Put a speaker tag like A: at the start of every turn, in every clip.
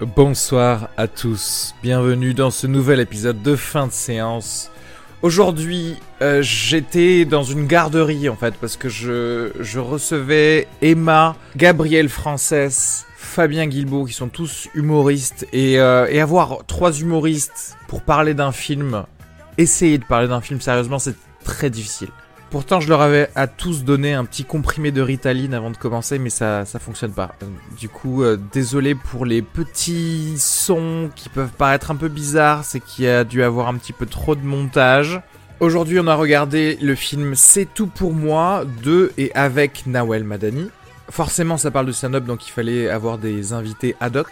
A: Bonsoir à tous, bienvenue dans ce nouvel épisode de fin de séance. Aujourd'hui, euh, j'étais dans une garderie en fait, parce que je, je recevais Emma, Gabriel Frances, Fabien Guilbault, qui sont tous humoristes, et, euh, et avoir trois humoristes pour parler d'un film, essayer de parler d'un film sérieusement, c'est très difficile. Pourtant, je leur avais à tous donné un petit comprimé de Ritaline avant de commencer, mais ça, ça fonctionne pas. Euh, Du coup, euh, désolé pour les petits sons qui peuvent paraître un peu bizarres, c'est qu'il y a dû avoir un petit peu trop de montage. Aujourd'hui, on a regardé le film C'est tout pour moi de et avec Nawel Madani. Forcément, ça parle de stand-up, donc il fallait avoir des invités ad hoc,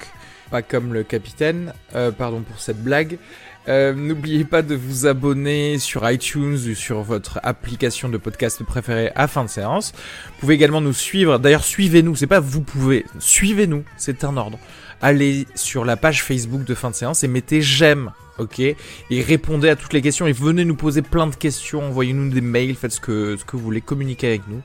A: pas comme le capitaine. Euh, pardon pour cette blague. Euh, N'oubliez pas de vous abonner sur iTunes ou sur votre application de podcast préférée à fin de séance. Vous pouvez également nous suivre. D'ailleurs, suivez-nous. C'est pas vous pouvez. Suivez-nous. C'est un ordre. Allez sur la page Facebook de fin de séance et mettez j'aime. Ok Et répondez à toutes les questions et venez nous poser plein de questions. Envoyez-nous des mails. Faites ce que, ce que vous voulez. Communiquez avec nous.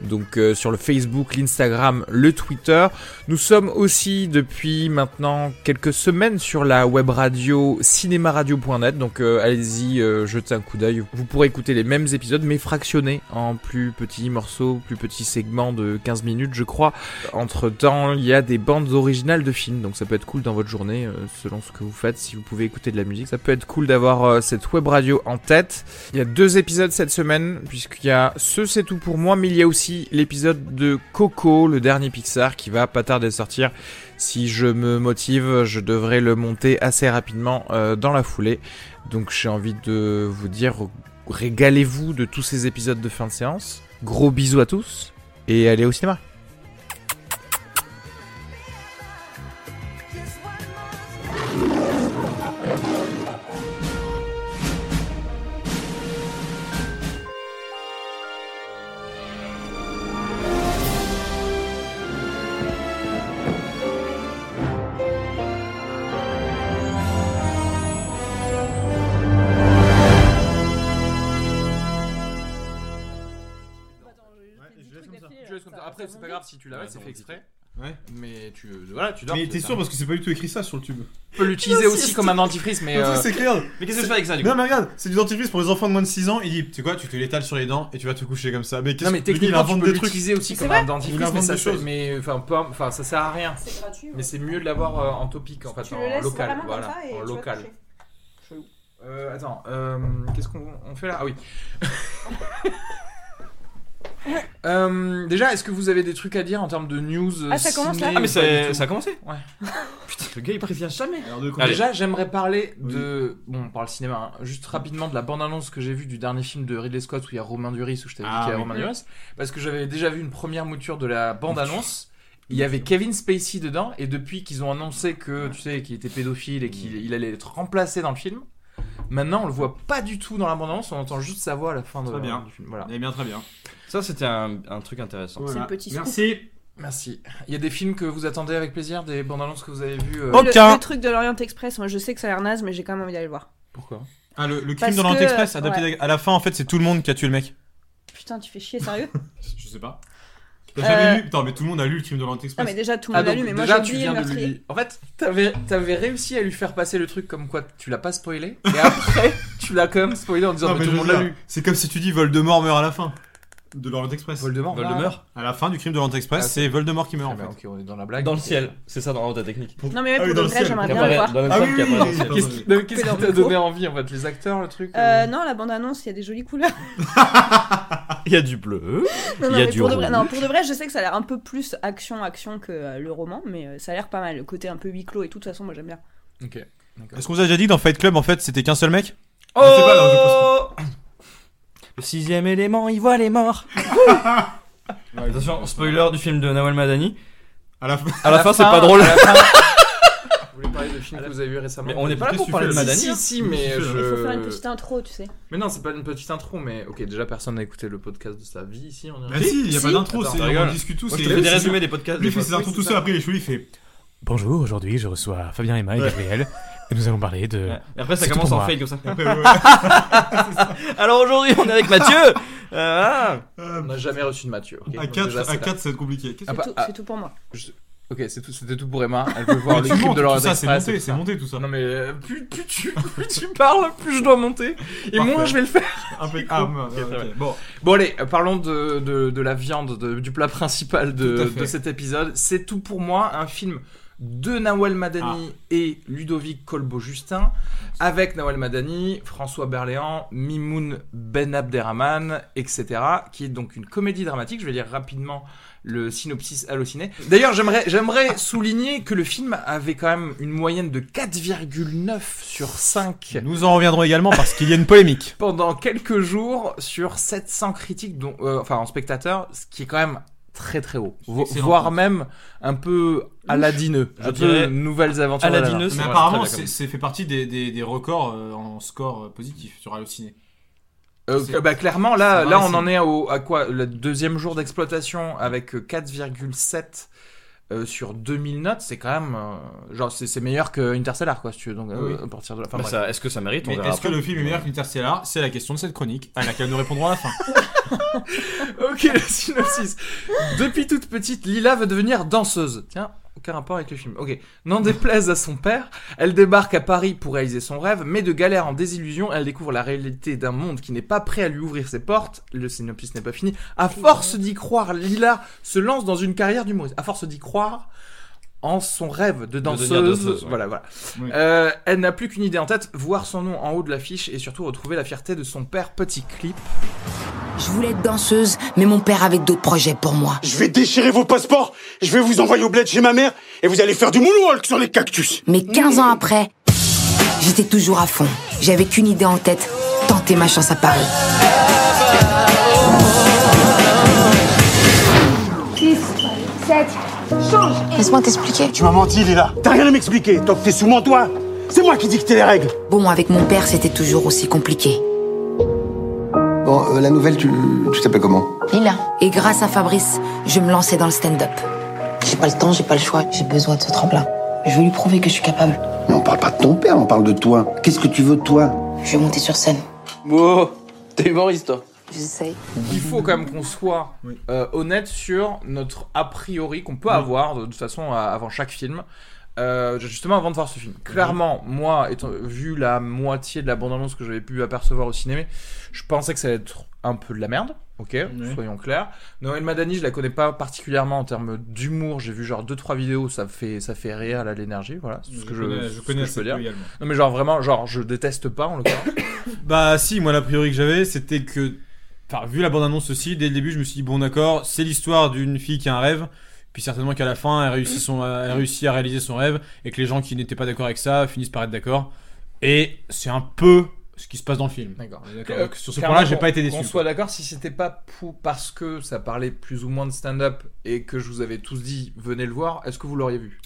A: Donc, euh, sur le Facebook, l'Instagram, le Twitter. Nous sommes aussi depuis maintenant quelques semaines sur la web radio cinémaradio.net, donc euh, allez-y, euh, jetez un coup d'œil. Vous pourrez écouter les mêmes épisodes, mais fractionnés en plus petits morceaux, plus petits segments de 15 minutes, je crois. Entre temps, il y a des bandes originales de films, donc ça peut être cool dans votre journée, euh, selon ce que vous faites. Si vous pouvez écouter de la musique, ça peut être cool d'avoir euh, cette web radio en tête. Il y a deux épisodes cette semaine, puisqu'il y a ce C'est tout pour moi, mais il y a aussi l'épisode de Coco, le dernier Pixar, qui va pas tarder à sortir. Si je me motive, je devrais le monter assez rapidement euh, dans la foulée. Donc j'ai envie de vous dire, régalez-vous de tous ces épisodes de fin de séance. Gros bisous à tous, et allez au cinéma.
B: Ouais,
C: des
B: je
C: trucs
B: laisse comme ça.
C: d'affilée,
A: Tu laisses comme ça.
C: ça-
A: Après,
C: ça
A: c'est pas
C: rebondit.
A: grave si tu l'avais,
B: Ouais,
A: c'est
B: ça
A: fait
B: rebondit.
A: exprès.
B: Ouais.
A: Mais tu, euh, voilà, tu dors.
B: Mais t'es sûr parce que c'est pas du tout écrit ça sur le tube.
A: Tu peux l'utiliser
C: Non,
A: aussi
C: c'est-
A: comme un antifrice, mais.
B: Le truc,
A: euh,
B: c'est clair.
A: Mais qu'est-ce que je fais avec ça du coup
B: Non mais regarde, c'est du dentifrice pour les enfants de moins de 6 ans. Il dit, tu sais quoi, tu te l'étales sur les dents et tu vas te coucher comme ça. Mais qu'est-ce
A: Non, mais
B: que lui, il
A: techniquement, tu
B: invente
A: peux
B: des trucs
A: l'utiliser aussi
C: Mais
A: comme
C: c'est
A: un
C: vrai.
B: Il
A: dentifrice,
B: invente
A: mais ça,
B: des
A: c'est-
B: choses.
A: mais, euh, enfin, peu- enfin, ça sert à rien.
C: C'est gratuit.
A: Mais c'est mieux de l'avoir euh, en topic en fait,
C: Tu
A: en
C: le laisses
A: local.
C: vraiment
A: voilà,
C: comme ça et
A: en
C: tu vas
A: local.
C: toucher. Chelou.
A: Euh, attends, euh, qu'est-ce qu'on on fait là Ah oui. Euh, déjà, est-ce que vous avez des trucs à dire en termes de news euh,
C: Ah, ça commence, là
A: ciné
D: Ah mais
A: ou pas du
D: ça,
A: tout
D: ça a commencé
A: Ouais.
D: Putain le gars il prévient jamais
B: Alors, de quoi
D: Allez.
A: Déjà, j'aimerais parler de. Bon, on parle cinéma, hein. juste rapidement de la bande-annonce que j'ai vue du dernier film de Ridley Scott où il y a Romain Duris, où je t'avais
D: Ah,
A: dit qu'il y a
D: oui.
A: Romain Duris, parce que j'avais déjà vu une première mouture de la bande-annonce. Il y avait Kevin Spacey dedans, et depuis qu'ils ont annoncé que, tu sais, qu'il était pédophile et qu'il il allait être remplacé dans le film, maintenant on le voit pas du tout dans la bande-annonce, on entend juste sa voix à la fin de,
D: Très bien.
A: du
B: Ah,
A: film. Voilà.
D: Eh bien très bien Ça c'était un, un truc intéressant
C: C'est le petit scoop.
D: Merci
A: Merci. Il y a des films que vous attendez avec plaisir, des bandes-annonces que vous avez vues. euh,
D: Oh
C: Le-
B: Aucun.
C: Le, truc de l'Orient Express, moi je sais que ça a l'air naze, mais j'ai quand même envie d'aller le voir.
A: Pourquoi
B: Ah, le, le crime
C: Parce
B: dans l'Orient
C: que, euh,
B: Express, adapté à la fin en fait c'est tout le monde qui a tué le mec.
C: Putain, tu fais chier, sérieux
B: Je sais pas. T'as
C: Euh,
B: jamais lu Attends mais tout le monde a lu le crime de l'Orient
C: Non,
B: Express.
C: mais déjà tout le
A: Ah,
C: monde l'a
A: donc,
C: lu, mais moi j'ai
A: déjà, tu
C: oublié le
A: viens de
C: meurtrier.
A: lui. En fait, t'avais avais réussi à lui faire passer le truc comme quoi tu l'as pas spoilé, et après, tu l'as quand même spoilé en disant
B: Non,
A: mais,
B: mais
A: tout le
B: je
A: monde
B: veux
A: l'a
B: dire,
A: lu.
B: C'est comme si tu dis Voldemort meurt à la fin. de l'Orient Express.
E: Voldemort. là
A: Ah,
D: Voldemort
B: À la fin du crime de l'Orient Express,
E: Ah,
B: c'est Voldemort qui meurt
E: Ah,
B: en
E: mais
B: fait.
E: ok, on est dans la blague.
D: Dans le ciel, c'est ça dans la technique.
C: Non, mais
B: Ah
C: même
B: oui,
C: pour
B: dans
C: de
B: le
C: vrai,
B: ciel.
C: j'aimerais
D: Qui
C: bien le
D: apparaît
C: voir.
D: dans la même
B: Ah
D: scène
B: oui,
D: qu'apparaît dans le
B: oui,
D: ciel.
B: oui.
A: Qu'est-ce qui- non, mais qu'est-ce qui
C: Coupé dans
A: t'a
C: le
A: donné
C: micro.
A: envie en fait Les acteurs, le truc euh
C: Euh, non, la bande-annonce, il y a des jolies couleurs.
D: Il y a du bleu.
C: Non, non,
D: Il y a
C: mais
D: du
C: pour de vrai,
D: rouge.
C: non, pour de vrai, je sais que ça a l'air un peu plus action-action que euh, le roman, mais euh, ça a l'air pas mal. Le côté un peu huis clos et tout, de toute façon, moi j'aime bien.
E: Ok.
B: Est-ce qu'on vous a déjà dit que dans Fight Club en fait c'était qu'un seul mec
D: Oh
B: sais pas, alors, je
D: Le sixième élément, il voit les morts. Attention, spoiler du film de Nawal Madani.
B: À la fin.
D: À la fin, c'est pas drôle.
A: à la fin- Vous voulez parler de films que vous avez vu récemment
D: Mais on n'est pas là
B: Qu'est-ce
D: pour
B: que
D: parler de
B: tu fais, là
D: Madani. hein.
A: Si, si, si, mais
B: Il faut
A: je.
C: Il faut faire une petite intro, tu sais.
A: Mais non, c'est pas une petite intro, mais ok, déjà personne n'a écouté le podcast de sa vie ici. On
B: Bah si, il y a
C: Si.
B: pas d'intro,
A: Attends,
B: c'est on
D: rigole.
B: discute tous.
D: Moi, je
B: c'est-
D: te fais des
B: c'est-
D: résumés des podcasts.
B: Lui
D: des
B: il fait ses
D: fois.
B: intros tout seul, après il est chelou, il fait.
F: Bonjour, aujourd'hui je reçois Fabien, Emma et
B: Ouais.
F: Gabriel et nous allons parler de...
D: Ouais. Et après, ça
F: C'est tout
D: commence
F: pour
D: en
F: moi.
D: fade comme ça.
B: Après, ouais.
D: Alors aujourd'hui, on est avec Mathieu. Euh,
A: On
B: Euh,
A: n'a jamais reçu de Mathieu. ok
B: À
A: Donc déjà,
B: 4,
A: c'est
B: à
A: là.
B: 4 ça va être compliqué.
A: Ah
B: Qu'est-ce
C: C'est
A: bah,
C: tout,
A: ah.
C: c'est tout pour moi.
A: Ok, c'est tout- c'était tout, pour Emma. Elle veut voir le
B: que tu
A: clip
B: montes
A: de Laura
B: Tout ça, c'est
A: Express.
B: monté, c'est monté tout ça.
A: Non mais euh, plus, plus tu, plus tu parles, plus je dois monter. Et
B: Parfait.
A: moins je vais le faire.
B: Un peu. Ah, merde,
D: Ok, très
B: ok. Bon,
A: Bon allez, euh, parlons de, de, de la viande, de- du plat principal
B: Tout à
A: de,
B: fait.
A: de cet épisode. C'est tout pour moi, un film de Nawal
B: Ah.
A: Madani et Ludovic Colbeau-Justin, avec Nawal Madani, François Berléand, Mimoun Ben Abderrahman, etc., qui est donc une comédie dramatique. Je vais lire rapidement le synopsis halluciné. D'ailleurs, j'aimerais, j'aimerais souligner que le film avait quand même une moyenne de 4,9 sur 5
B: nous en reviendrons également parce qu'il y a une polémique.
A: pendant quelques jours sur 700 critiques, dont, euh, enfin en spectateurs, ce qui est quand même très très haut, Vo-
B: Excellent.
A: voire même un peu aladineux,
D: Je
A: un peu
D: dirais
A: nouvelles aventures.
D: Aladineux,
A: d'Aladin.
D: c'est
B: Mais
D: vrai,
B: apparemment,
D: très
B: c'est
D: bien
B: c'est fait partie des, des, des records euh, en score euh, positif sur Allociné.
A: Euh,
B: c'est-
A: bah clairement là,
B: c'est
A: là on
B: rarissime.
A: en est au, à quoi le deuxième jour d'exploitation avec euh, 4,7 euh, sur 2000 notes, c'est quand même euh, genre c'est c'est meilleur que Interstellar quoi, si tu veux. Donc euh,
B: Oui.
A: à partir de là. Enfin,
D: bah,
A: bref.
D: ça- Est-ce que ça mérite On
B: Mais
D: verra
B: est-ce que
D: après.
B: le film est meilleur qu'Interstellar C'est la question de cette chronique, à laquelle nous répondrons à la fin.
A: Ok, le synopsis. Depuis toute petite, Lila veut devenir danseuse. Tiens, aucun rapport avec le film. Ok. N'en déplaise à son père, elle débarque à Paris pour réaliser son rêve, mais de galère en désillusion, elle découvre la réalité d'un monde qui n'est pas prêt à lui ouvrir ses portes. Le synopsis n'est pas fini. À force d'y croire, Lila se lance dans une carrière d'humoriste. À force d'y croire en son rêve de danseuse.
D: devenir danseuse, ouais.
A: Voilà, voilà.
B: Oui.
A: Euh, elle n'a plus qu'une idée en tête, voir son nom en haut de l'affiche et surtout retrouver la fierté de son père. Petit clip.
G: Je voulais être danseuse, mais mon père avait d'autres projets pour moi.
H: Je vais déchirer vos passeports, je vais vous envoyer au bled chez ma mère, et vous allez faire du moonwalk sur les cactus.
G: Mais 15 ans après, j'étais toujours à fond. J'avais qu'une idée en tête, tenter ma chance à Paris. Laisse-moi t'expliquer.
H: Tu m'as menti, Lila. T'as rien à m'expliquer, t'en fais sous mon doigt. C'est moi qui dictais les règles.
G: Bon, avec mon père, c'était toujours aussi compliqué.
I: Bon, euh, la nouvelle, tu tu t'appelles comment
G: Lila. Et grâce à Fabrice, je me lançais dans le stand-up.
J: J'ai pas le temps, j'ai pas le choix, j'ai besoin de ce tremplin. Je vais lui prouver que je suis capable.
I: Mais on parle pas de ton père, on parle de toi. Qu'est-ce que tu veux de toi
J: Je vais monter sur scène.
I: Bon, t'es humoriste, toi.
G: J'essaye.
A: il faut quand même qu'on soit
B: Oui.
A: euh, honnête sur notre a priori qu'on peut
B: Oui.
A: avoir de, de toute façon à- avant chaque film. Euh, justement avant de voir ce film. Clairement, moi, étant, vu la moitié de la bande-annonce que j'avais pu apercevoir au cinéma, je pensais que ça allait être un peu de la merde. Ok,
B: Oui.
A: soyons clairs. Noël Madani, je la connais pas particulièrement en termes d'humour. J'ai vu genre deux trois vidéos, ça me fait ça fait rire là l'énergie. Voilà, c'est ce que je, ce que je peux dire.
B: également.
A: Non mais genre vraiment, genre je déteste pas en l'occurrence.
B: Bah si, moi la priori que j'avais, c'était que, enfin vu la bande-annonce aussi, dès le début, je me suis dit bon d'accord, c'est l'histoire d'une fille qui a un rêve, puis certainement qu'à la fin, elle réussit, son, elle réussit à réaliser son rêve et que les gens qui n'étaient pas d'accord avec ça finissent par être d'accord. Et c'est un peu ce qui se passe dans le film.
A: D'accord.
B: On est d'accord.
A: Euh,
B: Donc, sur ce
A: clairement,
B: point-là, j'ai
A: qu'on-
B: pas été déçu.
A: Qu'on soit d'accord, si c'était pas pou- parce que ça parlait plus ou moins de stand-up et que je vous avais tous dit venez le voir, est-ce que vous l'auriez vu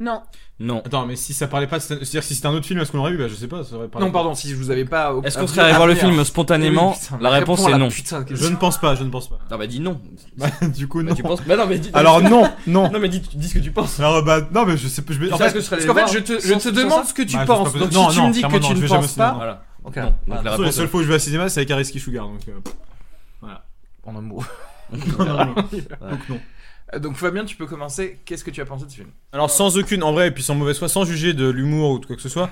C: Non,
D: Non.
B: Attends, mais si ça parlait pas, de stand- c'est-à-dire si c'était un autre film, est-ce qu'on l'aurait vu Bah je sais pas, ça aurait parlé.
A: Non, pardon, si je vous avais pas.
D: Est-ce qu'on serait allé voir le film spontanément
A: Oui, putain,
D: La réponse
A: réponds à la
D: est non.
A: putain de
B: Je
A: question.
B: ne pense pas, je ne pense pas.
D: Ah bah dis non.
B: Bah, du coup, non.
D: Bah, tu penses Bah non mais dis.
B: Alors non, non.
D: Non mais dis, dis ce que tu penses.
B: Alors bah non, mais je sais pas. Je vais...
A: En
B: en
A: fait,
B: fait,
A: parce
D: serais allé
A: qu'en fait,
D: voir
A: je te, je
D: sans-
A: te
D: sans
A: demande
D: ça
A: ce que tu
B: Bah, je
A: penses.
B: pense-
A: Donc
B: non,
A: si tu
B: non,
A: me dis que
B: clairement,
A: tu
B: non, je
A: ne
B: vais jamais
A: penses
B: au cinéma,
A: pas.
B: non.
D: Voilà.
A: Ok.
D: Non. Donc, la
B: la seule-
D: réponse,
B: seule fois où je vais au cinéma, c'est avec Ariski Sugar. Donc, euh,
A: En un mot.
B: donc non.
A: Euh, Donc Fabien, tu peux commencer. Qu'est-ce que tu as pensé de ce film
B: Alors sans aucune, en vrai, et puis sans mauvaise foi, sans juger de l'humour ou de quoi que ce soit,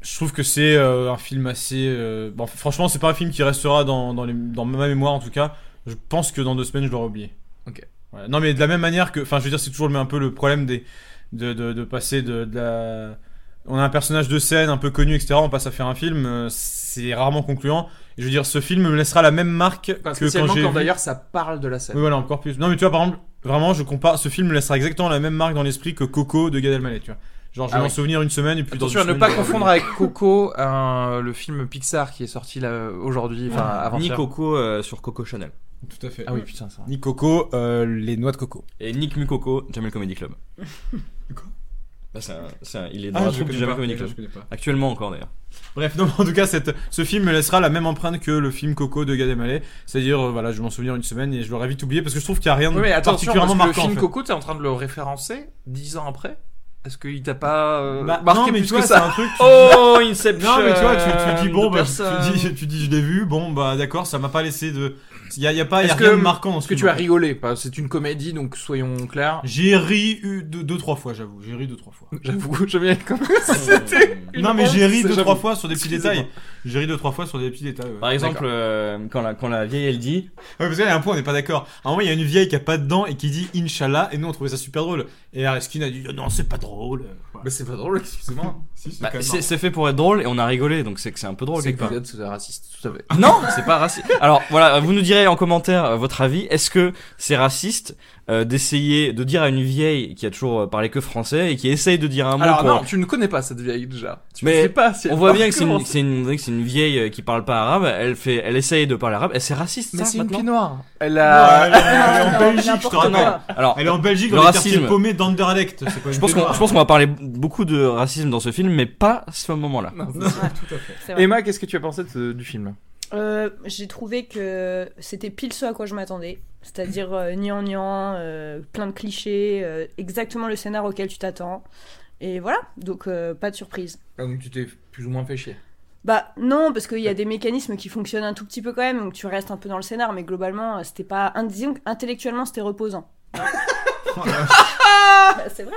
B: je trouve que c'est euh, un film assez. euh, Bon, franchement, c'est pas un film qui restera dans, dans, les- dans ma mémoire en tout cas. je pense que dans deux semaines, je l'aurai oublié.
D: Ok.
B: Voilà. Non, mais de la même manière que. Enfin, je veux dire, c'est toujours le- un peu le problème des, de, de, de passer de, de la. On a un personnage de scène un peu connu, etc. On passe à faire un film, euh, c'est rarement concluant. Et je veux dire, ce film me laissera la même marque
A: Enfin,
B: que quand
A: spécialement
B: j'ai.
A: quand,
B: vu-
A: d'ailleurs ça parle de la scène.
B: Oui, voilà, encore plus. Non, mais tu vois, par exemple, vraiment, je compare. Ce film me laissera exactement la même marque dans l'esprit que Coco de Gad Elmaleh, tu vois. Genre, je vais
A: Ah
B: m'en
A: oui.
B: souvenir une semaine et puis. dans
A: Attention à
B: une
A: ne
B: semaine,
A: pas
B: je vais
A: confondre avec Coco, un- le film Pixar qui est sorti là aujourd'hui, enfin
B: Ah,
A: avant
D: Ni Coco euh, sur Coco Chanel.
B: l'oublier. Tout à fait.
A: Ah oui, putain, ça.
B: Ni Coco, euh, les noix de coco.
A: Ah,
D: Et Nick Mukoko, Jamel Comedy Club.
B: Quoi
D: bah, c'est un, c'est un-
A: Ah,
D: Il est dans la troupe du Jamel Comedy Club.
B: Ah, connais pas.
D: Actuellement encore d'ailleurs.
B: Bref, non, mais en tout cas, cette, ce film me laissera la même empreinte que le film Coco de Gad Elmaleh. C'est-à-dire, euh, voilà, je vais m'en souvenir une semaine et je l'aurai vite oublié parce que je trouve qu'il n'y a rien de
A: Oui, mais attention, parce
B: particulièrement
A: que
B: marquant.
A: le film
B: en fait.
A: Coco, t'es en train de le référencer dix ans après. Est-ce qu'il t'a pas euh,
B: Bah,
A: marqué
B: non, mais
A: plus
B: tu vois,
A: que
B: c'est
A: ça
B: un truc. tu-
A: Oh, Inception.
B: Non, mais tu vois, tu, tu dis bon,
A: de
B: bah,
A: personne.
B: tu, dis, tu dis je l'ai vu, bon, bah d'accord, ça m'a pas laissé de. Il y a, y a pas, y a
A: Est-ce
B: rien
A: que-
B: de marquant. dans ce
A: Est-ce que tu
B: film.
A: as rigolé pas C'est une comédie, donc soyons clairs.
B: J'ai ri eu deux, deux, trois fois, j'avoue. J'ai ri deux, trois fois.
A: J'avoue, j'aime bien comme c'était.
D: Euh,
A: une
B: Non, mais j'ai ri
A: honte,
B: deux,
A: j'avoue.
B: trois fois sur des petits
A: Excusez-moi.
B: détails. J'ai ri deux, trois fois sur des petits détails. ouais.
D: Par exemple, euh, quand, la, quand la vieille elle dit
B: Ouais, parce qu'il y a un point, on n'est pas d'accord. À un moment, il y a une vieille qui a pas de dents et qui dit Inch'Allah, et nous on trouvait ça super drôle. Et Areskin a dit Oh Non, c'est pas drôle. Voilà.
A: Bah, c'est pas drôle, excusez-moi.
B: Si, c'est
D: Bah,
B: quand même
D: c'est c'est fait pour être drôle et on a rigolé donc c'est que c'est un peu drôle
A: C'est
D: quelque part.
A: que vous êtes raciste, tout à fait.
D: Non, c'est pas raciste. Alors voilà, vous nous direz en commentaire euh, votre avis. Est-ce que c'est raciste euh, d'essayer de dire à une vieille qui a toujours euh, parlé que français et qui essaye de dire un mot
A: Alors
D: pour-
A: non, tu ne connais pas cette vieille déjà. Tu
D: Mais
A: sais pas si elle
D: On voit
A: parle
D: bien que c'est une,
A: comment
D: c'est une- on dirait que c'est une vieille euh, qui parle pas arabe. Elle fait, elle essaye de parler arabe. Elle c'est raciste.
A: Mais
D: ça,
A: c'est une
D: maintenant
A: pied noire. Elle
B: marrant.
A: a.
B: Ouais, elle est en
C: Non,
B: Belgique, je
C: n'importe
B: te rappelle.
C: quoi.
D: Alors,
B: Elle est en Belgique
D: Ah, Le
B: dans les
D: racisme.
B: quartiers paumés d'Anderlecht. C'est pas une
D: je pense
B: blague.
D: qu'on, je pense qu'on va parler beaucoup de racisme dans ce film, mais pas ce moment-là.
A: Ah,
C: C'est vrai.
A: Emma, qu'est-ce que tu as pensé de ce- du film
C: Euh, j'ai trouvé que c'était pile ce à quoi je m'attendais. C'est-à-dire euh, niant plein de clichés, euh, exactement le scénar auquel tu t'attends. Et voilà, donc euh, pas de surprise.
A: Ah, Donc tu t'es plus ou moins fait chier.
C: Bah non, parce qu'il y a des mécanismes qui fonctionnent un tout petit peu quand même, donc tu restes un peu dans le scénar, mais globalement, euh, c'était pas. un- Disons intellectuellement, c'était reposant. Bah, c'est vrai.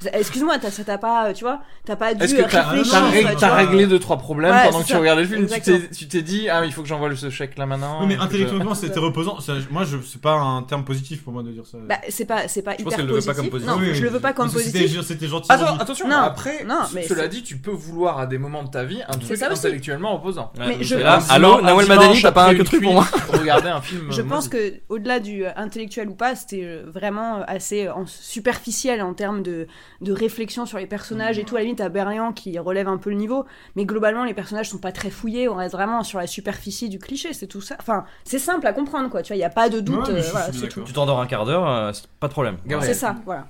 C: C'est- Excuse-moi, t'as- ça t'a pas, euh, tu vois, t'as pas dû
A: Est-ce que t'as
C: réfléchir,
A: t'as
B: non,
A: ré-
C: quoi, tu
A: t'as
C: vois.
A: réglé deux trois problèmes
C: Ouais,
A: pendant
C: c'est
A: que tu
C: ça.
A: regardais le film Tu t'es-
C: Exactement.
A: Tu t'es dit ah il faut que j'envoie ce chèque là maintenant.
B: Oui, mais
A: il faut que je-
B: intellectuellement, c'était reposant. Ça, je- moi, je, c'est pas un terme positif pour moi de dire ça.
C: Bah, c'est pas, c'est pas
D: Je
C: hyper
D: pense qu'elle le veut
C: positif.
D: pas comme positif.
C: Non,
B: Oui, oui,
C: je le veux pas comme
B: mais c'était-
C: positif.
B: C'était gentil.
A: Ah, Attends,
B: dit.
A: attention.
C: Non,
A: après,
C: non,
A: ce-
C: mais
A: cela
C: c'est-
A: dit, tu peux vouloir à des moments de ta vie un truc
C: ça aussi.
A: intellectuellement opposant.
D: Ouais,
C: Mais
D: donc
C: je-
D: c'est là,
A: Un
D: allô,
A: dimanche-
D: Nawal
A: dimanche
D: Madani, t'as pas
A: après
D: un
A: une
D: truc pour
A: cuite
D: moi
A: pour regarder un film.
C: Je
A: euh,
C: pense
A: maudit.
C: que, au-delà du euh, intellectuel ou pas, c'était euh, vraiment euh, assez euh, en- superficiel en termes de, de réflexion sur les personnages et tout. À la limite, à Berlian qui relève un peu le niveau, mais globalement, les personnages sont pas très fouillés. On reste vraiment sur la superficie du cliché, c'est tout ça. Enfin, c'est simple à comprendre, quoi. Tu vois, il y a pas de doute.
B: Ouais, mais
C: euh,
B: je
C: voilà,
B: suis
C: c'est tout.
B: d'accord.
D: Tu t'endors un quart d'heure, euh, c'est pas de problème.
A: Gabriel.
C: C'est ça, voilà.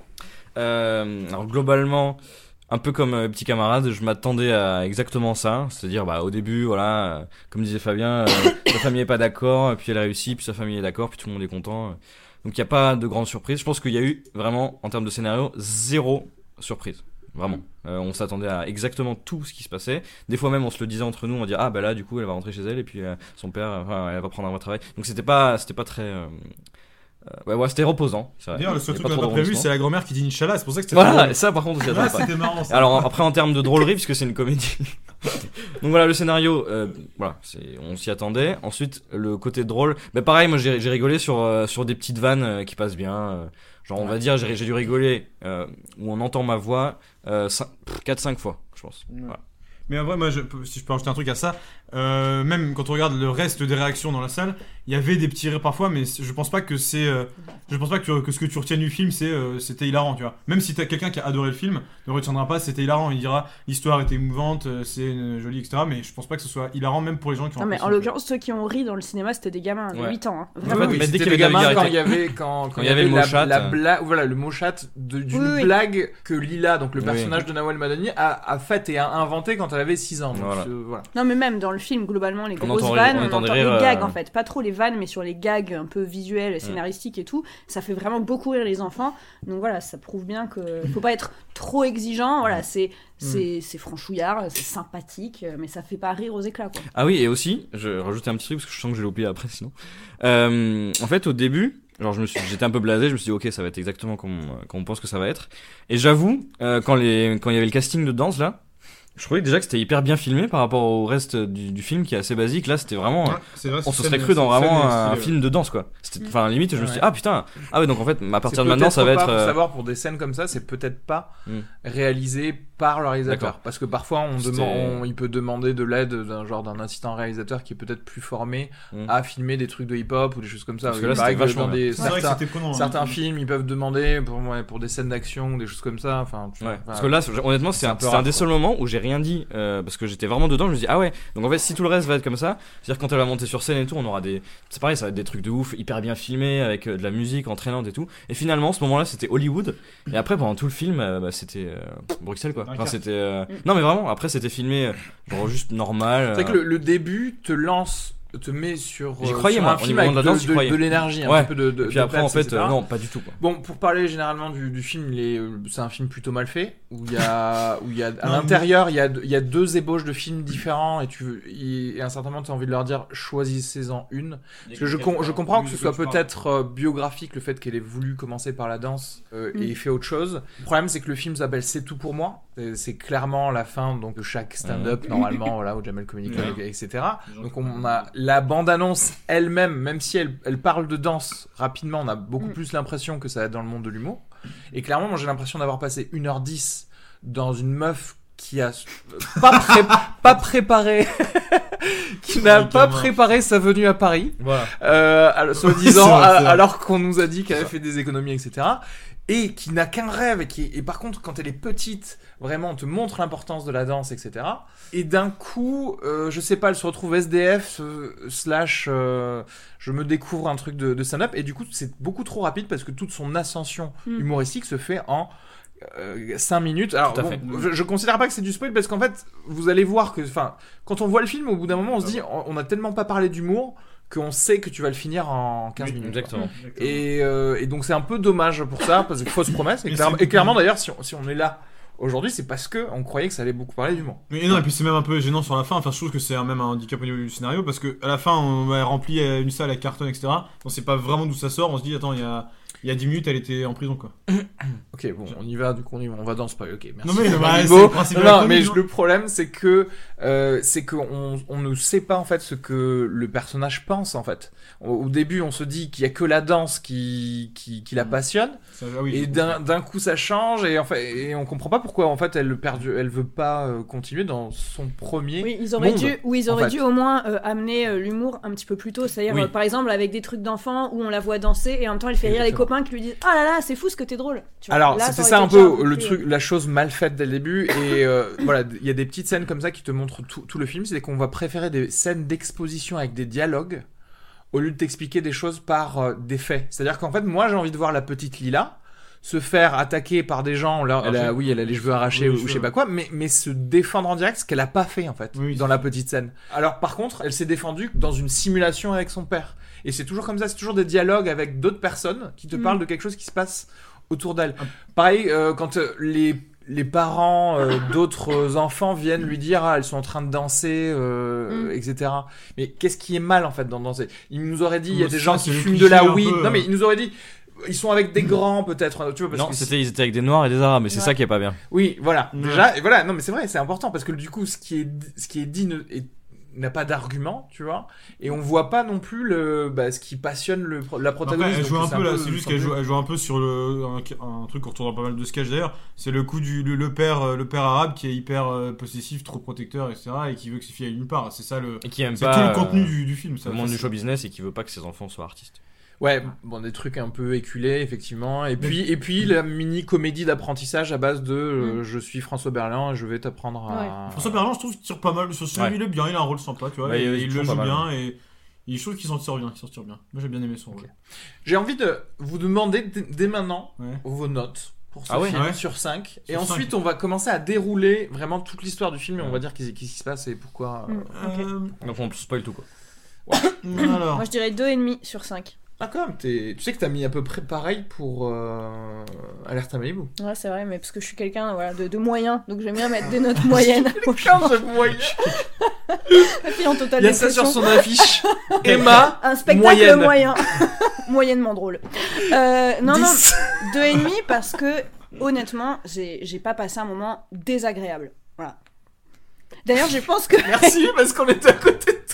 D: Euh, alors globalement, un peu comme euh, petit camarade, je m'attendais à exactement ça, c'est-à-dire bah au début voilà, euh, comme disait Fabien, euh, sa famille est pas d'accord, puis elle réussit, puis sa famille est d'accord, puis tout le monde est content. Donc il y a pas de grande surprise. Je pense qu'il y a eu vraiment en termes de scénario zéro surprise. Vraiment, Euh, on s'attendait à exactement tout ce qui se passait. Des fois même, on se le disait entre nous, on dit ah bah là du coup elle va rentrer chez elle et puis euh, son père, euh, enfin, elle va prendre un vrai travail. Donc c'était pas, c'était pas très, euh, euh, ouais, ouais c'était reposant. c'est vrai.
B: D'ailleurs, le seul
D: Il y a
B: truc
D: pas
B: qu'on
D: trop
B: a pas prévu,
D: d'arrondissements.
B: c'est la grand-mère qui dit Inch'Allah. C'est pour ça que c'était
D: Voilà,
B: drôle.
D: ça par contre, on s'y
B: Ouais,
D: attendait pas.
B: c'était marrant. ça.
D: Alors après en termes de drôlerie puisque c'est une comédie. Donc voilà le scénario, euh, voilà, c'est, on s'y attendait. Ensuite le côté drôle, bah pareil, moi j'ai, j'ai rigolé sur euh, sur des petites vannes euh, qui passent bien. euh, genre on va dire j'ai, j'ai dû rigoler euh, où on entend ma voix euh, 4-5 fois, je pense.
B: Ouais.
D: Voilà.
B: Mais en vrai, moi, je peux- si je peux ajouter un truc à ça, euh, même quand on regarde le reste des réactions dans la salle, il y avait des petits rires parfois, mais c- je pense pas que c'est, euh, je pense pas que, tu- que ce que tu retiens du film, c'est, euh, c'était hilarant, tu vois. Même si t'as quelqu'un qui a adoré le film, ne retiendra pas, c'était hilarant. Il dira, l'histoire était émouvante, euh, c'est euh, joli, etc. Mais je pense pas que ce soit hilarant, même pour les gens qui ont.
C: Non, mais en
B: apprécié.
C: l'occurrence, ceux qui ont ri dans le cinéma, c'était des gamins de
D: Ouais.
C: 8 ans. hein.
D: En fait,
A: Oui,
C: Vraiment.
D: mais dès
A: c'était
D: qu'il y
A: le
D: avait de la
A: gamin, quand
D: vulgarité.
A: il y avait quand, quand
D: il y avait le mot
A: la,
D: chat,
A: la
D: euh.
A: blague voilà le mot chat de- d'une
C: Oui, oui.
A: blague que Lila donc le
D: Oui.
A: personnage de Nawal Madani a, a faite et a inventé quand elle avait 6 ans donc,
D: Voilà.
A: euh, voilà.
C: Non, mais même dans le film, globalement, les
D: On
C: grosses
D: entend-
C: vannes,
D: on
C: on,
D: entend
C: entend
D: des
C: les
D: rires,
C: gags
D: euh,
C: en fait. Pas trop les vannes, mais sur les gags un peu
A: Mm.
C: visuels, scénaristiques et tout. Ça fait vraiment beaucoup rire les enfants. Donc voilà, ça prouve bien que faut pas être trop exigeant.
A: Mm.
C: Voilà, c'est c'est c'est franchouillard, c'est sympathique, euh, mais ça fait pas rire aux éclats. Quoi.
D: Ah oui, et aussi, je rajoutais un petit truc parce que je sens que je vais l'oublier après sinon. Euh, en fait, au début, genre je me suis, j'étais un peu blasé, je me suis dit ok, ça va être exactement comme, on- comme on pense que ça va être. Et j'avoue, euh, quand les, quand il y avait le casting de danse là, Je trouvais déjà que c'était hyper bien filmé par rapport au reste du, du film qui est assez basique. Là, c'était vraiment.
B: Ouais, c'est vrai, c'est
D: on se
B: ça,
D: serait
B: mais-
D: cru dans
B: c'est ça,
D: vraiment
B: mais c'est
D: un
B: stylé, ouais.
D: film de danse, quoi. C'était- Enfin, limite, je me suis dit, ah putain, ah ouais, donc en fait, à partir de
A: C'est
D: maintenant, ça va
A: peut-être
D: être.
A: pas, Pour
D: euh,
A: savoir, pour des scènes comme ça, c'est peut-être pas
D: Hmm.
A: réalisé par le réalisateur.
D: D'accord.
A: Parce que parfois, on
D: C'était-
A: demande, on- il peut demander de l'aide d'un genre d'un assistant réalisateur qui est peut-être plus formé
D: Hmm.
A: à filmer des trucs de hip-hop ou des choses comme ça.
D: Parce que
A: Il
D: là,
A: paraît
D: c'était
A: que
D: vachement
A: dans des,
B: C'est vrai que
A: certains,
B: c'était prenant. hein.
A: certains films, ils peuvent demander pour, ouais, pour des scènes d'action ou des choses comme ça. Enfin, tu-
D: Ouais.
A: enfin,
D: Parce que là, honnêtement, c'est
A: c'est un
D: un,
A: peu
D: c'est
A: rare,
D: un des
A: quoi.
D: seuls moments où j'ai rien dit euh, parce que j'étais vraiment dedans. Je me dis ah ouais. Donc en fait, si tout le reste va être comme ça, c'est-à-dire quand elle va monter sur scène et tout, on aura des, c'est pareil, ça va être des trucs de ouf, hyper bien filmés avec euh, de la musique entraînante et tout. Et finalement, ce moment-là, c'était Hollywood. Et après, pendant tout le film, euh, bah, c'était euh, Bruxelles quoi. Enfin,
B: Dunkerque.
D: c'était. euh, Non mais vraiment. Après, c'était filmé euh, genre juste normal. euh,
A: C'est vrai que le, le début te lance, te met sur,
D: J'y
A: euh,
D: croyais,
A: sur
D: moi,
A: un
D: au
A: film
D: niveau
A: avec
D: de la danse, j'y
A: de, de,
D: croyais.
A: de l'énergie, un
D: Ouais.
A: petit peu de, de
D: Et puis
A: de
D: après, en
A: peps,
D: fait,
A: etc.
D: euh, non, pas du tout. Quoi.
A: Bon, pour parler généralement du, du film, il est, euh, c'est un film plutôt mal fait, où il y a, où il y a à
B: Non,
A: l'intérieur, il y a, deux- il y a deux ébauches de films différents, et tu, veux- il- et à un certain moment, tu as envie de leur dire, choisissez-en une. Parce que je, com- je comprends que ce soit peut-être euh, biographique, le fait qu'elle ait voulu commencer par la danse euh,
C: Mm.
A: et fait autre chose. Le problème, c'est que le film s'appelle C'est tout pour moi. Et C'est clairement la fin donc, de chaque stand-up, normalement, voilà, où Jamel communique,
D: Ouais.
A: avec- etc. Donc on a la bande-annonce elle-même, même si elle, elle parle de danse rapidement, on a beaucoup
C: Mm.
A: plus l'impression que ça va être dans le monde de l'humour. Et clairement, moi j'ai l'impression d'avoir passé 1h10 dans une meuf qui a euh, pas, pré- pas préparé, qui n'a
B: Oui,
A: pas
B: clairement.
A: préparé sa venue à Paris,
B: Voilà.
A: euh, alors-
B: Oui,
A: soi-disant,
B: c'est vrai, c'est
A: a-
B: vrai.
A: alors qu'on nous a dit qu'elle avait fait des économies, etc. Et qui n'a qu'un rêve, et, qui, et par contre, quand elle est petite, vraiment, on te montre l'importance de la danse, etc. Et d'un coup, euh, je sais pas, elle se retrouve SDF, euh, slash, euh, je me découvre un truc de, de stand-up, et du coup, c'est beaucoup trop rapide parce que toute son ascension
C: Mm.
A: humoristique se fait en. 5 minutes. Alors,
D: Tout à
A: bon,
D: fait.
A: je, je considère pas que c'est du spoil parce qu'en fait, vous allez voir que, enfin, quand on voit le film, au bout d'un moment, on
B: Ah
A: se dit, on, on a tellement pas parlé d'humour qu'on sait que tu vas le finir en 15 minutes. quoi.
D: Exactement.
A: Et, euh, et donc c'est un peu dommage pour ça, parce que fausse promesse. Et,
B: Mais
A: clairement-
B: c'est-
A: et clairement d'ailleurs, si, on- si on est là aujourd'hui, c'est parce que on croyait que ça allait beaucoup parler d'humour.
B: Mais non, et puis c'est même un peu gênant sur la fin. Enfin, je trouve que c'est un- même un handicap au niveau du scénario parce que à la fin, on a rempli euh, une salle à carton, etc. On sait pas vraiment d'où ça sort. On se dit, attends, il y a, il y a 10 minutes, elle était en prison, quoi.
A: Ok, bon, on y va, du coup on y va, on va dans le spoil. Ok, merci.
B: Non, mais,
A: Thomas
B: bah,
A: Guilbault.
B: c'est le principe de la
A: Non,
B: comédie,
A: mais
B: hein.
A: le problème c'est que euh, c'est qu'on on ne sait pas en fait ce que le personnage pense en fait. Au, au début, on se dit qu'il y a que la danse qui qui,
B: Mm.
A: qui la passionne.
B: Ça- ah oui,
A: Et
B: je-
A: d'un d'un coup ça change et en fait et on comprend pas pourquoi en fait elle perd elle veut pas euh, continuer dans son premier.
C: Oui, ils auraient
A: monde,
C: dû, ou ils
A: en
C: auraient
A: fait.
C: dû au moins euh, amener euh, l'humour un petit peu plus tôt. C'est-à-dire,
D: Oui.
C: euh, par exemple, avec des trucs d'enfants où on la voit danser et en même temps elle fait rire les
A: Exactement.
C: copains qui lui disent Ah là là, c'est fou ce que t'es drôle. Tu vois,
A: Alors
C: là,
A: c'était
C: aurait
A: ça
C: été
A: un
C: déjà
A: peu le
C: plus,
A: truc la chose mal faite dès le début et euh, voilà il y a des petites scènes comme ça qui te montrent tout, tout le film c'est qu'on va préférer des scènes d'exposition avec des dialogues au lieu de t'expliquer des choses par euh, des faits. C'est-à-dire qu'en fait moi j'ai envie de voir la petite Lila se faire attaquer par des gens, là, elle a-
B: Arraché.
A: oui, elle a les cheveux arrachés
B: Oui, les
A: ou je sais
B: cheveux,
A: pas quoi, mais, mais se défendre en direct, ce qu'elle a pas fait en fait,
B: Oui,
A: dans
B: c'est
A: la
B: ça.
A: petite scène. Alors par contre, elle s'est défendue dans une simulation avec son père. Et c'est toujours comme ça, c'est toujours des dialogues avec d'autres personnes qui te
C: Mm.
A: parlent de quelque chose qui se passe autour d'elle. Pareil, euh, quand euh, les, les parents euh, d'autres enfants viennent lui dire ah, elles sont en train de danser, euh,
C: Mm.
A: etc. Mais qu'est-ce qui est mal en fait dans danser Il nous aurait dit il y a
B: Moi,
A: des
B: ça,
A: gens
B: c'est
A: qui
B: le
A: fument de la
B: cliché un
A: weed.
B: peu,
A: Non mais
B: euh.
A: il nous aurait dit ils sont avec des grands peut-être, hein, tu vois parce
D: Non,
A: que
D: c'était ils étaient avec des noirs et des arabes, mais c'est
C: Ouais.
D: ça qui est pas bien.
A: oui, voilà.
B: Ouais.
A: Déjà, et voilà. Non, mais c'est vrai, c'est important parce que du coup, ce qui est, ce qui est dit ne- est- n'a pas d'argument, tu vois. Et on voit pas non plus le, bah, ce qui passionne le, pro- la
B: Après,
A: protagoniste.
B: elle joue
A: donc
B: un peu là, c'est juste qu'elle
A: c'est
B: joue,
A: un
B: elle joue un peu sur le, un, un truc qu'on retrouve dans pas mal de sketchs d'ailleurs. C'est le coup du le, le père euh, le père arabe qui est hyper euh, possessif, trop protecteur, etc. et qui veut que ses filles aillent nulle part. C'est ça le,
D: Et qui aime
B: c'est
D: pas
B: tout le
D: euh,
B: contenu du, du film. Ça,
D: le monde
B: Ça,
D: du
B: c'est-
D: show business et qui veut pas que ses enfants soient artistes.
A: Ouais, bon, des trucs un peu éculés, effectivement. Et puis, et puis la mini comédie d'apprentissage à base de, euh,
C: Mm.
A: je suis François Berland et je vais t'apprendre à.
B: François Berland, je trouve, tire pas mal. Sur celui-là,
D: Ouais.
B: il est bien, il a un rôle sympa, tu vois.
D: Bah,
B: et-
D: il-
B: et
D: il
B: il
D: joue
B: le
D: pas
B: joue
D: mal,
B: bien et, et je trouve qu'il s'en tire bien, il s'en tire bien. Moi, j'ai bien aimé son rôle.
A: J'ai envie de vous demander dès dès maintenant
B: Ouais.
A: vos notes pour ce
D: Ah ouais,
A: film
B: ouais.
A: sur 5. Et
B: Sur
A: ensuite, on va commencer à dérouler vraiment toute l'histoire du film et on va dire qu'est- qu'est-ce qui se passe et pourquoi. euh,
C: Mm. Ok.
B: Euh,
D: Donc on spoil tout quoi.
C: euh,
B: alors,
C: Moi je dirais 2,5 sur 5.
A: Ah quand même, t'es- tu sais que t'as mis à peu près pareil pour euh... Alerte à Malibu.
C: Ouais, c'est vrai, mais parce que je suis quelqu'un voilà, de, de moyen, donc j'aime bien mettre des notes moyennes. Et puis en totale
A: Il y a ça sur
C: dépression.
A: son affiche. Emma,
C: Un spectacle
A: Moyenne.
C: moyen. Moyennement drôle. Euh, non, non,
A: 10.
C: deux et demi parce que honnêtement j'ai j'ai pas passé un moment désagréable voilà D'ailleurs, je pense que
A: Merci, parce qu'on était à côté de toi.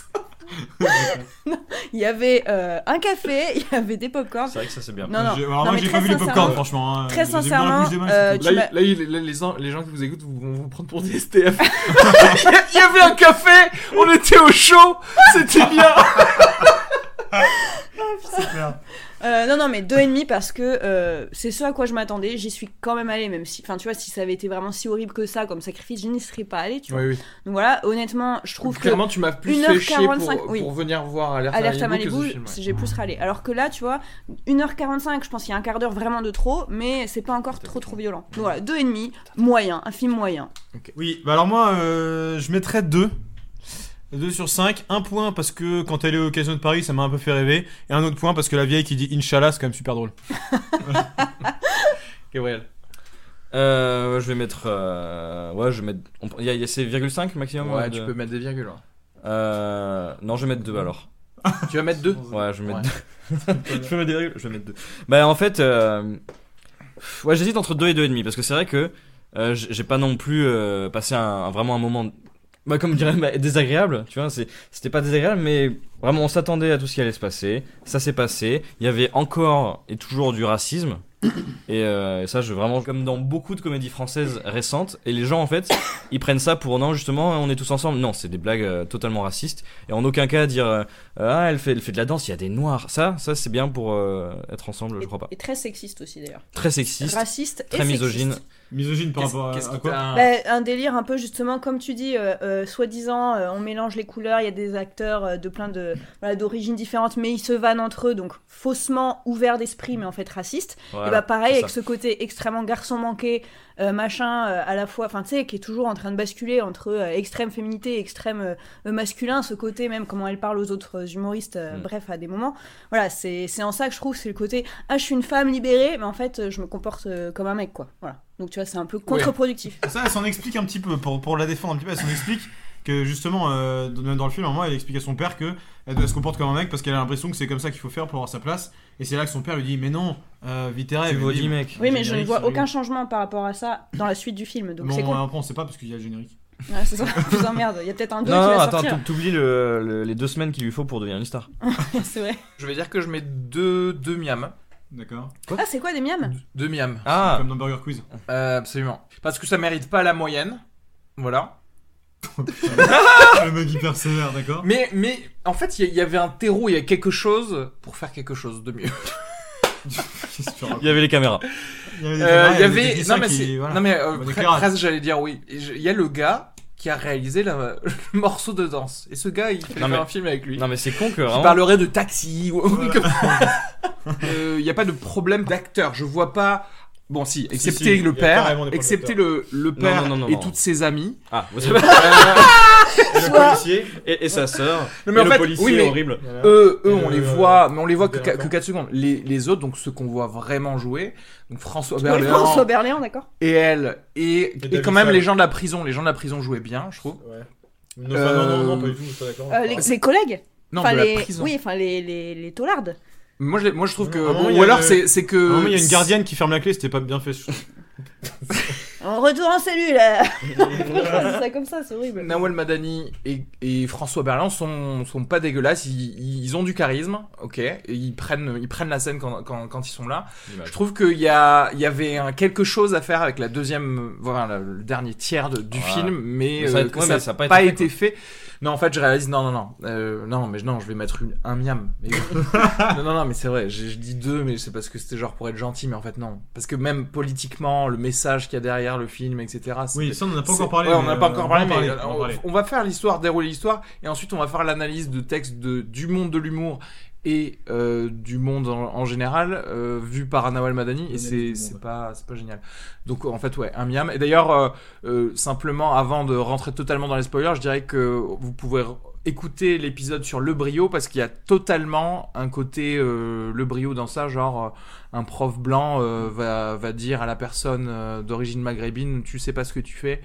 C: il y avait euh, un café, il y avait des pop-corns.
A: Ah.
D: C'est vrai que ça c'est bien.
C: Non, non.
B: J'ai-
C: Non,
B: alors moi
C: mais
B: j'ai
C: très
B: pas vu les popcorn
C: sincèrement-
B: franchement. hein.
C: Très
B: J'ai vu dans la bouche des
C: sincèrement,
B: mains,
C: euh,
B: c'était-
C: tu
A: Là,
C: m'as-
A: il- là, il- là, les, gens, les gens qui vous écoutent vous- vont vous prendre pour des STF. il y avait un café, on était au chaud, c'était bien.
C: Euh, non, non, mais deux et demi parce que euh, c'est ce à quoi je m'attendais. J'y suis quand même allée, même si, enfin, tu vois, si ça avait été vraiment si horrible que ça comme sacrifice, je n'y serais pas allée, tu vois.
A: oui.
C: Donc voilà, honnêtement, je trouve que
A: Clairement, tu m'as plus fait chier
C: 1h45,
A: pour,
C: oui.
A: pour venir voir Alerte,
C: Alerte à
A: Malibu que ce
C: Malibu,
A: film, ouais.
C: j'ai
D: Mm.
C: plus râlé. Alors que là, tu vois, 1h45, je pense qu'il y a un quart d'heure vraiment de trop, mais c'est pas encore trop trop violent. Donc voilà, deux et demi, moyen, un film moyen.
B: Oui, bah alors moi, euh, je mettrais 2. 2 sur 5. Un point parce que quand elle est au Casino de Paris, ça m'a un peu fait rêver. Et un autre point parce que la vieille qui dit Inch'Allah, c'est quand même super drôle.
A: Gabriel.
D: Euh, je vais mettre. euh, ouais, je vais mettre. on- Il y a, il y a ces 0,5 maximum
A: Ouais,
D: euh,
A: tu
D: de-
A: peux mettre des virgules. hein.
D: Euh, non, je vais mettre 2 alors.
A: Tu vas mettre deux
D: Ouais, je vais
A: Ouais.
D: mettre 2. je vais mettre des règles, je vais mettre 2. Bah, en fait. euh, Ouais, j'hésite entre 2 et 2,5 parce que c'est vrai que euh, j- j'ai pas non plus euh, passé un, un- vraiment un moment. Bah, comme dirait, bah, désagréable, tu vois, c'est- c'était pas désagréable, mais vraiment on s'attendait à tout ce qui allait se passer, ça s'est passé, il y avait encore et toujours du racisme, et euh, ça, je vraiment comme dans beaucoup de comédies françaises récentes, et les gens en fait, ils prennent ça pour non justement, on est tous ensemble. Non, c'est des blagues euh, totalement racistes, et en aucun cas dire euh, ah elle fait elle fait de la danse, il y a des noirs. Ça, ça c'est bien pour euh, être ensemble, je crois pas.
C: Et très sexiste aussi d'ailleurs.
D: Très sexiste,
C: Raciste et
D: très
C: sexiste.
D: misogyne. hein.
B: Misogyne par
A: Qu'est-ce-
B: rapport à,
A: qu'est-ce
B: à
A: qui
B: quoi
A: t'a-
C: Bah, un délire un peu justement comme tu dis euh, euh, soi-disant euh, on mélange les couleurs il y a des acteurs euh, de plein de voilà, d'origines différentes mais ils se vannent entre eux donc faussement ouverts d'esprit mais en fait racistes
D: Voilà,
C: et bah pareil
D: c'est
C: avec ce côté extrêmement garçon manqué euh, machin euh, à la fois enfin tu sais qui est toujours en train de basculer entre euh, extrême féminité et extrême euh, euh, masculin ce côté même comment elle parle aux autres humoristes euh,
D: Mm.
C: bref à des moments voilà c'est c'est en ça que je trouve c'est le côté ah je suis une femme libérée mais en fait euh, je me comporte euh, comme un mec quoi voilà donc tu vois c'est un peu contre-productif
B: Ça, elle s'en explique un petit peu, pour, pour la défendre un petit peu, elle s'en explique que justement, euh, dans- même dans le film, à un moment, elle explique à son père que elle, doit- elle se comporte comme un mec parce qu'elle a l'impression que c'est comme ça qu'il faut faire pour avoir sa place. Et c'est là que son père lui dit Mais non, euh, vite tes
D: Tu
B: rêves.
D: vois,
B: Il dit,
D: dis, mec.
C: Oui, mais je ne
B: Générique,
C: vois
B: salut.
C: aucun changement par rapport à ça dans la suite du film, donc
B: Bon, euh,
C: c'est
D: hein.
C: con.
B: après, on sait pas parce qu'il y a le générique.
C: Ouais, c'est ça, je vous emmerde. Il y a peut-être un 2 qui
D: Non, non,
C: va
D: attends,
C: sortir.
D: t'ou- t'oublies le- le- les deux semaines qu'il lui faut pour devenir une star.
C: c'est vrai.
A: Je vais dire que je mets deux, deux miams.
B: D'accord
C: Ah, c'est quoi des miams
A: Deux miams.
D: Ah,
B: Comme dans Burger Quiz.
A: Euh, absolument. Parce que ça mérite pas la moyenne. Voilà.
B: le mec hyper sévère, d'accord
A: Mais, mais en fait, il y, il y avait un terreau, il y a quelque chose pour faire quelque chose de mieux.
B: Qu'est-ce que tu racontes
D: il y avait les caméras.
B: Euh, Il y avait. des
A: Euh,
B: caméras,
A: Il y avait.
B: des
A: Non, mais,
B: techniciens
A: c'est-
B: qui- voilà.
A: non, mais euh,
B: Bon
A: pre-
B: éclairage.
A: presque, j'allais dire oui. Et je- Il y a le gars qui a réalisé la- le morceau de danse. Et ce gars, il fait
D: Non, mais-
A: un film avec lui.
D: Non, mais c'est con que
A: Il
D: vraiment.
A: parlerait de taxi ou Euh, Il n'y a pas de problème d'acteur. Je vois pas. Bon, si,
B: Si,
A: excepté
B: si,
A: le
B: il y a
A: père,
B: carrément des problèmes
A: excepté le, le père
D: non, non, non,
A: et
D: non.
A: toutes ses amies.
D: Ah, vous
A: Euh,
D: savez. Et le policier et, et sa sœur.
A: Non, mais
D: et
A: en
D: le
A: fait,
D: policier
A: oui, mais-
D: horrible.
A: eux,
B: Et
A: eux, on
B: le-
A: les voit, mais on les voit que,
B: le
A: que
B: délinquant.
A: 4 secondes. Les, les autres, donc ceux qu'on voit vraiment jouer, donc François
C: Ouais,
A: Berléand
C: François Berléand, d'accord
A: et elle, et, et,
B: David
A: quand même
B: Salle.
A: les gens de la prison. Les gens de la prison jouaient bien, je trouve.
B: Ouais.
A: non, Euh, non, non, pas du
B: tout, je suis pas d'accord.
C: Euh, les, les collègues
A: Non,
C: enfin,
A: de
C: les...
A: la prison.
C: Oui, enfin, les, les, les taulardes.
A: Moi, je, l'ai- moi, je trouve
B: Non,
A: que.
B: à un moment, il y
A: ou
B: a
A: alors,
B: le-
A: c'est c'est que.
B: il y a une gardienne qui ferme la clé, c'était pas bien fait. je trouve.
C: On retourne en cellule euh. Franchement, c'est ça comme ça, c'est horrible.
A: Nawal Madani et, et François Berland sont, sont pas dégueulasses, ils, ils ont du charisme, ok, et ils prennent, ils prennent la scène quand, quand, quand ils sont là. Je trouve qu'il y, a, il y avait un, quelque chose à faire avec la deuxième, voilà, le- le dernier tiers de- du
D: Ouais.
A: film, mais,
D: Mais ça a
A: euh,
D: été-
A: que
D: ouais,
A: ça
D: mais
A: n'a
D: ça a
A: pas, été, fait. Non, en fait, je réalise, non, non, non, euh, non, mais non, je vais mettre une- un miam. Mais- non, non, non, mais c'est vrai, j'ai- je dis deux, mais c'est parce que c'était genre pour être gentil, mais en fait, non. Parce que même politiquement, le message qu'il y a derrière le film, etc., c'est-
B: Oui, ça, on en a pas
A: c'est-
B: encore parlé.
A: ouais, on n'a
B: mais,
A: pas
B: euh,
A: encore
B: on va en
A: parlé, mais
B: parler, on va en
A: on,
B: parler.
A: on va faire l'histoire, dérouler l'histoire, et ensuite on va faire l'analyse de texte de, du monde de l'humour et euh, du monde en, en général, euh, vu par Nawal Madani, et
B: L'analyse du
A: c'est
B: monde,
A: c'est
B: ouais.
A: pas, c'est pas génial. Donc en fait, ouais, un miam. Et d'ailleurs, euh, euh, simplement avant de rentrer totalement dans les spoilers, je dirais que vous pouvez re- écouter l'épisode sur le brio parce qu'il y a totalement un côté euh, le brio dans ça genre euh, un prof blanc euh, va, va dire à la personne euh, d'origine maghrébine tu sais pas ce que tu fais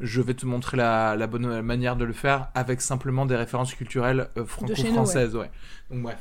A: je vais te montrer la, la bonne manière de le faire avec simplement des références culturelles euh,
C: De chez nous,
A: franco-françaises ouais. donc bref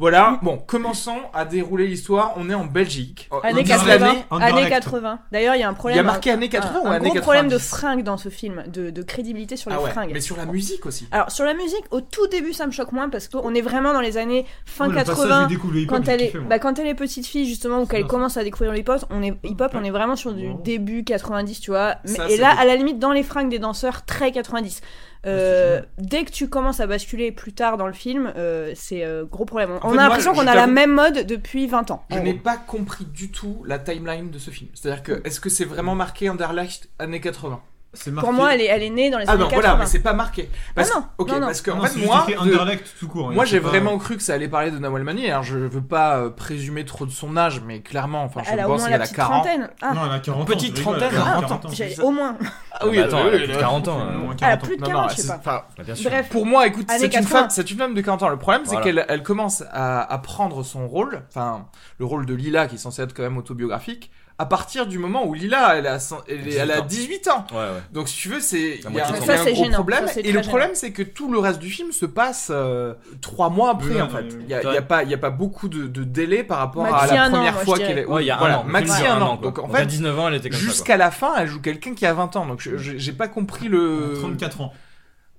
A: Voilà, bon, commençons à dérouler l'histoire. On est en Belgique. Euh,
C: Années
A: ils disent
C: 80.
A: l'année-
B: Underact.
C: Années 80. D'ailleurs, il y a un problème. euh,
A: Il y a marqué années 80
C: un,
A: ou
C: un
A: années
C: gros problème de
A: 90.
C: fringues dans ce film, de, de crédibilité sur les
A: Ah ouais,
C: fringues. Ah
A: mais sur la musique aussi.
C: Alors sur la musique, au tout début, ça me choque moins parce qu'on est vraiment dans les années fin
B: Le passage,
C: 80.
B: il découvre le hip-hop,
C: Quand
B: j'ai
C: elle, est,
B: kiffé, moi.
C: bah, quand elle est petite fille justement ou qu'elle
B: bien, ça.
C: commence à découvrir le hip-hop, on est hip-hop, on est vraiment sur du
B: Wow.
C: début 90, tu vois. Mais-
A: Ça,
C: et
A: c'est
C: là,
A: des-
C: à la limite, dans les fringues des danseurs, très 90. Euh, dès que tu commences à basculer plus tard dans le film, euh, c'est euh, gros problème. On,
A: En fait,
C: on a
A: moi,
C: l'impression
A: je-
C: qu'on
A: je
C: a la
A: t'avoue-
C: même mode depuis 20 ans.
A: Je
C: en
A: n'ai
C: gros.
A: pas compris du tout la timeline de ce film. C'est-à-dire que, est-ce que c'est vraiment marqué Underlight années 80
B: C'est marqué.
C: Pour moi, elle est, elle est née dans les
A: Ah
C: années
A: non,
C: 80.
A: voilà, mais c'est pas marqué. Parce,
C: Ah non,
A: ok,
C: non, non.
A: parce que, en
B: Non, c'est
A: fait,
B: juste
A: moi,
B: écrit
A: de-
B: Underlect tout court. hein,
A: moi
B: c'est
A: j'ai
B: pas-
A: vraiment cru que ça allait parler de Nawal Mani. Alors, je veux pas euh, présumer trop de son âge, mais clairement, enfin, je
C: elle a au
A: pense
C: moins
A: qu'elle
C: la
A: a
C: petite
A: 40.
C: trentaine. Ah,
B: Non, elle a 40 ans.
A: Petite
B: tu rigoles,
A: trentaine,
B: elle a
A: 40
B: 40 ans.
C: j'ai- au moins.
A: Ah oui,
D: Bah attends,
A: oui,
D: elle a
A: oui,
D: plus de
A: oui.
D: 40 ans.
B: Elle a au moins
D: hein.
C: Elle a
B: 40 ans.
C: plus de
A: Non,
C: 40,
A: non,
C: je sais
A: c'est-
C: pas.
A: enfin,
D: Bah, Bien sûr.
C: Bref,
A: Pour moi, écoute,
C: Années
A: c'est une
C: 80.
A: femme, c'est une femme de 40 ans. Le problème, c'est
D: Voilà.
A: qu'elle elle commence à, à prendre son rôle, enfin le rôle de Lila qui est censé être quand même autobiographique, à partir du moment où Lila elle a, cent- elle, est- elle a 18 ans.
D: Ouais, ouais.
A: Donc si tu veux, c'est il y
D: moitié
A: a un, il
D: de son
A: y a
C: temps.
A: un
C: Ça, c'est
A: gros
C: gênant.
A: problème.
C: Ça, c'est
A: et le
C: très
A: problème, c'est que tout le reste du film se passe euh, trois mois après
B: Oui,
A: en
B: non,
A: fait.
B: mais-
A: Il y a, il y
D: Ouais.
A: a pas, il y a pas beaucoup de, de délai par rapport
C: Maxi
A: à la
C: un an,
A: première
C: moi, je
A: fois
C: dirais.
A: qu'elle est.
D: Ouais, il y a
A: voilà,
D: un an.
A: maxi un an.
D: quoi.
A: Donc en
D: à
A: fait,
D: 19 ans, elle était comme ça. quoi.
A: jusqu'à la fin, elle joue quelqu'un qui a 20 ans. Donc je- je- j'ai pas compris
C: Euh,
A: le.
B: 34 Euh, ans.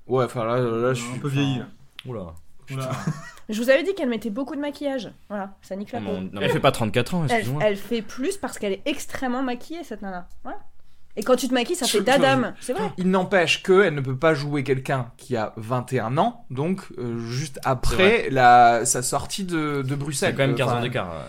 A: Ouais, enfin là, là, je suis
B: Un peu vieilli. là.
D: Oula.
B: Oula.
C: Je vous avais dit qu'elle mettait beaucoup de maquillage. Voilà, ça nique la
A: Ah
D: Non,
C: peau.
D: mais on- non, mais elle fait pas 34 ans,
C: Elle,
D: excuse-moi.
C: elle fait plus parce qu'elle est extrêmement maquillée, cette nana. Voilà. Et quand tu te maquilles, ça
A: Je-
C: fait dadame. C'est vrai.
A: Il n'empêche qu'elle ne peut pas jouer quelqu'un qui a 21 ans, donc euh, juste
D: C'est
A: après la, sa sortie de, de
D: C'est
A: Bruxelles.
D: quand même
A: Euh,
D: 15 ans
A: enfin,
D: d'écart. euh.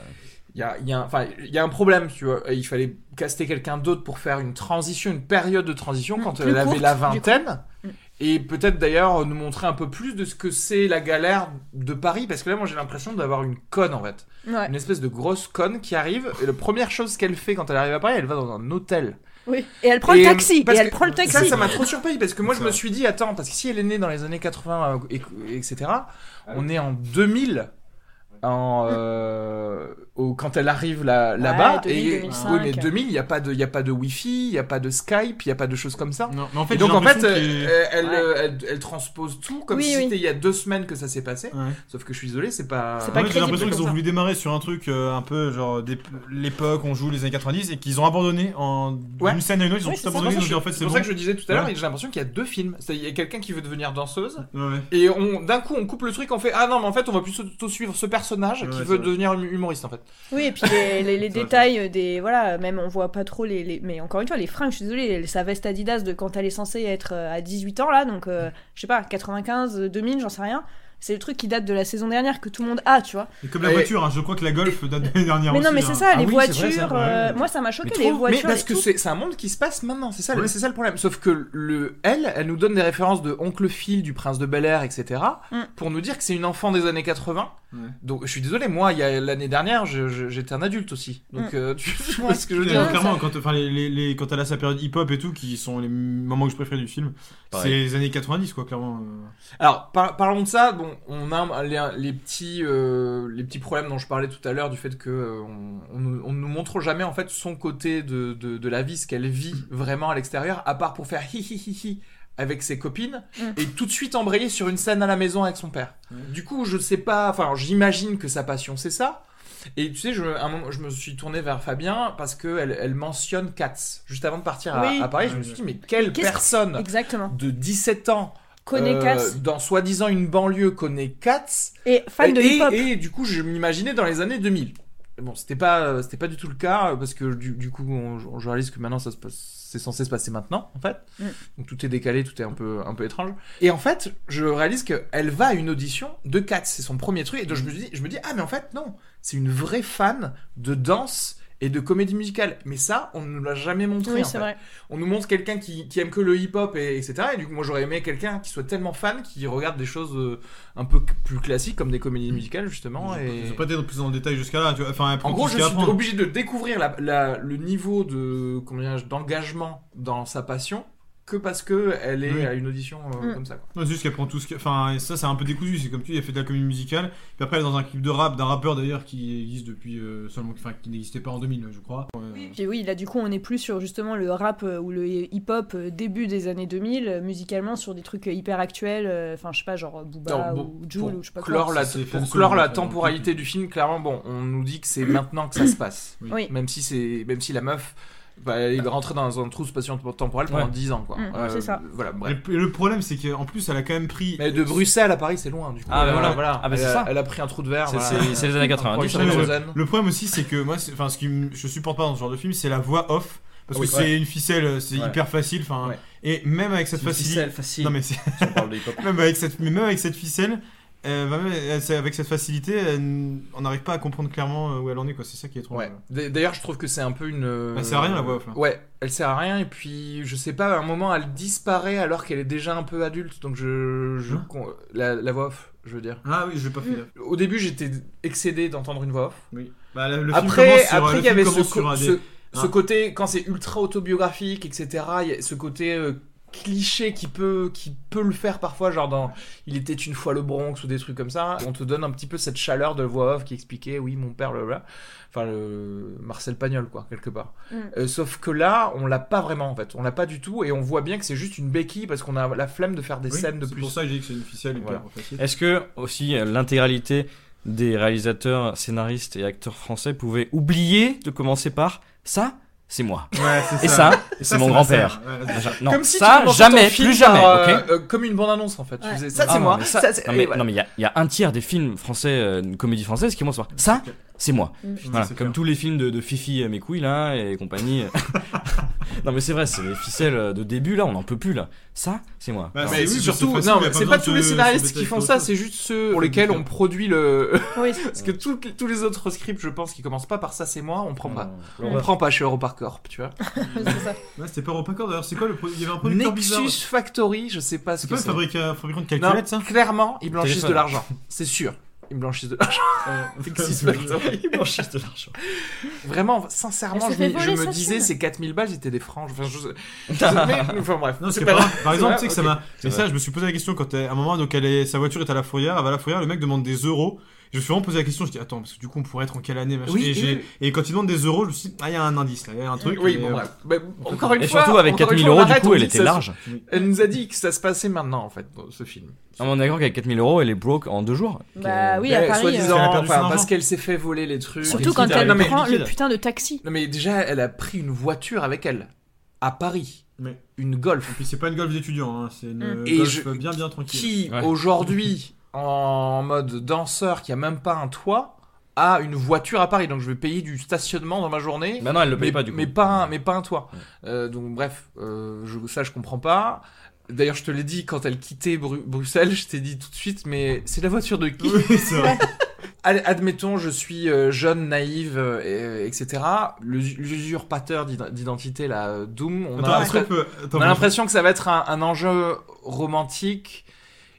A: Il y a, il y, a, un- enfin, il y a un problème, tu vois. Et Il fallait caster quelqu'un d'autre pour faire une transition, une période de transition
C: Mm,
A: quand euh,
C: plus
A: elle avait
C: courte,
A: la
C: du
A: vingtaine.
C: Mm.
A: Et peut-être d'ailleurs nous montrer un peu plus de ce que c'est la galère de Paris, parce que là moi j'ai l'impression d'avoir une conne en fait.
C: Ouais.
A: Une espèce de grosse conne qui arrive, et la première chose qu'elle fait quand elle arrive à Paris, elle va dans un hôtel.
C: Oui. Et elle prend le
A: Et- euh,
C: taxi. Et
A: parce
C: elle
A: que
C: prend le taxi.
A: Ça, ça m'a trop surpris parce que moi, je
D: Ça.
A: me suis dit, attends, parce que si elle est née dans les années 80, euh, et- etc.,
B: Ah
A: on est en 2000. En, euh, au- quand elle arrive là- là-bas,
C: 2000,
A: et
C: 2005.
A: oui, mais 2000, il n'y a pas de, il y a pas de Wi-Fi, il n'y a pas de Skype, il n'y a pas de choses comme ça.
B: Non, mais en
A: Et
B: fait,
A: donc
B: j'ai
A: en fait,
B: l'impression
A: euh,
B: qu'il-
A: elle,
C: Ouais.
A: euh, elle, elle transpose tout comme
C: Oui,
A: si
C: oui.
A: c'était il y a deux semaines que ça s'est passé.
B: Ouais.
A: Sauf que je suis désolé, c'est pas.
C: C'est pas
B: Ouais, j'ai
C: crédible
B: l'impression
C: comme
B: qu'ils ont
C: ça.
B: voulu démarrer sur un truc euh, un peu genre des- l'époque, on joue les années 90 et qu'ils ont abandonné en
A: Ouais.
B: une scène à une autre, ils ont
C: Oui,
B: tout
C: c'est
A: C'est pour
B: abandonné, ils
A: ça
B: ont
A: que
B: dit
A: je-
B: en fait
A: c'est
B: c'est
A: pour
B: bon.
A: ça que je disais tout à l'heure,
B: Ouais.
A: j'ai l'impression qu'il y a deux films. C'est-à-dire, Il y a quelqu'un qui veut devenir danseuse.
B: Ouais, ouais.
A: Et on, d'un coup, on coupe le truc, on fait Ah non, mais en fait, on va plus tout suivre ce personnage
B: Ouais,
A: qui
B: c'est
A: veut
B: vrai.
A: devenir hum- humoriste en fait.
C: Oui, et puis les, les- les
B: Ça,
C: détails euh, des. Voilà, même on voit pas trop les, les- Mais encore une fois, les fringues, je suis désolée, elle- sa veste Adidas de quand elle est censée être euh, à 18 ans, là, donc euh, je sais pas, 95, 2000, j'en sais rien. C'est le truc qui date de la saison dernière que tout le monde a, tu vois.
B: Et comme la
A: Et-
B: voiture, hein, je crois que la Golf date de l'année dernière
C: Mais non,
B: aussi, hein.
C: mais c'est ça,
B: Ah
C: les
B: oui, c'est vrai,
C: voitures.
B: c'est vrai,
C: euh,
B: ouais.
C: moi, ça m'a choqué,
A: trop-
C: les voitures.
A: parce
C: et
A: que
C: tout.
A: c'est c'est un monde qui se passe maintenant, c'est ça, le-
B: Ouais.
A: c'est ça le problème. Sauf que le elle, elle nous donne des références de Oncle Phil, du Prince de Bel Air, etc.
C: Mm.
A: pour nous dire que c'est une enfant des années 80.
B: Ouais.
A: Donc je suis désolé, moi, il y a- l'année dernière, je- je- j'étais un adulte aussi. Donc
C: Mm.
A: euh, tu tu vois ce que je veux
B: Ouais,
A: dire
B: non, clairement, quand, enfin, les, les- les- quand elle a sa période hip-hop et tout, qui sont les moments que je préfère du film, c'est
D: Pareil.
B: les années 90, quoi, clairement. euh.
A: Alors par- parlons de ça. Bon, on a les, les petits euh, les petits problèmes dont je parlais tout à l'heure du fait que euh, on, on nous- on nous montre jamais en fait son côté de, de, de la vie, ce qu'elle vit vraiment à l'extérieur, à part pour faire hi hi hi hi avec ses copines
C: Mm.
A: et tout de suite embrayer sur une scène à la maison avec son père. Du coup, je sais pas. Enfin, j'imagine que sa passion c'est ça. Et tu sais, je, à un moment, je me suis tourné vers Fabien parce que elle, elle mentionne Katz juste avant de partir à,
C: Oui.
A: à Paris. Je me suis dit mais quelle
C: Qu'est-ce que-
A: personne
C: Exactement.
A: de 17 ans
C: Connaît
A: euh,
C: Cass
A: dans soi-disant une banlieue connaît Katz.
C: et fan de
A: Et- et-
C: hip-hop.
A: Et, du coup, je m'imaginais dans les années 2000. Bon, c'était pas, euh, c'était pas du tout le cas euh, parce que du, du coup, on, on réalise que maintenant ça se passe, c'est censé se passer maintenant en fait.
C: Mm.
A: Donc tout est décalé, tout est un peu, un peu étrange. Et en fait, je réalise qu'elle va à une audition de Katz, c'est son premier truc. Et donc je me dis, je me dis, ah mais en fait non, c'est une vraie fan de danse et de comédie musicale. Mais ça, on ne nous l'a jamais montré.
C: Oui,
A: en
C: c'est
A: fait.
C: vrai.
A: On nous montre quelqu'un qui, qui aime que le hip-hop, et, etc. Et du coup, moi, j'aurais aimé quelqu'un qui soit tellement fan, qui regarde des choses euh, un peu c- plus classiques, comme des comédies musicales, justement.
B: Mm. Ils ont- Ils
A: Et...
B: ont pas été plus dans le détail jusqu'à là, tu vois. Enfin,
A: En gros, je
B: jusqu'à
A: suis
B: apprendre.
A: obligé de découvrir la- la- le niveau de combien dirais-je, d'engagement dans sa passion que parce que elle est
B: Oui.
A: à une audition euh,
C: Mm.
A: comme ça. quoi.
B: Non, c'est juste qu'elle prend tout ce que. Enfin, ça, c'est un peu décousu. C'est comme tu dis, elle fait de la comédie musicale. Puis après, elle est dans un clip de rap d'un rappeur d'ailleurs qui existe depuis euh, seulement. Enfin, qui n'existait pas en 2000, je crois. Euh, Ouais.
C: Puis oui, là du coup, on est plus sur justement le rap euh, ou le hip-hop euh, début des années 2000, euh, musicalement sur des trucs euh, hyper actuels, euh, enfin je sais pas, genre euh, Booba
A: Non, bon,
C: ou Jul ou je sais pas quoi.
A: Clore la,
B: ça, c'est
A: pour
B: Fensoul,
A: clore la
B: ça,
A: temporalité du film, clairement, bon, on nous dit que
B: Mm.
A: c'est maintenant que ça se passe.
C: Oui.
A: Même si c'est, même si la meuf, bah, elle est rentrée dans un trou spatio-temporel pendant
B: Ah. Ouais.
A: 10 ans, quoi. Euh,
C: Mm, c'est ça.
A: Voilà,
B: Et
A: bref.
B: le- Et le problème, c'est qu'en plus, elle a quand même pris.
A: Mais de Bruxelles à Paris, c'est loin, du coup.
D: Ah, bah
A: Euh,
D: voilà. Ah, bah,
A: elle,
D: c'est
A: a-
D: ça.
A: elle a pris un trou de verre.
D: C'est-
A: voilà.
D: c'est- c'est les années
A: Un
D: 90,
A: proche de
B: ouais.
A: Lausanne.
B: Le problème aussi, c'est que moi, c'est- enfin, ce qui m- je supporte pas dans ce genre de film, c'est la voix off. Parce
A: Ah Oui,
B: que
A: ouais.
B: c'est une ficelle, euh, c'est
A: Ouais.
B: hyper facile. Enfin,
A: Ouais.
B: et même avec cette
D: C'est
B: facilité.
D: facile, facile.
B: Non mais c'est-
D: Si on parle de hip-hop.
B: même avec cette, mais même avec cette ficelle, euh, bah, même, elle- c'est- avec cette facilité, elle n- on n'arrive pas à comprendre clairement euh, où elle en est. Quoi, c'est ça qui est trop.
A: Ouais. D- D'ailleurs, je trouve que c'est un peu une. euh,
B: Elle sert à rien, la voix off, là.
A: Ouais, elle sert à rien. Et puis, je sais pas, à un moment, elle disparaît alors qu'elle est déjà un peu adulte. Donc, je. je
B: Hein
A: con- la, la voix off, je veux dire.
B: Ah oui, je vais pas faire.
A: Au début, j'étais excédé d'entendre une voix off.
B: Oui. Bah, le, le film
A: après,
B: commence sur,
A: après
B: le
A: il y
B: film
A: avait ce,
B: commence
A: co-
B: sur un des- hein.
A: ce,
B: un-
A: ce côté, quand c'est ultra autobiographique, etc., il y a ce côté euh, cliché qui peut, qui peut le faire parfois, genre dans Il était une fois le Bronx ou des trucs comme ça. On te donne un petit peu cette chaleur de voix off qui expliquait, oui, mon père, blablabla. Enfin, le Marcel Pagnol, quoi, quelque part.
C: Mm.
A: Euh, sauf que là, on l'a pas vraiment, en fait. On l'a pas du tout, et on voit bien que c'est juste une béquille parce qu'on a la flemme de faire des
B: Oui,
A: scènes de
B: c'est
A: plus.
B: pour ça que j'ai dit que c'est une ficelle hyper
A: Voilà.
B: facile.
D: Est-ce que aussi euh, l'intégralité des réalisateurs, scénaristes et acteurs français pouvaient oublier de commencer par ça C'est moi. Et ça, c'est mon
B: ma
D: grand-père.
B: sœur. Ouais,
D: Genre, Non,
A: Comme si tu
D: ça
A: commençais ton
D: jamais,
A: film
D: plus jamais.
A: par,
D: ok
A: euh, euh, comme une bande-annonce, en fait. Tu
C: Ouais.
A: faisais, ça,
D: Ah
A: c'est
D: non,
A: moi.
D: mais ça-
A: Ça, c'est-
D: Non mais
A: et voilà.
D: non mais il y a- il y, a un tiers des films français, euh, une comédie française qui commence par ça, c'est moi.
B: Putain,
D: Voilà,
B: c'est
D: comme tous les films de, de Fifi et mes couilles là et compagnie. non mais c'est vrai, c'est les ficelles de début là, on n'en peut plus là. Ça, c'est moi.
B: Bah,
D: Non.
B: c'est-
A: Mais
B: oui,
A: c'est
B: parce
A: surtout,
B: que facile,
A: non,
B: il y a
A: mais
B: pas
A: c'est
B: besoin
A: pas tous
B: de
A: les
B: se
A: scénaristes
B: mettre
A: qui
B: avec
A: font
B: autre
A: ça,
B: chose.
A: c'est juste ceux pour lesquels on produit le.
C: Oui.
A: Parce que toutes les- tous les autres scripts, je pense, qui commencent pas par ça, c'est moi, on prend pas. On
D: L'horreur.
A: prend pas chez Europarcorp, tu vois.
C: c'est ça.
B: Ouais, c'était pas Europacorp d'ailleurs, c'est quoi le pro- Il y avait un producteur bizarre.
A: Nexus Factory, je sais pas ce
B: C'est
A: que
B: pas le
A: c'est.
B: fabricant, fabricant de
A: Non,
B: calculettes ça
A: clairement, ils blanchissent
D: Téléphone.
A: de l'argent, c'est sûr. Ils blanchissent de l'argent. Nexus Factory, ils blanchissent de l'argent. Vraiment, sincèrement,
C: Elle
A: je,
C: se fait
A: me- je
C: voler
A: me
C: sa
A: disais,
C: thune.
A: ces 4000 balles, c'était des francs. Enfin, je... mais- enfin, bref.
B: Non,
A: c'est
B: c'est
A: pas
B: pas
A: grave.
B: grave. Par exemple, tu sais que ça
A: ok.
B: m'a. Mais ça, je me suis posé la question quand elle- à un moment, donc elle est... sa voiture est à la fourrière, elle va à la fourrière, le mec demande des euros. Je me suis vraiment posé la question, je dis attends, parce que du coup, on pourrait être en quelle année machin.
A: Oui,
B: et,
A: oui,
B: j'ai-
A: oui.
B: et quand il demande des euros, je me suis dit, ah, il y a un indice là, il y a un truc.
A: Oui,
B: et,
A: bon,
B: euh,
A: bref. Bah, encore une
D: Et
A: fois,
D: surtout avec
A: encore une
D: 4000
A: fois, on
D: euros, du
A: arrête, on
D: coup, elle
A: dit
D: était
A: ça-
D: large.
A: Elle nous a dit que ça se passait maintenant, en fait, dans ce film.
D: Non, mais on est d'accord qu'avec 4000 euros, elle est broke en deux jours.
C: Bah
D: Que-
C: oui, à
A: Mais
C: Paris.
A: soi-disant, euh,
B: Elle
C: euh,
B: a perdu
A: enfin,
B: son
A: parce
B: argent.
A: qu'elle s'est fait voler les trucs.
C: Surtout quand
A: etc.
C: elle
A: Non mais,
C: prend
B: liquide.
C: le putain de taxi.
A: non, mais déjà, elle a pris une voiture avec elle. À Paris.
B: Mais-
A: Une
B: Et
A: Golf.
B: puis c'est pas une golf d'étudiant, hein, c'est une
C: Mm.
A: Et
B: golf
A: je-
B: bien bien tranquille.
A: Qui,
D: Ouais.
A: aujourd'hui, en mode danseur qui a même pas un toit, a une voiture à Paris. Donc je vais payer du stationnement dans ma journée.
D: Bah non, elle le paye
A: mais,
D: pas du coup.
A: mais pas un, mais pas un toit. Euh, donc bref, euh, je, ça je comprends pas. D'ailleurs, je te l'ai dit quand elle quittait Bru- Bruxelles, je t'ai dit tout de suite, mais c'est la voiture de qui
B: Oui, c'est vrai.
A: Ad- Admettons, je suis euh, jeune, naïve, euh, et- etc. Le- L'usurpateur d'id- d'identité, là, euh, Doom, on
B: Attends,
A: a,
B: est-ce qu'on
A: l'impre-
B: peut- attends,
A: on a l'impression que ça va être un, un enjeu romantique.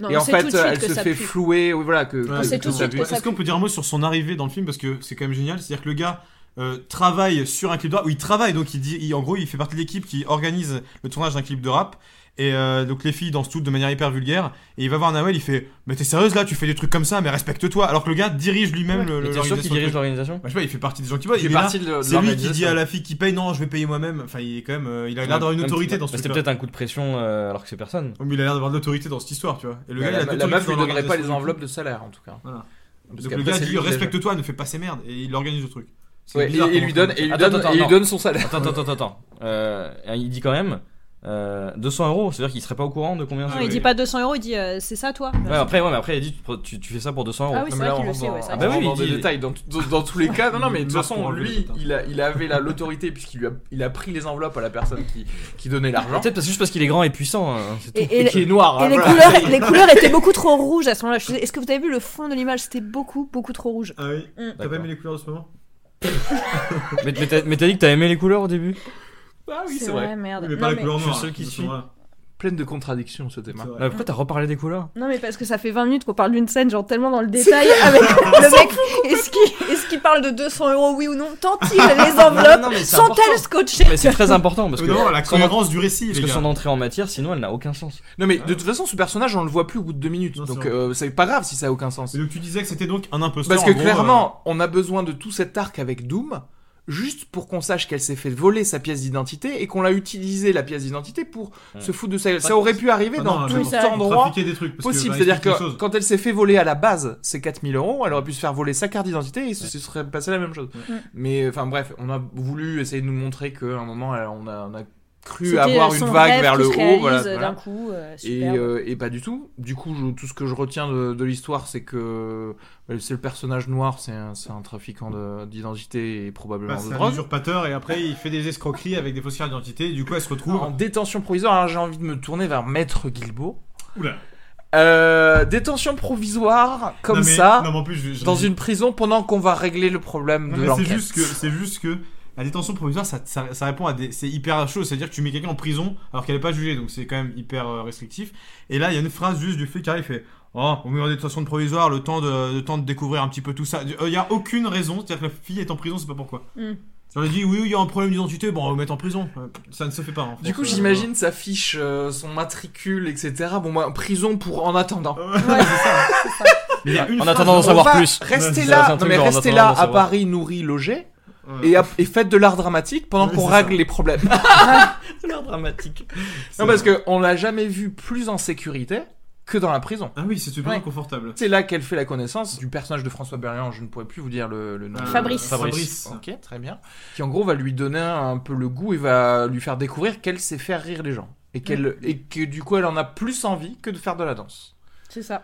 C: Non,
A: et
C: on
A: en
C: sait
A: fait,
C: tout de
A: euh,
C: suite
A: elle
C: que
A: se
C: ça
A: fait
C: pue.
A: flouer. oui, Voilà, que,
B: Ouais,
A: que-
C: Euh, sait
A: que
C: tout de
A: ça
C: suite
A: pue.
C: que ça
B: Est-ce qu'on peut dire un mot sur son arrivée dans le film parce que c'est quand même génial, c'est-à-dire que le gars euh, travaille sur un clip de rap, ou il travaille donc il dit, il- en gros il fait partie de l'équipe qui organise le tournage d'un clip de rap. Et euh, donc les filles dansent toutes de manière hyper vulgaire et il va voir Nawel, il fait mais t'es sérieuse là, tu fais des trucs comme ça, mais respecte-toi. Alors que le gars dirige lui-même
A: euh,
B: le.
D: Mais
B: le-
D: t'es sûr qu'il
B: l'organisation du
D: dirige
B: truc.
D: l'organisation
B: Bah, je sais pas, il fait partie des gens qui votent.
A: Il
B: il
A: fait
B: est là,
A: partie de- de
B: C'est lui qui dit à
A: l'organisation.
B: la fille qui paye non, je vais payer moi-même. Enfin, il est quand même, euh, il a l'air d'avoir une
D: Même-
B: autorité
D: bah,
B: dans ce
D: C'était
B: truc.
D: peut-être un coup de pression euh, alors que c'est personne.
B: Oui, mais il a l'air d'avoir de l'autorité dans cette histoire, tu vois. Et le
A: La,
B: gars, il a de
A: la
B: l'autorité
A: meuf lui
B: dans
A: donnerait pas les
B: l'organisation du
A: enveloppes de salaire, en tout cas.
B: Voilà.
A: Parce
B: Donc
A: qu'après,
B: le gars
A: c'est
B: dit
A: lui qui les gère.
B: respecte-toi, ne fais pas ces merdes et il organise le truc. C'est
A: Ouais, et,
B: bizarre
A: et
B: comment
A: lui
B: ça
A: donne,
B: marche.
A: et lui
D: Attends,
A: donne,
D: attends,
A: et lui
D: non.
A: donne son salaire.
D: Attends, attends, attends, attends. Euh, il dit quand même euh, 200 euros, c'est-à-dire qu'il serait pas au courant de combien
C: Non,
D: c'est.
C: il dit pas 200 euros, il dit euh, c'est ça toi.
D: Ouais, après, ouais, mais après, il dit tu, pr- tu, tu fais ça pour 200 euros.
C: Ah oui, c'est
A: Non, mais
C: vrai
A: là,
C: qu'il
A: on
C: le
A: rentre
C: sait.
A: dans-
C: ouais, c'est
D: Ah
C: vrai.
D: bah oui,
A: on rentre
D: il
A: dans
D: dit-
A: des détails dans, tout- dans- dans tous les cas. Non, non, mais de toute façon,
B: Marque-moi le
A: lui,
B: putain.
A: il, a, il avait la- l'autorité puisqu'il lui a, il a pris les enveloppes à la personne qui, qui donnait l'argent.
D: Peut-être parce, juste parce qu'il est grand et puissant. hein, c'est tout.
C: Et- et
A: Et
C: le-
A: qui est noir.
C: Et
A: hein,
C: les
A: voilà.
C: couleurs, les couleurs étaient beaucoup trop rouges à ce moment-là. Je sais- Est-ce que vous avez vu le fond de l'image C'était beaucoup, beaucoup trop rouge.
B: Ah
D: Mmh.
B: oui.
C: Mm.
B: T'as pas
D: D'accord.
B: aimé les couleurs de ce moment
D: Mais, mais t'as mais t'as dit que t'as aimé les couleurs au début
A: Ah oui, c'est vrai.
C: merde.
B: Mais
C: Non
B: pas les
C: mais,
B: couleurs
D: je suis
B: noires. hein,
D: seul qui
B: de ce
D: suis.
B: moment-là.
A: Pleine de contradictions ce
B: C'est
A: thème. hein.
B: vrai.
D: Euh, Pourquoi t'as reparlé des couleurs
C: non mais parce que ça fait 20 minutes qu'on parle d'une scène genre tellement dans le détail avec le mec. Est-ce qu'il est-ce qu'il
K: parle de 200 euros, oui ou non, tant-il les enveloppes
D: Non, non, mais c'est important.
K: sont-elles scotchées
D: Mais c'est très important parce que
B: Non, la
D: son-
B: cohérence du récit,
D: Parce
B: les
D: que
B: gars.
D: son entrée en matière, sinon, elle n'a aucun sens.
A: Non mais de toute façon ce personnage on le voit plus au bout de deux minutes donc
B: c'est vrai.
A: euh, c'est pas grave si ça a aucun sens.
B: Et donc tu disais que c'était donc un imposteur.
A: Parce que
B: en gros, euh,
A: clairement on a besoin de tout cet arc avec Doom juste pour qu'on sache qu'elle s'est fait voler sa pièce d'identité et qu'on l'a utilisé la pièce d'identité pour
D: Ouais.
A: se foutre de sa gueule. Ça aurait pu arriver
B: Ah
A: dans
B: non,
A: tout
B: mais
A: cet
B: pour
A: endroit
B: trafiquer des trucs, parce que,
A: possible.
B: bah,
A: C'est-à-dire
B: explique les
A: que
B: choses.
A: quand elle s'est fait voler à la base ses 4000 euros, elle aurait pu se faire voler sa carte d'identité et ce se serait passé la même chose.
K: Ouais.
A: Mais enfin bref, on a voulu essayer de nous montrer qu'à un moment elle- on a, on a cru
C: C'était euh,
A: avoir une
C: son
A: vague
C: rêve
A: vers
C: qui
A: le
C: se
A: haut.
C: réalise,
A: Voilà,
C: euh, d'un
A: voilà.
C: coup, euh,
A: Et,
C: superbe.
A: euh, et pas du tout. Du coup, je- tout ce que je retiens de, de l'histoire, c'est que euh, c'est le personnage noir, c'est un, c'est un trafiquant de- d'identité et
B: euh,
A: probablement
B: bah, c'est
A: de
B: un
A: drogue.
B: usurpateur et après il fait des escroqueries avec des fausses cartes d'identité. et Du coup, elle se retrouve.
A: En détention provisoire, alors j'ai envie de me tourner vers Maître Guilbeault.
B: Oula.
A: Euh, détention provisoire, comme
B: Non, mais-
A: ça,
B: non, mais en plus, je- je-
A: dans une prison pendant qu'on va régler le problème
B: Non,
A: de
B: mais
A: l'enquête.
B: c'est juste que c'est juste que la détention provisoire, ça, ça, ça répond à des, c'est hyper chaud. C'est-à-dire que tu mets quelqu'un en prison alors qu'elle n'est pas jugée, donc c'est quand même hyper euh, restrictif. Et là, il y a une phrase juste du fait qu'il fait. Oh, on met en détention de provisoire, le temps de, le temps de découvrir un petit peu tout ça. Euh, Il y a aucune raison, c'est-à-dire que la fille est en prison, c'est pas pourquoi.
K: Mm.
B: On lui dit, oui, il y a un problème d'identité, bon, on va vous mettre en prison. Euh, Ça ne se fait pas. en
A: Du
B: France,
A: coup,
B: euh,
A: j'imagine sa fiche, euh, son matricule, etc. Bon, moi, prison pour en attendant.
B: Mais il y a une
D: En
B: phrase-
D: attendant d'en
A: On
D: savoir
A: va
D: plus.
A: Restez
D: Ouais, c'est un
A: là, non
D: truc
A: mais
D: genre, en
A: restez
D: attendant
A: là
D: d'en
A: à
D: savoir.
A: Paris, nourri, logé,
B: Ouais.
A: et, à- et faites de l'art dramatique pendant
B: Ouais,
A: qu'on
B: c'est ça.
A: règle les problèmes.
D: dramatique.
A: non, parce que on l'a jamais vu plus en sécurité que dans la prison.
B: Ah oui, c'est super
A: Ouais.
B: inconfortable.
A: C'est là qu'elle fait la connaissance du personnage de François Berléand, je ne pourrais plus vous dire le, le nom.
B: Euh,
C: Fabrice.
B: Fabrice.
A: Ok, très bien. Qui en gros va lui donner un peu le goût et va lui faire découvrir qu'elle sait faire rire les gens. Et, qu'elle et que du coup elle en a plus envie que de faire de la danse.
C: C'est ça.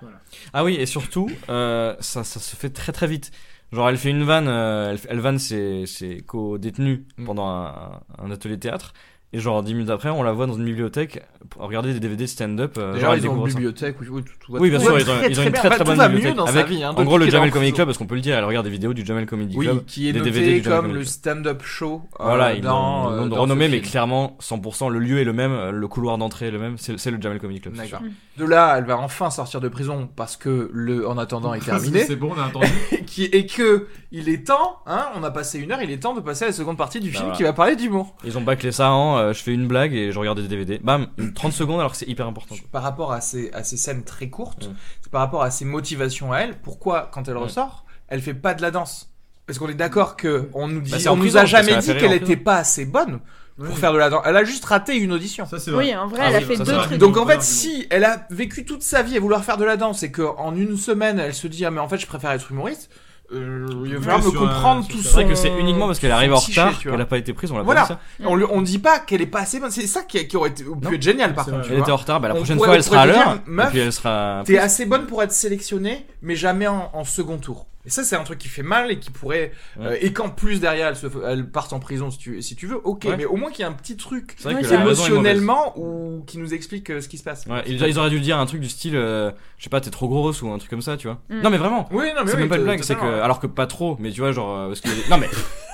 D: Ah oui, et surtout, euh, ça, ça se fait très très vite. Genre, elle fait une vanne, euh, elle, fait- elle vanne ses, ses co-détenus
A: Mm.
D: pendant un, un atelier théâtre. Et genre, 10 minutes après, on la voit dans une bibliothèque pour regarder des DVD stand-up. euh, genre,
A: Déjà,
D: elle
A: ils ont
D: découvre
A: une
D: ça.
A: bibliothèque, oui, oui, tout, tout va
D: Oui, bien
A: tout
D: sûr,
A: va
D: ils ont, ils ont une
A: bien.
D: très
A: Enfin,
D: très
A: tout
D: bonne
A: va
D: bibliothèque.
A: mieux dans sa
D: avec,
A: vie, hein,
D: en
A: depuis
D: gros, le
A: qu'elle est
D: Jamel
A: en
D: Comedy
A: prison.
D: Club, parce qu'on peut le dire, elle regarde des vidéos du Jamel Comedy
A: Oui,
D: Club.
A: qui est
D: des
A: noté
D: DVD du Jamel
A: comme
D: Comedy
A: le
D: Club.
A: stand-up show. euh,
D: Voilà, ils
A: dans,
D: l'ont
A: euh,
D: ils l'ont
A: dans ce
D: renommé, mais
A: film.
D: clairement, 100%, le lieu est le même, euh, le couloir d'entrée est le même, c'est c'est le Jamel Comedy Club. c'est sûr.
A: D'accord. De là, elle va enfin sortir de prison parce que le en attendant est terminé
B: C'est bon, on a entendu.
A: et, qui, et que il est temps, hein, on a passé une heure, il est temps de passer à la seconde partie du film
D: voilà.
A: qui va parler d'humour.
D: Ils ont bâclé ça en euh, je fais une blague et je regarde des DVD. Bam, 30 secondes alors que c'est hyper important.
A: Par rapport à ces, à ces scènes très courtes,
D: Mm.
A: c'est par rapport à ses motivations à elle, pourquoi quand elle ressort, elle fait pas de la danse Parce qu'on est d'accord que on nous dit,
D: Bah, c'est en
A: on nous
D: prison,
A: a
D: parce
A: jamais
D: qu'elle a fait
A: dit
D: rire
A: qu'elle
D: en
A: était
D: prison.
A: pas assez bonne pour
B: Oui.
A: faire de la danse. Elle a juste raté une audition.
B: Ça, c'est vrai.
C: Oui, en vrai,
D: Ah
C: elle a
D: oui,
C: fait
D: ça, c'est
C: deux
D: vrai.
C: trucs.
A: Donc en
B: Argument,
A: fait, si elle a vécu toute sa vie à vouloir faire de la danse et que en une semaine elle se dit ah mais en fait je préfère être humoriste, euh, il va falloir me
B: sur un-
A: comprendre
B: sur-
A: tout
B: c'est
D: C'est vrai
A: son-
D: que c'est uniquement parce qu'elle
A: son
D: arrive en
A: psyché,
D: retard
A: tu vois.
D: qu'elle a pas été prise, on l'a
A: Voilà.
D: pas vu ça.
A: On, lui- on dit pas qu'elle est pas assez bonne, c'est ça qui, qui aurait été- pu être génial par
B: C'est
A: contre.
B: vrai.
A: tu
D: Elle
A: vois.
D: était en retard, bah, la
A: On
D: prochaine
A: pourrait-
D: fois elle
A: on
D: sera à
A: pourrait
D: l'heure,
A: dire, meuf,
D: et puis elle sera.
A: T'es assez bonne pour être sélectionnée, mais jamais en, en second tour. Et ça, c'est un truc qui fait mal et qui pourrait. euh, et qu'en plus derrière, elle, se, f- elle parte en prison si tu, si tu veux, ok.
D: Ouais.
A: Mais au moins qu'il y ait un petit truc
D: C'est vrai
C: Ouais,
D: que
C: c'est
D: la raison est mauvaise.
A: émotionnellement ou qui nous explique euh, ce qui se passe.
D: Ouais, ils, ils auraient dû dire un truc du style, euh, je sais pas, t'es trop grosse ou un truc comme ça, tu vois.
C: Mm.
D: Non mais vraiment,
A: Oui, non, Ah, mais
D: c'est
A: oui,
D: même pas une
A: t-
D: blague, c'est
A: totalement.
D: que alors que pas trop, mais tu vois genre euh, parce que non mais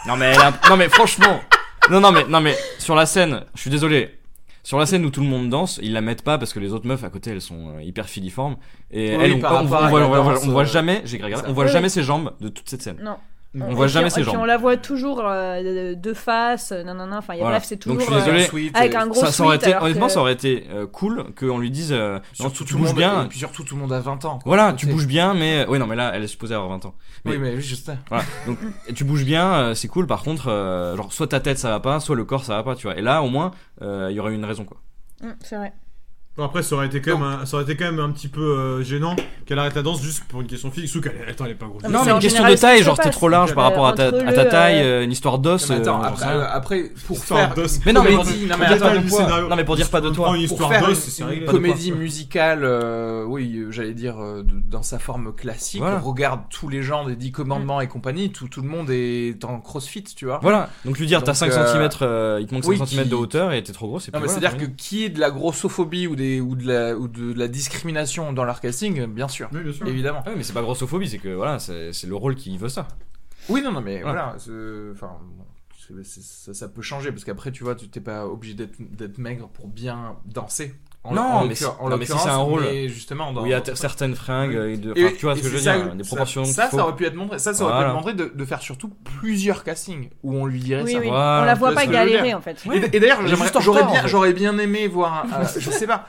D: non mais elle a- non mais franchement non non mais non mais sur la scène, je suis désolé. Sur la scène où tout le monde danse, ils la mettent pas parce que les autres meufs à côté elles sont euh, hyper filiformes et
A: Oui,
D: elles on,
A: par
D: on- on
A: rapport à
D: voit,
A: la
D: on voit- on
A: danse,
D: voit
A: euh,
D: jamais, j'ai regardé,
A: ça.
D: on voit
C: Oui.
D: jamais ses jambes de toute cette scène.
C: Non.
D: On voit
C: Et
D: jamais
C: puis-
D: ses
C: et puis
D: jambes.
C: on la voit toujours euh, de, de face, euh, nanana, enfin, y a-
D: Voilà.
C: bref, c'est
D: Donc,
C: toujours.
D: je suis
C: euh,
D: ah, désolé.
A: Sweet,
C: avec
A: euh,
C: un gros
D: ça, ça aurait
C: sweat,
D: été,
C: alors que-
D: honnêtement, ça aurait été euh, cool qu'on lui dise euh, non, tu,
A: Surtout
D: tu
A: le
D: bouges
A: monde-
D: bien.
A: Et puis surtout tout le monde a 20 ans. quoi.
D: Voilà, tu
A: C'est-
D: bouges bien, mais euh, oui, non, mais là, elle est supposée avoir 20 ans. mais-
A: Oui, mais oui, juste.
D: Voilà. Donc, et tu bouges bien, euh, c'est cool. Par contre, euh, genre, soit ta tête ça va pas, soit le corps ça va pas, tu vois. Et là, au moins, euh, il y aurait une raison, quoi.
C: Mm, c'est vrai.
B: Bon, après, ça aurait été quand même, un, ça aurait été quand même un petit peu euh, gênant qu'elle arrête la danse juste pour une question physique. Ou qu'elle attends, elle est pas grosse.
C: Non, mais
D: Non,
C: c'est
D: mais
C: en
D: une question
C: général
D: de
C: ce qui
D: taille,
C: se
D: genre, t'es
C: passe.
D: trop large par
C: Euh,
D: rapport à ta,
C: entre
D: à ta
C: le,
D: taille,
C: euh,
D: euh, une histoire d'os.
A: Non, mais attends,
D: euh, j'en sais
A: après,
D: rien.
A: euh, après, pour
B: Histoire
A: faire
B: d'os.
D: Mais non, mais,
A: comédie, non, mais
D: pour dire
A: attends,
D: pas de
A: pourquoi-
D: poids. Non, mais pour dire pas de toi.
B: Une
A: pour
B: histoire
A: faire
B: d'os,
A: une,
B: c'est
A: une
B: réglé.
A: comédie musicale, euh, oui, euh, j'allais dire euh, de- dans sa forme classique,
D: Voilà.
A: on regarde tous les genres des 10 commandements et compagnie, tout, tout le monde est en crossfit, tu vois.
D: Voilà. Donc, lui dire, t'as
A: Donc,
D: 5
A: euh,
D: cm, il te manque 5
A: oui,
D: cm de
A: qui-
D: hauteur et t'es trop gros, c'est
A: Non, mais c'est-à-dire que qui est de la grossophobie ou, des, ou, de la, ou de la discrimination dans leur casting, bien sûr,
B: Oui, bien sûr.
A: évidemment.
D: Ouais, Ah mais c'est pas grossophobie, c'est que voilà, c'est c'est le rôle qui veut ça.
A: Oui, non, non, mais
D: Voilà.
A: voilà, c'est- enfin, bon, c'est- c'est- ça, ça peut changer parce qu'après, tu vois, tu t'es pas obligé d'être d'être maigre pour bien danser. En-
D: non,
A: en
D: mais si,
A: l'occur- en
D: non, mais si
A: l'occurrence,
D: c'est un rôle
A: mais justement, dans-
D: où il y a t- certaines fringues, euh, et de-
A: Et-
D: enfin, tu vois ce
A: et
D: que je veux
A: c'est ça-
D: dire, des
A: ça-
D: proportions.
A: Ça,
D: qu'il
A: ça,
D: faut.
A: aurait pu être montré. Ça, ça aurait
D: Voilà.
A: pu être montré de, de faire surtout plusieurs castings où on lui dirait
C: Oui,
A: ça.
C: oui. Voilà. On la voit pas
A: Tu vois ce que je veux
C: galérer,
A: dire
C: en fait.
A: Et-
C: Ouais.
A: Et, d'ailleurs,
C: Elle est
A: j'aimerais-
C: juste en
A: j'aurais
C: retard,
A: bien,
C: en fait.
A: j'aurais bien aimé voir. un- un- je sais pas.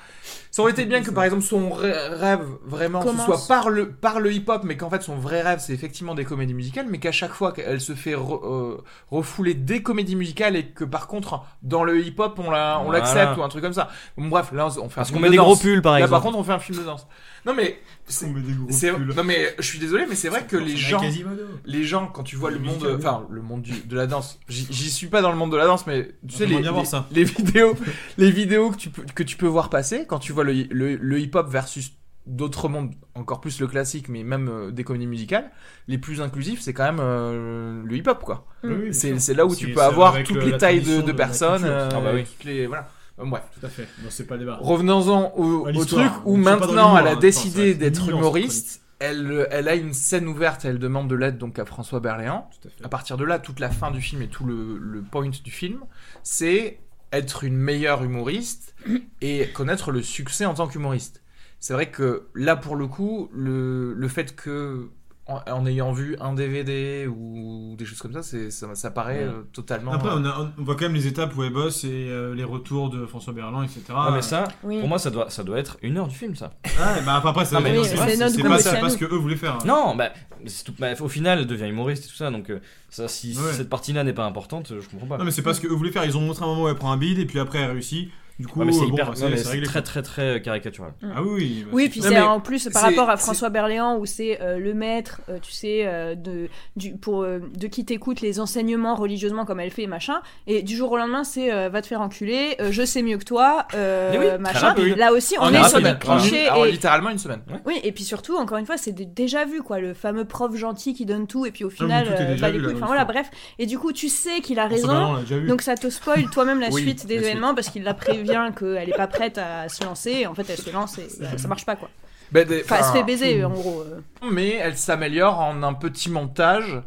A: Ça aurait été bien que par exemple son rê- rêve vraiment ce
C: Commence.
A: soit par le par le hip-hop, mais qu'en fait son vrai rêve c'est effectivement des comédies musicales, mais qu'à chaque fois qu'elle se fait re- euh, refouler des comédies musicales et que par contre dans le hip-hop on la on
D: Voilà.
A: l'accepte ou un truc comme ça. Bon, bref, là on fait un
D: Parce
A: film
D: qu'on met
A: de
D: des
A: danse.
D: gros pulls, par
A: Là,
D: exemple.
A: par contre on fait un film de danse. Non mais c'est- c'est- non mais je suis désolé mais c'est vrai que les
B: c'est
A: gens
B: Quasimodo.
A: les gens quand tu vois le monde
B: musical, oui.
A: enfin le monde du- de la danse j'y j'y suis pas dans le monde de la danse mais tu sais
B: J'aimerais
A: les,
B: bien
A: les,
B: voir ça.
A: les vidéos les vidéos que tu peux que tu peux voir passer quand tu vois le, le, hip hop versus d'autres mondes encore plus le classique mais même euh, des comédies musicales les plus inclusifs c'est quand même euh, le hip hop quoi
B: Oui, oui, bien
A: c'est
B: sûr.
A: c'est là où
B: C'est-
A: tu
B: c'est
A: peux avoir
B: avec,
A: toutes
B: euh,
A: les
B: la
A: tailles de,
B: tradition
A: de
B: de la
A: personnes
B: culture.
A: euh,
D: Ah bah oui.
A: toutes les voilà Euh, bref
B: Tout à fait. Non, c'est pas le débat.
A: Revenons-en au, au
B: À l'histoire.
A: truc où
B: On est pas dans
A: maintenant
B: l'humour,
A: elle a
B: hein, je pense,
A: décidé
B: ouais.
A: d'être
B: Nuance
A: humoriste. Elle, elle a une scène ouverte, elle demande de l'aide donc à François Berléand. À, partir de là, toute la fin du film et tout le, le point du film, c'est être une meilleure humoriste et connaître le succès en tant qu'humoriste. C'est vrai que là, pour le coup, le, le fait que en, en ayant vu un DVD ou des choses comme ça, c'est- ça, ça paraît
B: Ouais.
A: euh, totalement.
B: Après,
A: euh,
B: on, a- on voit quand même les étapes où elle bosse et euh, les retours de François Berland, etc.
D: Ouais, Ah,
A: Ah.
D: mais ça,
B: Oui.
D: pour moi, ça doit, ça doit être une heure du film, ça.
B: Ouais, bah, après, ça-
D: Non, mais
B: Oui,
D: non,
B: mais c'est
D: c'est
B: notre
D: c'est
B: goût,
D: pas,
B: c'est
D: c'est
B: à
D: pas
B: nous.
D: ce que eux voulaient faire. Non, bah, c'est tout- bah, au final, elle devient humoriste et tout ça, donc euh, ça, si
B: Ouais.
D: cette partie-là n'est pas importante, euh, je comprends pas.
B: Non, mais c'est pas ce qu'eux voulaient faire. Ils ont montré un moment où elle prend un bide et puis après elle réussit. Du coup,
D: Ouais, Ah, mais c'est
B: euh, bon,
D: hyper-
B: bah,
D: non, mais
B: c'est
D: c'est
B: réglé.
D: très, très, très euh, caricatural.
B: Ah oui, oui.
A: Euh,
B: bah,
C: Oui,
B: c'est
C: puis
B: sûr.
C: c'est
B: Non, mais
C: en plus par
B: c'est-
C: rapport à
B: c'est-
C: François Berléand où c'est euh, le maître, euh, tu sais, euh, de, du, pour, euh, de qui t'écoute les enseignements religieusement comme elle fait, machin. Et du jour au lendemain, c'est euh, va te faire enculer, euh, je sais mieux que toi, euh,
A: Mais oui, très
C: machin.
A: rapide.
C: Là aussi, on
A: En
C: est
A: une
C: sur des
A: semaine. En une-
C: clichés.
A: alors,
C: et-
A: littéralement une semaine.
C: Oui, et puis surtout, encore une fois, c'est des- déjà vu, quoi. Le fameux prof gentil qui donne tout, et puis au final,
A: Ah tout est
C: euh,
A: déjà
C: bah, les
A: vu, là,
C: couilles.
A: dans
C: Enfin
A: le
C: voilà,
A: film.
C: bref. Et du coup, tu sais qu'il a
A: François Berléand, on
C: raison,
A: l'a déjà vu.
C: donc ça te spoil toi-même la
A: Oui,
C: suite des
A: la suite.
C: événements parce qu'il la prévient qu'elle est pas prête à se lancer, et en fait, elle se lance et ça, ça marche pas, quoi.
A: Ben, des-
C: Enfin, elle se
A: enfin,
C: fait
D: mm.
C: baiser, en gros. euh.
A: mais elle s'améliore en un petit montage,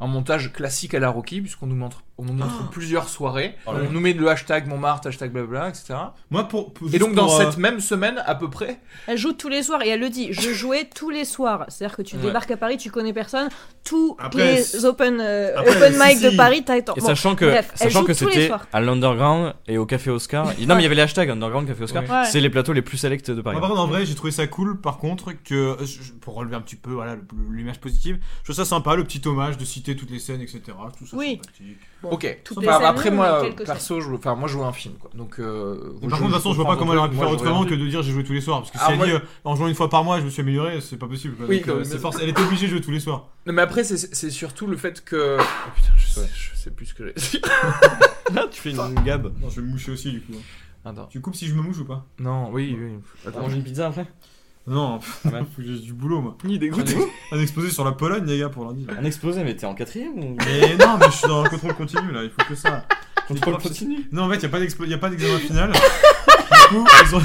A: un montage classique à la Rocky, puisqu'on nous montre, on nous montre
B: Ah.
A: plusieurs soirées.
B: Oh là là.
A: on nous met le hashtag Montmartre, hashtag blabla, etc.
B: Moi, pour, pour-
A: Et
B: juste
A: donc dans
B: pour, euh,
A: cette même semaine à peu près,
C: Elle joue tous les soirs et elle le dit, je jouais tous les soirs. C'est-à-dire que tu
A: Ouais.
C: débarques à Paris, tu connais personne, tous
D: Après,
C: les open, euh,
D: Après,
C: open mic
D: si,
C: de
D: si.
C: Paris, t'attends.
D: Et
C: Bon,
D: sachant que,
C: bref, elle
D: sachant
C: joue
D: que
C: tous les
D: c'était
C: soirs.
D: à l'Underground et au Café Oscar. Non, mais il y avait les hashtags Underground, Café Oscar.
B: Ouais.
D: C'est les plateaux les plus selects de
A: Ah,
D: Paris.
B: Moi, par contre, en vrai, j'ai trouvé ça cool. Par contre, que euh, je- je- pour relever un petit peu voilà, le- l'image positive, je trouve ça sympa, le petit hommage de citer toutes les scènes, etc. Tout ça
C: Oui.
B: sympathique.
C: Bon,
A: ok.
C: toutes
A: Bah,
C: les années,
A: après
C: on a
A: moi
C: quelques
A: perso, je, enfin moi je vois un film quoi. Donc euh,
B: Mais par contre, de toute façon, je vois pas comment elle aurait pu faire autrement que de dire j'ai joué tous les soirs. Parce que si
A: Ah,
B: elle
A: moi-
B: dit euh, en jouant une fois par mois, je me suis amélioré, c'est pas possible. quoi.
A: Oui,
B: Donc, euh,
A: non, mais-
B: c'est force- Elle était obligée de jouer tous les soirs.
A: Non mais après c'est c'est surtout le fait que. Oh putain, je sais, je sais plus ce que j'ai.
B: Ah,
D: tu fais une gabe.
B: Non, je vais me moucher aussi du coup.
A: Attends.
B: Tu coupes si je me mouche ou pas
A: Non, oui, oui.
D: On mange une pizza après
B: Non, faut que j'ai du boulot moi.
A: Il dégoûte.
B: Un exposé sur la Pologne, les gars, pour lundi. là.
D: Un explosé, mais t'es en quatrième ou
B: Mais non, mais je suis dans le contrôle continu là, il faut que ça.
D: Contrôle
B: Les profs,
D: continu
B: c'est- Non, en fait, il n'y a pas d'expo- y a pas d'examen final. du coup, ils ont.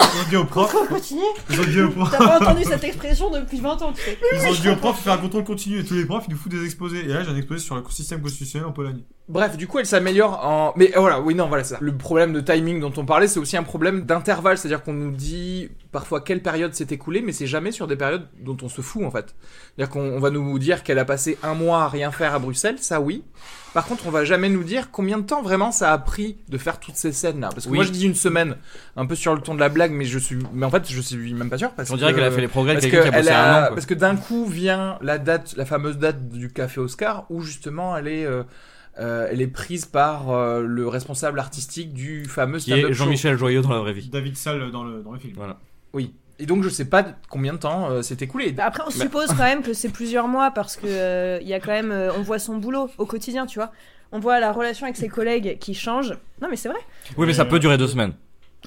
B: Ils ont dit au prof.
K: Continue.
B: Ils ont dit au prof.
K: T'as pas entendu cette expression depuis 20 ans, tu sais.
B: Ils ont dit au prof de faire un contrôle continu et tous les profs ils nous foutent des exposés. Et là j'ai un exposé sur le système constitutionnel en Pologne.
A: Bref, du coup, elle s'améliore en. Mais euh, voilà, oui, non, voilà, c'est ça. Le problème de timing dont on parlait, c'est aussi un problème d'intervalle. C'est-à-dire qu'on nous dit parfois quelle période s'est écoulée, mais c'est jamais sur des périodes dont on se fout, en fait. C'est-à-dire qu'on on va nous dire qu'elle a passé un mois à rien faire à Bruxelles, ça oui. Par contre, on va jamais nous dire combien de temps vraiment ça a pris de faire toutes ces scènes-là. Parce que
D: Oui.
A: moi, je dis une semaine, un peu sur le ton de la blague, mais je suis. Mais en fait, je suis même pas sûr. Parce
D: On dirait
A: que-
D: qu'elle a fait les progrès de
A: Euh, parce
D: quelqu'un qui a
A: que
D: bossé
A: elle
D: un an, quoi.
A: parce que d'un coup vient la date, la fameuse date du Café Oscar, où justement elle est, euh, euh, elle est prise par euh, le responsable artistique du fameux
D: Qui est
A: stand-up show.
D: Jean-Michel Joyeux dans la vraie vie.
B: David Salle dans le, dans le film.
D: Voilà.
A: Oui. Et donc je sais pas combien de temps euh, s'est écoulé.
C: Bah Après, on suppose quand même que c'est plusieurs mois parce que euh, il y a quand même, euh, on voit son boulot au quotidien, tu vois. On voit la relation avec ses collègues qui change. Non, mais c'est vrai.
D: Oui, mais ça peut durer deux semaines.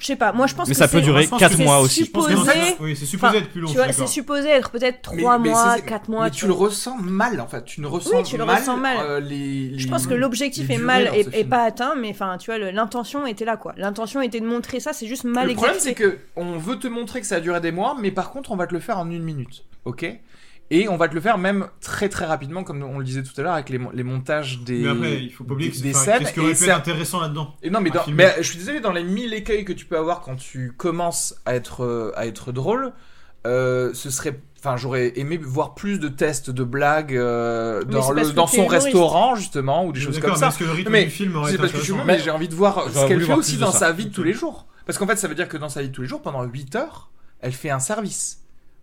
C: Je sais pas. Moi, je pense
D: Mais
C: que
D: ça peut
C: c'est-
D: durer
C: je pense
D: quatre
C: que c'est
D: mois aussi.
C: supposé-
B: Je pense que- oui, c'est supposé
C: Enfin,
B: être plus long,
C: Tu
B: je
C: vois,
B: suis
C: c'est
B: d'accord.
C: supposé être peut-être
A: Mais-
C: trois
A: mais
C: mois,
A: c'est-
C: quatre mois.
A: Mais tu le ressens mal en fait. Tu ne ressens
C: Oui, tu le
A: mal,
C: ressens mal.
A: euh, les, les-
C: Je pense que l'objectif
A: les
C: est
A: durées
C: mal
A: dans
C: et,
A: ce
C: et
A: film.
C: pas atteint, mais enfin, tu vois, le- l'intention était là, quoi. L'intention était de montrer ça, c'est juste mal
A: le problème, c'est
C: exécuté.
A: que on veut te montrer que ça a duré des mois, mais par contre, on va te le faire en une minute, ok Et on va te le faire même très très rapidement, comme on le disait tout à l'heure, avec les, mon- les montages des,
B: Mais après, il faut pas oublier que c'est-
A: des
B: enfin,
A: scènes.
B: qu'est-ce qui
A: et
B: aurait pu
A: c'est-
B: être intéressant là-dedans
A: Et Non, mais,
B: à
A: dans-
B: filmer
A: mais euh, je suis désolé, dans les 1000 écueils que tu peux avoir quand tu commences à être, euh, à être drôle, euh, ce serait. Enfin, j'aurais aimé voir plus de tests, de blagues euh,
B: Mais
A: dans,
B: c'est
A: le-
B: parce que
A: dans
B: t'es
A: son
B: humoriste.
A: restaurant, justement, ou des
B: Mais
A: choses
B: d'accord,
A: comme ça.
B: mais est-ce que le rythme
A: mais
B: du film aurait
A: c'est
B: été
A: parce que je suis
B: intéressant
A: mais j'ai envie de voir
B: J'aurais
A: ce qu'elle
B: voulu
A: fait
B: voir
A: aussi
B: plus de
A: dans
B: ça.
A: sa vie de tous les jours. Parce qu'en fait, ça veut dire que dans sa vie de tous les jours, pendant 8 heures, elle fait un service.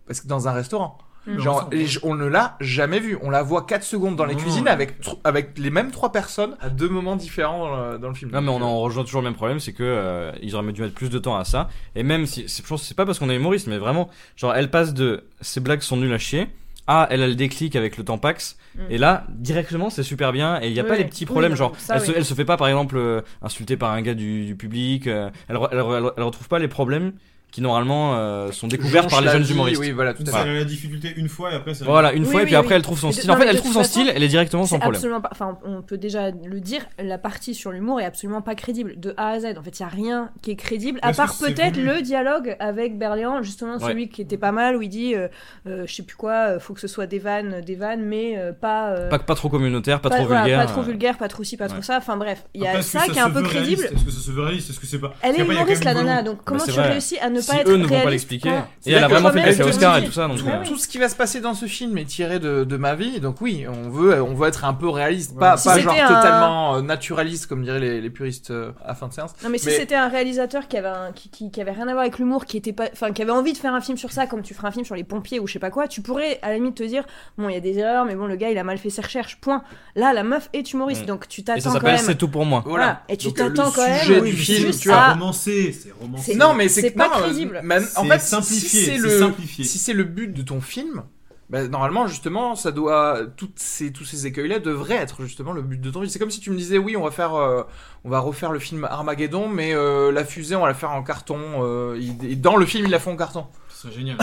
A: Parce que dans un restaurant.
C: Mmh.
B: Mm.
A: Genre, et je- on ne l'a jamais vue. On la voit 4 secondes dans les
D: Non,
A: cuisines
D: ouais.
A: avec, tr- avec les mêmes trois personnes à deux moments différents dans le, dans le film.
D: Non mais on
B: euh,
D: en rejoint toujours le même problème, c'est que euh, ils auraient dû mettre plus de temps à ça. Et même si, c'est- je pense que c'est pas parce qu'on est humoriste, mais vraiment, genre elle passe de ces blagues sont nulles à chier à elle a le déclic avec le temps Pax.
L: Mm.
D: Et là directement c'est super bien et il y a
L: Oui,
D: pas les
L: oui.
D: petits
L: Oui,
D: problèmes
L: non,
D: genre
L: ça,
D: elle, se,
L: oui.
D: elle se fait pas par exemple euh, insulter par un gars du, du public. euh, elle, re- elle, re- elle, elle retrouve pas les problèmes qui normalement euh, sont découverts
A: Jonche
D: par les
A: la
D: jeunes
A: vie,
D: humoristes.
A: oui, voilà, tout à fait.
B: Elle a la difficulté une fois et après ça.
D: Voilà, une
B: Oui,
D: fois et
B: oui,
D: puis après
B: oui.
D: elle trouve son
B: Et de-
D: style.
B: non,
D: en fait,
B: mais
D: elle
B: de
D: trouve
B: toute
D: son
B: façon,
D: style, elle est directement
B: c'est
D: sans problème.
C: Absolument pas. Enfin, on peut déjà le dire, la partie sur l'humour est absolument pas crédible de A à Z. En fait, il y a rien qui est crédible, à
K: Est-ce que
C: part
K: c'est
C: peut-être
K: voulu
C: le dialogue avec Berléand, justement
K: Ouais.
C: celui qui était pas mal, où il dit, euh, euh, je sais plus quoi, euh, faut que ce soit des vannes, des vannes, mais euh, pas. euh,
D: Pas, pas trop communautaire, pas, trop
C: voilà,
D: vulgaire.
C: pas trop
D: euh.
C: vulgaire, pas trop ci, pas trop
D: Ouais.
C: ça. Enfin bref, il y a
B: Après, est-ce que
C: ça qui est un
B: se
C: peu
B: veut réaliste
C: crédible.
B: Est-ce que ça se veut réaliste Est-ce que c'est pas
C: Elle est
B: Parce qu'après, il y a quand
C: humoriste, la
B: même une
C: nana,
B: volonté.
C: donc comment
D: c'est
C: tu
D: vrai.
C: réussis à ne
D: Si
C: pas être
D: eux ne vont pas
C: réaliste
D: l'expliquer,
C: Quoi
D: et elle a vraiment fait le café Oscar et tout ça, donc,
A: Tout,
D: euh,
A: tout ce qui va se passer dans ce film est tiré de, de ma vie, donc oui, on veut, on veut être un peu réaliste, pas,
C: Si
A: pas
C: c'était
A: genre
C: un-
A: totalement euh, naturaliste comme diraient les, les puristes euh, à fin de séance.
C: Non mais si c'était un réalisateur qui avait un- qui, qui- qui avait rien à voir avec l'humour, qui était pas, enfin qui avait envie de faire un film sur ça, comme tu ferais un film sur les pompiers ou je sais pas quoi, tu pourrais à la limite te dire bon il y a des erreurs, mais bon le gars il a mal fait ses recherches. Point. Là la meuf est humoriste,
D: Mm.
C: donc tu
D: Et ça
C: t'attends quand
D: s'appelle
C: même.
D: C'est tout pour moi.
C: Voilà. Ah, Et tu
A: Donc, euh, le
C: t'attends quand même.
A: sujet
C: oui,
A: du
C: mais
A: film,
C: juste
A: tu vois.
C: à-
B: romancé, c'est romancé.
C: ah, C'est-
A: Non, mais c'est
C: c'est
A: que-
C: pas
A: non, euh,
C: crédible.
A: man- en
B: C'est
A: fait,
B: simplifié,
A: si c'est
B: c'est
A: le
B: simplifié.
A: si c'est le but de ton film, bah, normalement justement, ça doit toutes ces tous ces écueils-là devraient être justement le but de ton film. C'est comme si tu me disais oui, on va faire euh, on va refaire le film Armageddon, mais euh, la fusée on va la faire en carton. euh, il- et dans le film, ils la font en carton.
B: Ce serait génial.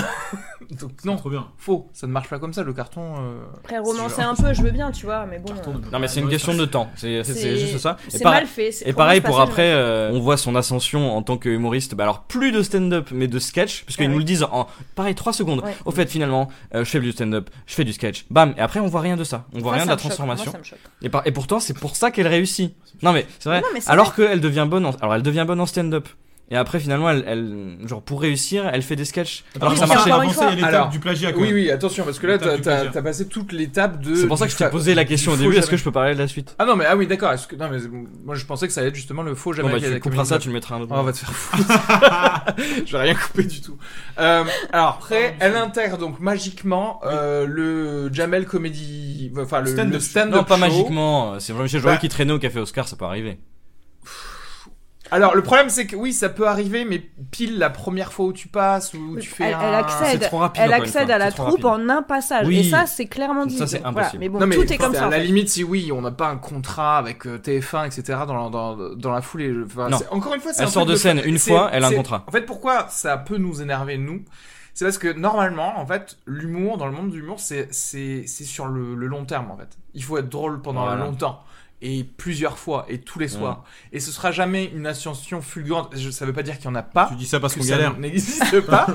A: Donc non,
B: trop bien.
A: Faux, ça ne marche pas comme ça le carton. euh,
C: Après
A: c'est
C: romancer
A: genre-
C: un peu, je veux bien, tu vois, mais bon. euh,
D: Non mais c'est une question de temps, c'est c'est- c'est
C: C'est-
D: juste ça. Et
C: c'est
D: para-
C: mal fait, c'est
D: Et pareil pour
C: vraiment pas
D: après, euh, on voit son ascension en tant que humoriste. Bah alors plus de stand-up, mais de sketch, parce qu'ils nous le disent en pareil trois secondes.
C: Ouais.
D: Au fait finalement, euh, je fais du stand-up, je fais du sketch. Bam. Et après on voit rien de ça, on voit
C: Moi,
D: rien
C: ça
D: de la
C: me choque. Moi,
D: transformation.
C: ça me choque.
D: et, par- et pourtant c'est pour ça qu'elle réussit. Non mais c'est vrai.
C: Non, mais c'est
D: alors qu'elle devient bonne, en... alors elle devient bonne en stand-up. Et après finalement, elle, elle- genre pour réussir, elle fait des sketchs. Alors que ça marchait.
A: Alors,
D: Ah,
A: Oui, oui, attention, parce que là,
D: L'étape
A: t'as
D: du
A: t'as-
D: plagiat.
A: t'as passé toute l'étape de.
D: C'est pour ça
A: du
D: que je t'ai
A: fa-
D: posé la question au
A: du
D: début,
A: faux
D: est-ce que
A: jamais.
D: je peux parler de la suite
A: Ah non, mais ah oui, d'accord. est-ce Que... Non, mais bon, moi je pensais que ça allait être justement le faux jamais.
D: bah,
A: qu'il y a
D: tu
A: la
D: couperas
A: comédie
D: ça,
A: de-
D: tu le mettras à l'autre
A: Oh, on va te faire foutre. Je vais rien couper du tout. Euh, alors, après, elle intègre donc magiquement euh, le Jamel Comedy. Enfin, le le stand-up.
D: Non, pas
A: show.
D: magiquement. euh, C'est Michel Jolie
A: Bah.
D: qui traînait au café Oscar, ça peut arriver.
A: Alors, le problème, c'est que oui, ça peut arriver, mais pile la première fois où tu passes, où tu fais.
C: Elle,
A: un-
C: elle accède, elle accède à la troupe en un passage.
A: Oui.
C: Et ça, c'est clairement dit.
A: Ça, c'est
C: Donc, voilà.
A: impossible.
C: Mais bon,
A: Non, mais
C: tout est comme
A: à
C: ça. en
A: la
C: fait.
A: limite, si oui, on n'a pas un contrat avec euh, TF1, etc., dans la, dans, dans la foulée. je- enfin,
D: Non.
A: c'est- Encore une fois, c'est
D: Elle
A: un
D: sort
A: truc
D: de scène une
A: c'est-
D: fois, elle a un
A: c'est-
D: contrat.
A: En fait, pourquoi ça peut nous énerver, nous C'est parce que normalement, en fait, l'humour, dans le monde de l'humour, c'est c'est- c'est sur le, le long terme, en fait. Il faut être drôle pendant
D: Voilà.
A: longtemps. Et plusieurs fois, et tous les
D: Mm.
A: soirs. Et ce sera jamais une ascension fulgurante. Je, ça veut pas dire qu'il y en a pas. Tu
B: dis ça parce
A: que
B: qu'on
A: ça
B: galère.
A: n'existe pas.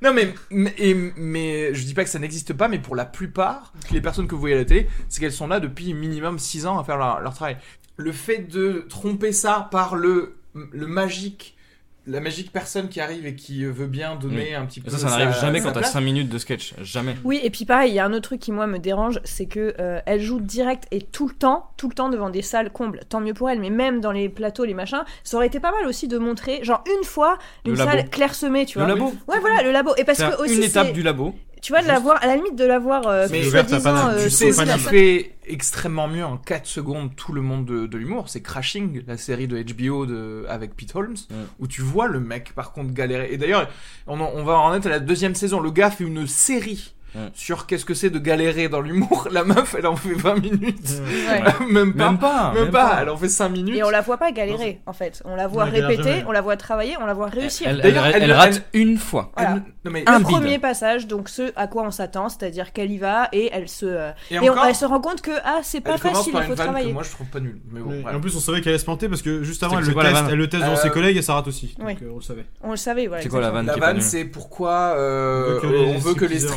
A: Non mais, mais, et- mais je dis pas que ça n'existe pas, mais pour la plupart, les personnes que vous voyez à la télé, c'est qu'elles sont là depuis minimum 6 ans à faire leur, leur travail. Le fait de tromper ça par le, le magique, la magique personne qui arrive et qui veut bien donner
D: Oui.
A: un petit peu.
D: Et ça, ça
A: sa-
D: n'arrive jamais
A: sa
D: quand t'as
A: place.
D: 5 minutes de sketch. Jamais.
C: Oui, et puis pareil, il y a un autre truc qui moi me dérange, c'est que euh, elle joue direct et tout le temps, tout le temps devant des salles combles. Tant mieux pour elle, mais même dans les plateaux, les machins, ça aurait été pas mal aussi de montrer, genre une fois,
D: Le
C: une
D: labo.
C: salle clairsemée, tu
D: Le
C: vois.
D: labo.
C: Ouais, voilà, le labo. Et parce
D: Faire
C: que aussi,
D: une étape
C: c'est-
D: du labo.
C: Tu vois, de l'avoir à la limite de l'avoir. euh,
A: Mais
C: soi-disant, euh,
A: tu sais
C: sous
A: ce
C: la
A: qui
C: salle.
A: fait extrêmement mieux en 4 secondes tout le monde de, de l'humour, c'est Crashing, la série de HBO de, avec Pete Holmes, où tu vois le mec par contre galérer. Et d'ailleurs, on, en- on va en être à la deuxième saison. Le gars fait une série. Sur qu'est-ce que c'est de galérer dans l'humour, la meuf elle en fait 20 minutes,
C: Ouais.
A: même pas,
D: Même pas,
A: même
D: même
A: pas.
D: pas.
A: elle en fait 5 minutes.
C: Et on la voit pas galérer, en fait. On la voit
A: On la galère
C: répéter,
A: jamais.
C: on la voit travailler, on la voit réussir.
D: Elle, elle- elle rate une fois.
C: Voilà.
A: non, mais-
C: le
D: Un bide.
C: premier passage, donc ce à quoi on s'attend, c'est-à-dire qu'elle y va et elle se euh,
A: Et
C: et, on-
A: encore-
C: elle se rend compte que ah c'est pas
A: Elle commence
C: facile,
A: par
C: il faut
A: une vanne que
C: travailler.
A: moi je trouve pas nulle. Mais bon,
B: Et
A: voilà.
B: en plus, on savait qu'elle allait se planter parce que juste avant,
A: C'est-
B: elle
A: c'est
B: le,
A: quoi la
B: teste,
A: vanne
B: elle le teste devant
A: Euh,
B: ses collègues et ça rate aussi.
C: Oui.
B: Donc, euh, on le savait.
C: On le savait, voilà.
A: La vanne, c'est pourquoi euh,
B: On veut que les
A: on veut que les
B: stripteaseurs,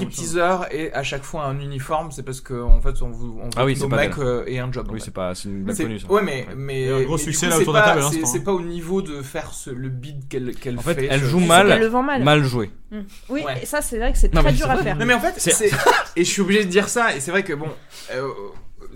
A: stripteaseurs acteurs et à chaque fois un uniforme, c'est parce qu'en fait, on vous on
D: Ah oui,
A: veut
D: c'est
A: nos
D: pas
A: mecs
D: d'elle.
A: euh, et un job. en
D: Oui,
A: fait.
D: c'est pas, c'est une blague
A: C'est-
D: connue. ça.
A: Ouais, mais, mais,
B: un gros
A: mais du
B: succès,
A: coup,
B: là,
A: c'est
B: autour de la
A: pas-
B: table, à
A: c'est-
B: l'instant,
A: C'est
B: hein.
A: pas au niveau de faire ce- le bid qu'elle qu'elle
D: En fait,
A: fait. euh,
D: elle
A: ce-
D: joue
C: c'est
D: mal,
C: qu'elle le vend mal.
D: joué.
C: Mm. Oui, et ça, c'est vrai que c'est
D: Non,
C: très
D: mais
C: dur
D: c'est
C: à
D: pas-
C: faire.
A: Non mais en fait,
D: C'est-
A: c'est... et je suis obligé de dire ça, et c'est vrai que bon, euh,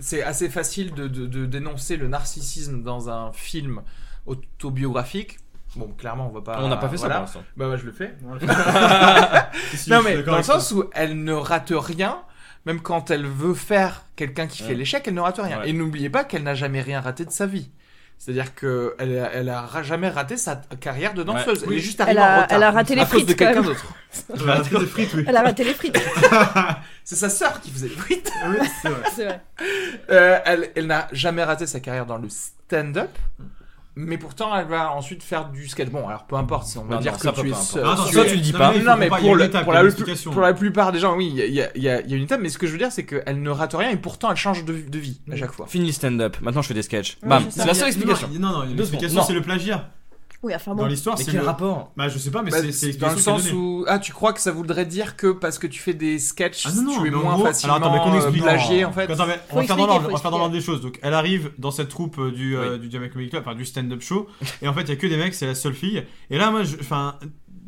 A: c'est assez facile de, de- de dénoncer le narcissisme dans un film autobiographique. Bon, clairement, on va pas.
D: On n'a pas fait ça
A: voilà.
D: pour l'instant.
A: Bah, ouais, je le fais.
B: le fait. Si, si,
A: non
B: je suis
A: mais dans
B: d'accord
A: le
B: avec toi.
A: sens où elle ne rate rien. Même quand elle veut faire quelqu'un qui fait
D: Ouais.
A: l'échec, elle ne rate rien.
D: Ouais.
A: Et n'oubliez pas qu'elle n'a jamais rien raté de sa vie. C'est-à-dire que elle, a- elle a ra- jamais raté sa carrière de danseuse.
D: Ouais.
A: Elle
D: Oui.
A: est juste arrivée
C: Elle a-
A: en retard.
C: elle a raté les
A: à cause
C: frites,
A: de
C: quand
A: quelqu'un
C: même.
A: d'autre.
B: Elle a raté Euh, des frites, oui.
C: Elle a raté les frites,
A: C'est sa sœur qui faisait les frites.
B: Oui, c'est vrai.
C: c'est vrai.
A: Euh, elle elle n'a jamais raté sa carrière dans le stand-up.
B: Mm.
A: Mais pourtant, elle va ensuite faire du sketch. Bon, alors peu importe, on va
D: Non,
A: dire
D: non,
A: que
D: ça,
A: tu
D: peu
A: es
D: importe.
A: seul.
D: Non, non, ça, tu le dis pas.
B: il faut
A: non, mais
B: pas, il y a
A: pour,
B: une
A: le-
B: étape,
A: pour
B: il y a
A: la, plus-
B: une explication.
A: pour la plupart des gens, oui, il y a, il y a- il y a- il y a une étape, mais ce que je veux dire, c'est qu'elle ne rate rien et pourtant elle change de, de vie à chaque fois.
D: Fini le stand-up. Maintenant, je fais des sketchs.
A: Ah,
C: Ouais,
D: Bam.
C: c'est ça.
D: C'est la seule explication.
B: Non, non, non,
D: Deux
B: l'explication
D: secondes.
B: c'est le plagiat.
C: Oui, enfin
B: Dans
C: Ah bon.
B: l'histoire, c'est le.
D: rapport
B: Bah, je sais pas, mais
A: Bah,
B: c'est c'est
A: dans le
B: l'explication
A: sens
B: qu'elle donnait.
A: où ah tu crois que ça voudrait dire que parce que tu fais des sketchs
B: Ah non, non,
A: tu es
B: mais en
A: moins
B: gros-
A: facilement
B: alors, attends, mais qu'on
A: euh,
B: explique.
A: plagié en fait
B: Attends, mais on
C: Faut
B: va faire dans
C: expliquer,
B: l'ordre, on va
C: faut
B: faire dans
C: expliquer.
B: l'ordre des choses. Donc, elle arrive dans cette troupe euh, du, euh, du Jamaica Comedy Club, enfin du stand-up show, et en fait, il y a que des mecs, c'est la seule fille. Et là, moi, je- enfin,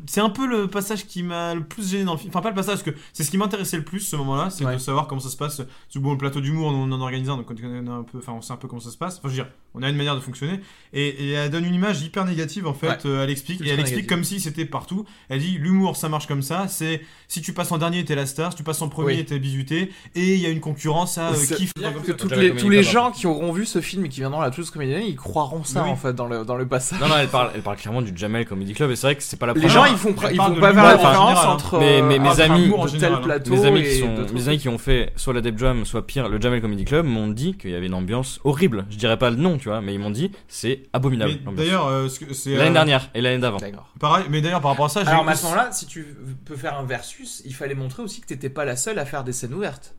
B: c'est un peu le passage qui m'a le plus gêné dans le film. Enfin, pas le passage, parce que c'est ce qui m'intéressait le plus ce moment-là, c'est
A: Ouais.
B: de savoir comment ça se passe. Sur bon, le plateau d'humour, nous, on en organise un, donc on connaît un peu, enfin, on sait un peu comment ça se passe. Enfin, je veux dire, on a une manière de fonctionner. Et, et elle donne une image hyper négative, en fait.
A: Ouais.
B: euh, elle explique, et
A: Ultra
B: elle explique
A: négative.
B: comme si c'était partout. Elle dit, l'humour, ça marche comme ça. C'est si tu passes en dernier, t'es la star. Si tu passes en premier,
A: Oui.
B: t'es bizuté. Et il y a une concurrence à euh,
A: C'est-
B: qui
A: C'est-à-dire que toutes
D: J'avais
A: les,
D: commis
A: tous
D: une
A: les
D: erreur.
A: gens qui auront vu ce film et qui viendront la tous comédienne ils croiront ça
B: Oui.
A: en fait dans le dans le passage
D: Non, non, elle parle, elle parle clairement du Jamel Comedy Club. Et c'est vrai que c'est pas la
A: les
D: première.
A: gens ils font
B: elle
A: ils
B: parle
A: vont
B: de
A: pas faire la
B: l'humour en
A: différence
B: général, hein.
A: entre
D: Mais- mais
A: euh,
D: mes
A: entre
D: amis-
A: humour
B: en
A: de tel
B: général, hein.
A: plateau
D: Mes amis, qui
A: et
D: sont,
A: d'autres
D: mes amis qui ont fait soit la Dep Jam, soit pire le Jamel Comedy Club, m'ont dit qu'il y avait une ambiance horrible. Je dirais pas le nom, tu vois, mais ils m'ont dit c'est abominable.
B: Mais
A: Ah
D: l'ambiance.
B: D'ailleurs, euh, ce que- c'est.
D: l'année
B: euh,
D: dernière et l'année d'avant.
A: D'accord.
B: Pareil, mais d'ailleurs, par rapport à ça, j'ai.
A: Alors, mais à ce moment-là, si tu peux faire un versus, il fallait montrer aussi que t'étais pas la seule à faire des scènes ouvertes.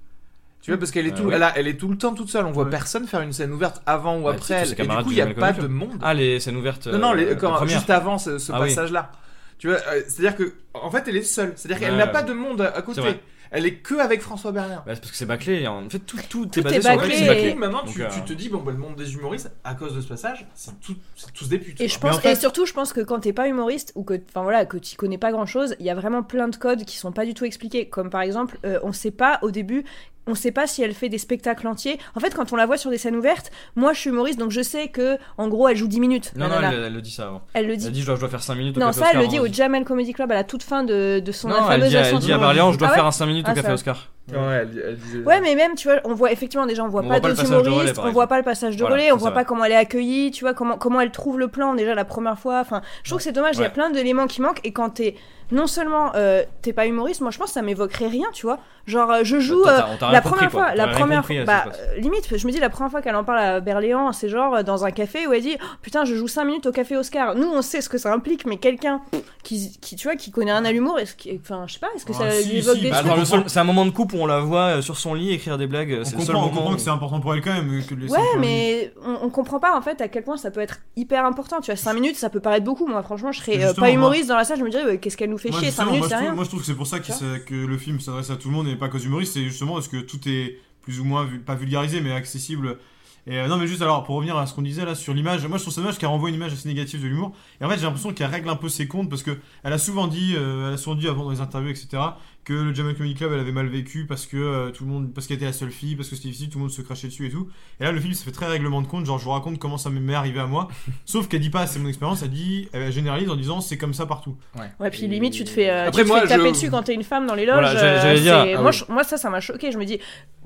A: Tu vois, parce qu'elle est,
D: Ah
A: tout,
D: ouais.
A: elle, a- elle est tout le temps toute seule. On voit
B: Ouais.
A: personne faire une scène ouverte avant ou
D: Bah,
A: après
D: c'est tous
A: elle.
D: ses
A: Et du
D: camarades
A: coup,
D: du
A: il n'y a
D: Jamel
A: pas
D: Comedy
A: de monde.
D: Ah, les scènes ouvertes.
A: non, non,
D: euh,
A: les-
D: la
A: quand-
D: première.
A: juste avant ce, ce
D: Ah oui.
A: passage-là. Tu vois, euh, c'est-à-dire que, en fait, elle est seule. C'est-à-dire qu'elle
D: Ouais,
A: n'a
D: ouais.
A: pas de monde à à côté.
D: C'est vrai.
A: Elle est que avec François Berlin.
D: Bah, c'est parce que c'est bâclé. En fait, tout, tout, est
C: est
D: basé sur
C: bâclé.
D: le fait que
A: Ouais,
D: c'est
A: mais
C: bâclé.
A: du coup, maintenant, tu,
D: Donc, euh,
A: tu te dis, bon, bah, le monde des humoristes, à cause de ce passage, c'est tout- c'est tous des putes.
C: Et
A: quoi.
C: je
B: Mais
C: pense,
B: en fait-
C: et surtout, je pense que quand t'es pas humoriste ou que, enfin voilà, que t'y connais pas grand chose, il y a vraiment plein de codes qui sont pas du tout expliqués. Comme par exemple, euh, on sait pas au début. On sait pas si elle fait des spectacles entiers. En fait, quand on la voit sur des scènes ouvertes, moi je suis humoriste donc je sais que, en gros, elle joue 10 minutes.
D: Non, non,
C: Nanana.
D: elle, elle le dit ça avant.
C: elle, le
D: Elle
C: dit.
D: dit je dois, je dois faire 5 minutes au
C: non,
D: Café
C: ça, elle
D: Oscar
C: le dit
D: avant
C: au
D: de-
C: Jamel Comedy Club à la toute fin de, de son
D: Non, elle
C: fameuse
D: dit, elle
C: leçon
D: dit à
C: de-
D: Berlin, je dois
C: Ah ouais
D: faire un 5 minutes
C: Ah,
D: au Café
C: ça va.
D: Oscar.
A: Ouais, elle- elle disait-
C: Ouais, mais même, tu vois, on voit effectivement déjà, on voit
D: On
C: pas
D: voit pas le
C: d'autres
D: passage de relais, par
C: humoristes, on
D: exemple.
C: voit pas le passage de
D: Voilà,
C: relais, on
D: ça,
C: voit
D: c'est
C: pas
D: vrai.
C: comment elle est accueillie, tu vois, comment, comment elle trouve le plan déjà la première fois. Enfin, je trouve que c'est dommage, il y
D: Ouais.
C: a plein d'éléments qui manquent. Et quand t'es non seulement euh, t'es pas humoriste, moi je pense que ça m'évoquerait rien, tu vois. Genre, euh, je joue. euh,
D: Bah, T'as- t'as- t'as rien
C: la
D: compris,
C: première
D: quoi.
C: fois, la
D: T'as rien
C: première
D: compris
C: fois,
D: à ce
C: bah,
D: qui se passe.
C: euh, limite, je me dis la première fois qu'elle en parle à Berléand, c'est genre euh, dans un café où elle dit Oh, Putain, je joue 5 minutes au café Oscar. Nous, on sait ce que ça implique, mais quelqu'un qui, qui, tu vois, qui connaît rien à l'humour, est-ce qu'il- enfin, je sais pas, est-ce que
D: Oh,
B: Ah,
C: ça
B: si,
C: lui évoque
B: si,
C: des
B: bah,
C: trucs
D: Attends, le seul-
B: comprends.
D: c'est un moment de coupe où on la voit euh, sur son lit écrire des blagues.
B: On
D: C'est le seul
B: comprend, on
D: moment.
B: comprend
D: où-
B: que c'est important pour elle quand même. Que les
C: Ouais,
B: cinq
C: mais on, on comprend pas en fait à quel point ça peut être hyper important. Tu vois, 5 minutes, ça peut paraître beaucoup. Moi, franchement, je serais euh,
B: Justement,
C: pas humoriste dans la salle, je me dirais, ouais, qu'est-ce qu'elle nous fait
B: Moi,
C: chier 5
B: justement,
C: minutes,
B: moi, je
C: c'est
B: trouve-
C: rien.
B: Moi je trouve que c'est pour ça que,
C: Tu vois
B: c'est- que le film s'adresse à tout le monde et pas qu'aux humoristes, c'est justement parce que tout est plus ou moins, vu- pas vulgarisé, mais accessible. Et euh, non, mais juste alors, pour revenir à ce qu'on disait là sur l'image, moi je trouve ça dommage qu'elle renvoie une image assez négative de l'humour. Et en fait, j'ai l'impression qu'elle règle un peu ses comptes parce que elle a souvent dit, euh, elle a souvent dit avant dans les interviews, etc., que le Jamel Comedy Club elle avait mal vécu parce que euh, tout le monde, parce qu'elle était la seule fille, parce que c'était difficile, tout le monde se crachait dessus et tout. Et là, le film se fait très règlement de compte, genre je vous raconte comment ça m'est arrivé à moi. Sauf qu'elle dit pas, c'est mon expérience, elle dit, elle généralise en disant c'est comme ça partout.
C: Ouais, puis limite, tu te fais, euh,
A: Après,
C: tu te
A: moi,
C: fais taper
A: je-
C: dessus quand t'es une femme dans les loges.
D: Voilà, j'allais-
C: euh,
D: j'allais dire,
C: c'est-
A: ah
C: moi,
A: oui.
C: je- moi, ça, ça m'a choqué. Je me dis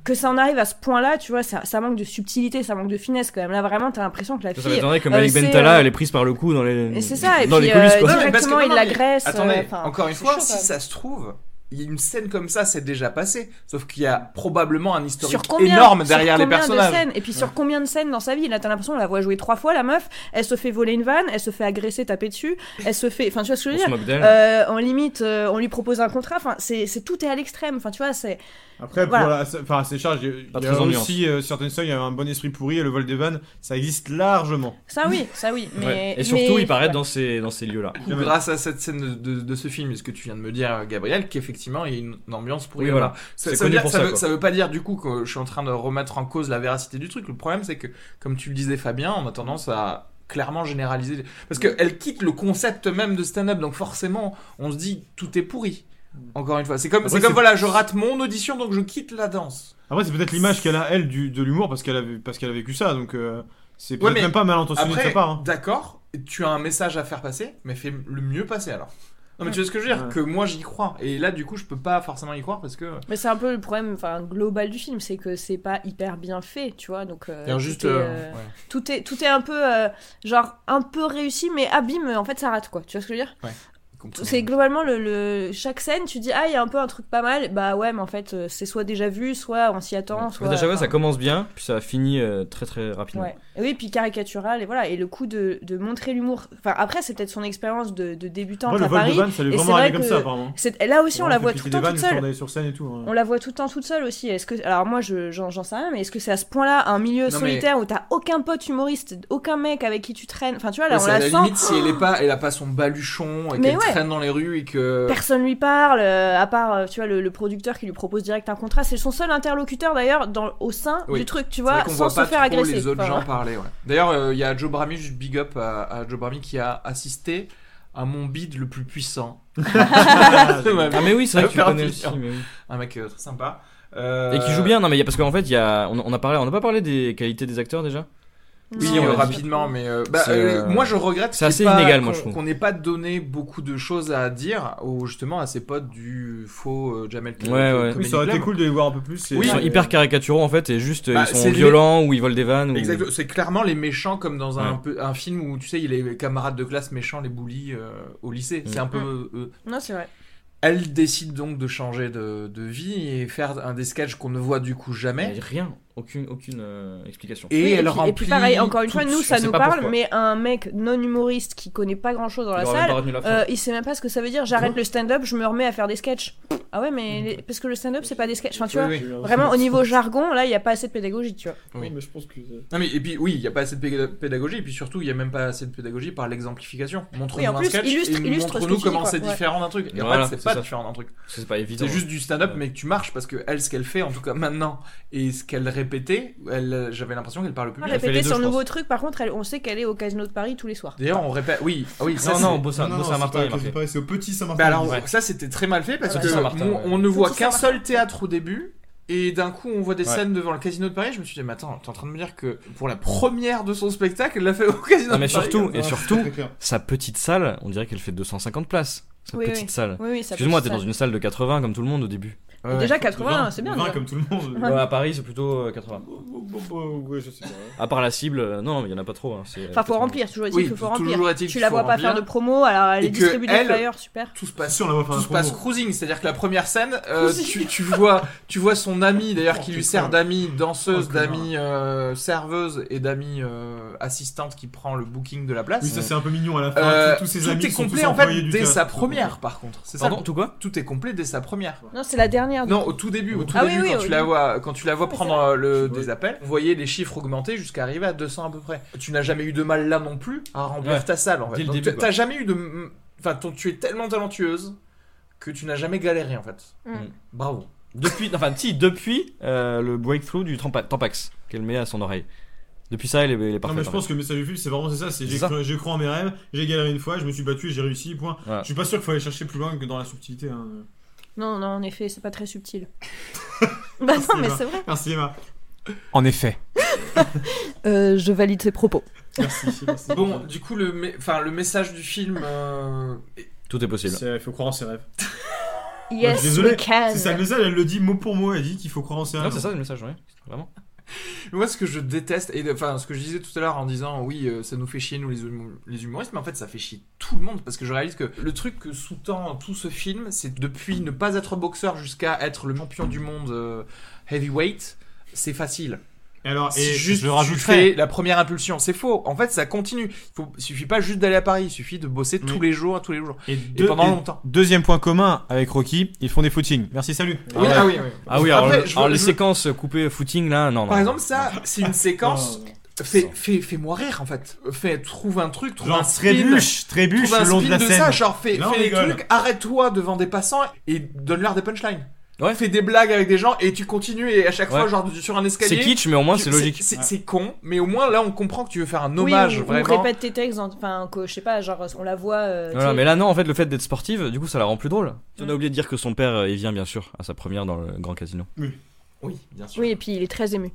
C: que ça en arrive à ce point-là, tu vois, ça, ça manque de subtilité, ça manque de finesse quand même. Là, vraiment, t'as l'impression que la
D: Ça
C: fille.
D: m'étonnerait que
C: euh,
D: Malik
C: c'est,
D: Bentala,
C: euh,
D: elle est prise par le cou dans les,
C: Et c'est ça, et
D: dans
C: puis,
D: les coulisses.
C: euh,
D: quoi.
A: Non, mais parce
C: directement,
A: que-
C: il
A: non, non, mais
C: l'agresse, euh,
A: Attendez,
C: enfin,
A: encore une
C: c'est
A: fois,
C: chaud,
A: si
C: quand même.
A: ça se trouve, il y a une scène comme ça, c'est déjà passé. Sauf qu'il y a probablement un historique
C: Sur combien,
A: énorme
C: sur
A: derrière les
C: combien
A: personnages.
C: de scènes Et puis sur combien de scènes dans sa vie Là, t'as l'impression on la voit jouer trois fois la meuf. Elle se fait voler une vanne, elle se fait agresser, taper dessus, elle se fait. Enfin, tu vois ce que je
D: On
C: veux
D: se
C: dire
D: moque d'elle.
C: euh, en limite, euh, on lui propose un contrat. Enfin, c'est c'est- tout est à l'extrême. Enfin, tu vois, c'est.
B: Après,
C: Voilà.
B: pour la, enfin, à ces charges, il y
D: Pas
B: a, il y
D: très
B: a
D: en nuance.
B: aussi euh, certaines scènes, il y a un bon esprit pourri et le vol des vannes, ça existe largement.
C: Ça oui, ça oui. Mais,
D: Ouais.
C: mais-
D: Et surtout, il paraît
C: ouais.
D: dans ces, dans ces lieux-là.
A: Grâce à cette scène de, de- de ce film et ce que tu viens de me dire, Gabriel, effectivement, il y a une une ambiance pour
D: Oui, voilà.
A: Ça,
D: C'est
A: ça veut
D: connu
A: dire-
D: pour
A: ça
D: ça,
A: veut,
D: quoi.
A: ça veut pas dire du coup que je suis en train de remettre en cause la véracité du truc. Le problème, c'est que, comme tu le disais, Fabien, on a tendance à clairement généraliser. Parce qu'elle quitte le concept même de stand-up, donc forcément, on se dit tout est pourri. Encore une fois, c'est
D: Bah
A: comme,
B: Après,
A: c'est comme
B: c'est-
A: voilà, je rate mon audition, donc je quitte la danse.
B: Après, c'est peut-être l'image qu'elle a, elle, du, de l'humour parce qu'elle a, vu- parce qu'elle a vécu ça, donc euh, c'est peut-être même pas mal intentionné
A: après,
B: de sa part. hein.
A: D'accord, tu as un message à faire passer, mais fais le mieux passer alors. Non mais tu vois ce que je veux dire
B: Ouais.
A: Que moi j'y crois. Et là du coup je peux pas forcément y croire parce que...
C: Mais c'est un peu le problème enfin, global du film, c'est que c'est pas hyper bien fait, tu vois. Donc, euh,
A: Alors, juste,
C: tout, est,
A: euh,
C: euh,
A: ouais.
C: tout, est, tout est un peu, euh, genre, un peu réussi, mais abîme, en fait, ça rate, quoi. Tu vois ce que je veux dire
A: Ouais.
C: C'est globalement le, le- chaque scène, tu dis ah il y a un peu un truc pas mal, bah ouais mais en fait euh, c'est soit déjà vu, soit on s'y attend,
D: En fait,
C: soit.
D: à chaque fois,
C: enfin,
D: ça commence bien, puis ça finit euh, très très rapidement.
C: Ouais. Et Oui, puis caricatural, et voilà. Et le coup de, de montrer l'humour. Enfin, après, c'est peut-être son expérience de, de débutante
B: Ouais, le
C: à
B: vol de
C: Paris.
B: vannes, ça lui est
C: et
B: vraiment
C: c'est
B: arrivé
C: vrai
B: comme
C: que
B: ça, apparemment.
C: c'est- Là aussi, on
B: Ouais,
C: la
B: fait
C: voit tout
B: péter
C: le
B: des
C: temps toute
B: vannes, histoire
C: seule.
B: d'aller sur scène et tout. hein.
C: On la voit tout le temps toute seule aussi. Est-ce que alors moi je j'en j'en sais rien, mais est-ce que c'est à ce point-là un milieu
A: Non, mais-
C: solitaire où t'as aucun pote humoriste, aucun mec avec qui tu traînes Enfin tu vois là
A: Ouais,
C: on
A: c'est à
C: la,
A: la
C: sent.
A: limite si elle est pas, elle a pas son baluchon et
C: Mais
A: qu'elle
C: ouais.
A: traîne dans les rues et que...
C: Personne lui parle, euh, à part euh, tu vois le, le producteur qui lui propose direct un contrat. C'est son seul interlocuteur d'ailleurs dans au sein
A: Oui.
C: du truc, tu
A: C'est
C: vois,
A: vrai qu'on
C: sans
A: voit pas
C: se faire
A: trop
C: agresser.
A: les autres
C: Enfin,
A: gens parler. ouais. D'ailleurs, euh, il y a Joe Brami, juste big up à, à Joe Brami qui a assisté à mon bid le plus puissant.
D: Ah,
A: C'est ma vie.
D: mais oui, c'est vrai que tu le
A: Faire
D: connais
A: plaisir.
D: aussi, mais oui.
A: Un mec euh, très sympa. Euh,
D: Et qui joue bien, non mais il y a- parce qu'en fait, il y a, on, on a parlé, on n'a pas parlé des qualités des acteurs déjà.
A: Oui,
D: Si, on
A: euh,
D: l'a dit.
A: rapidement, mais euh, bah,
D: C'est,
A: euh,
D: euh,
A: moi je regrette
D: C'est assez
A: qu'il y ait pas-
D: inégal, moi
A: qu'on-
D: je trouve.
A: qu'on n'ait pas donné beaucoup de choses à dire au, justement à ses potes du faux euh, Jamel
D: Ouais, ouais.
B: Oui, ça aurait été cool de les voir un peu plus. et-
A: Oui.
D: Ils sont hyper caricaturaux en fait et juste euh,
A: Bah,
D: ils
A: c'est
D: sont
A: les-
D: violents ou ils volent des vannes. ou-
A: Exactement, c'est clairement les méchants comme dans un,
D: Mmh. Ouais.
A: peu, un film où tu sais, il y a les camarades de classe méchants, les bullies euh, au lycée.
D: Mmh.
A: C'est un
C: Mmh.
A: peu. euh,
C: Non c'est vrai.
A: Elle décide donc de changer de, de vie et faire un des sketchs qu'on ne voit du coup jamais.
D: Il y a rien, aucune, aucune euh, explication.
A: Et
C: Oui,
A: elle
C: puis-
A: remplit.
C: puis pareil, encore une fois,
A: tout-
C: nous,
A: on
C: ça
A: sait
C: nous
A: pas
C: parle,
A: pourquoi.
C: mais un mec non humoriste qui connaît pas grand chose dans
D: Il
C: la
D: aurait même
C: salle,
D: pas retenu la phrase.
C: euh, il sait même pas ce que ça veut dire. J'arrête le stand-up, je me remets à faire des sketchs. Ah ouais, mais les- parce que le stand-up, c'est pas des sketchs. Enfin, tu
A: Oui,
C: vois,
A: oui.
C: vraiment, au niveau jargon, là, il y a pas assez de pédagogie, tu vois.
A: Oui.
B: mais je pense que.
A: Non, mais, et puis oui, il n'y a pas assez de péda- pédagogie, et puis surtout, il n'y a même pas assez de pédagogie par l'exemplification. Montre-nous
C: Oui, en
A: un
C: plus,
A: sketch,
C: illustre-
A: et
C: illustre ce que
A: montre-nous
C: tu dis,
A: comment
C: quoi.
A: c'est
C: Ouais.
A: différent d'un truc. Et
D: Voilà,
A: en fait, c'est
D: c'est
A: pas
D: ça.
A: différent d'un truc.
D: Parce que c'est pas évident.
A: C'est juste du stand-up,
D: Ouais.
A: mais que tu marches parce que elle, ce qu'elle fait, en tout cas maintenant, et ce qu'elle répétait, elle, euh, j'avais l'impression qu'elle parle plus.
D: Elle fait les
C: Répéter
D: deux,
C: son
D: je
C: nouveau truc, par contre, elle- on sait qu'elle est au Casino de Paris tous les soirs.
A: D'ailleurs, on répète. Oui, ah oui, ça,
D: Non,
A: c'est-
D: non, Beau- Beau-
L: Non, non, c'est
D: Saint-Martin,
L: pas
D: il
L: au
D: a
L: Casino
D: fait.
L: de Paris, c'est au petit Saint-Martin.
A: Bah alors,
D: Ouais.
A: ça c'était très mal fait parce
D: Ah,
A: que
D: ouais. Saint-Martin,
A: mon-
D: ouais.
A: on ne voit
C: Petit
A: qu'un
C: Saint-Martin.
A: seul théâtre au début. Et d'un coup, on voit des
D: Ouais.
A: scènes devant le casino de Paris. Je me suis dit, mais attends, t'es en train de me dire que pour la première de son spectacle, elle l'a fait au casino
D: Non mais
A: de Paris.
D: surtout, et
L: c'est
D: surtout,
L: très clair.
D: sa petite salle, on dirait qu'elle fait 250 places. Sa
C: Oui,
D: petite
C: oui.
D: salle.
C: Oui, oui, sa
D: Excuse-moi,
C: petite
D: t'es dans
C: salle.
D: une salle de 80 comme tout le monde au début.
C: Et déjà, 80, c'est bien.
L: Vingt
C: déjà.
L: comme tout le monde.
D: Ouais, à Paris, c'est plutôt euh, 80.
L: Ouais, je sais pas.
D: À part la cible, euh, non, mais il y en a pas trop. hein, c'est, euh,
C: Enfin, faut
D: 80.
C: remplir, toujours est-il
A: Oui,
C: qu'il faut
A: toujours
C: remplir.
A: est-il
C: Tu
A: qu'il
C: la
A: faut
C: vois pas
A: remplir.
C: faire de promo, alors elle
A: Et
C: est
A: que
C: distribue des
A: elle-
C: flyers, super.
A: Tout se passe,
L: Sûr, Bah, on la voit faire
A: tout
L: un
A: se passe
L: promo.
A: cruising. C'est-à-dire que la première scène, euh, tu, tu vois, tu vois son ami d'ailleurs qui lui sert d'ami danseuse,
L: Oh, connard.
A: d'ami euh, serveuse et d'ami euh, assistante qui prend le booking de la place.
L: Oui, ça c'est un peu mignon à la fin.
A: Euh,
L: tous tous ses
A: tout
L: amis
A: est
L: sont tous
A: complet en
L: employés
A: fait
L: du
A: dès
L: théâtre.
A: sa première, par contre. C'est ça.
D: Pardon, tout quoi
A: Tout est complet dès sa première.
C: Non, c'est la dernière. du
A: Non,
C: coup.
A: au tout début, au tout
C: Ah oui,
A: début
C: oui,
A: quand,
C: au
A: tu la
C: début.
A: vois, quand tu la vois prendre euh, le,
L: Ouais.
A: des appels, vous voyez les chiffres augmenter jusqu'à arriver à 200 à peu près. Tu n'as jamais eu de mal là non plus à remplir
D: Ouais.
A: ta salle en fait.
D: Dès le
A: Donc,
D: début,
A: t'as-
D: quoi.
A: T'as jamais eu de. Enfin, ton- tu es tellement talentueuse que tu n'as jamais galéré en fait.
C: Mm.
A: Bravo.
D: Depuis, enfin, si, depuis euh, le breakthrough du Tampa- Tampax qu'elle met à son oreille. Depuis ça, elle est, elle est
L: Non,
D: parfaite. hein.
L: mais je
D: en
L: pense que le message du film, c'est vraiment c'est ça. C'est
D: C'est
L: j'ai
D: ça.
L: cru, j'ai cru en mes rêves, j'ai galéré une fois, je me suis battu et j'ai réussi. Point.
D: fait. Voilà.
L: Je suis pas sûr qu'il faut aller chercher plus loin que dans la subtilité. Hein.
C: Non, non, en effet, c'est pas très subtil. bah non, mais c'est vrai.
L: Merci Emma.
M: En effet.
C: Euh, je valide ses propos.
L: Merci. merci.
A: Bon, du coup, le, me- enfin, le message du film. euh,
D: Tout est possible.
L: C'est- il faut croire en ses rêves. Moi, je
C: Yes,
L: suis désolé.
C: we can.
L: C'est ça le message. Elle le dit mot pour mot. Elle dit qu'il faut croire en ses
D: Non,
L: rêves.
D: c'est ça le message, ouais. Vraiment.
A: Moi, ce que je déteste, et enfin, ce que je disais tout à l'heure en disant oui, euh, ça nous fait chier, nous les, humo- les humoristes, mais en fait, ça fait chier tout le monde parce que je réalise que le truc que sous-tend tout ce film, c'est depuis ne pas être boxeur jusqu'à être le champion du monde euh, heavyweight, c'est facile.
L: Et alors,
A: Si
L: Ah, et
A: juste
L: je
A: tu
L: rajouterai.
A: fais la première impulsion, c'est faux. En fait, ça continue. Il faut, il suffit pas juste d'aller à Paris, il suffit de bosser tous
L: Oui.
A: les jours, tous les jours.
B: Et,
A: Et
B: deux-
A: pendant
B: et
A: longtemps.
B: Deuxième point commun avec Rocky, ils font des footings. Merci, salut.
A: Oui,
D: ouais.
A: ah oui, oui.
D: Ah oui, alors,
A: Après,
D: le-
A: je
D: alors
A: veux-
D: les
A: je-
D: séquences coupées footing là, non, non.
A: Par exemple, ça, c'est une
L: Non,
A: séquence
L: non, non.
A: Fais, fais, fais-moi rire en fait. Fais, trouve un truc, trouve
L: Genre,
A: un spin.
L: trébuche, trébuche
A: trouve un
L: le long de la
A: spin
L: scène.
A: ça, genre fais,
L: Là, on
A: fais des
L: rigole.
A: trucs, arrête-toi devant des passants et donne-leur des punchlines. Fais des blagues avec des gens et tu continues et à chaque fois
D: Ouais.
A: genre sur un escalier.
D: C'est kitsch, mais au moins,
A: tu-
D: c'est logique.
A: C'est
D: Ouais.
A: c'est con, mais au moins là on comprend que tu veux faire un hommage
C: oui, ou- ou
A: vraiment.
C: répète tes textes, dans- enfin, que, je sais pas, genre, on la voit. euh,
D: Voilà,
C: tu sais,
D: mais là non, en fait, le fait d'être sportive, du coup, ça la rend plus drôle. On a oublié de dire que son père, euh, il vient bien sûr à sa première dans le grand casino.
A: Oui, bien sûr.
C: Oui, et puis il est très ému.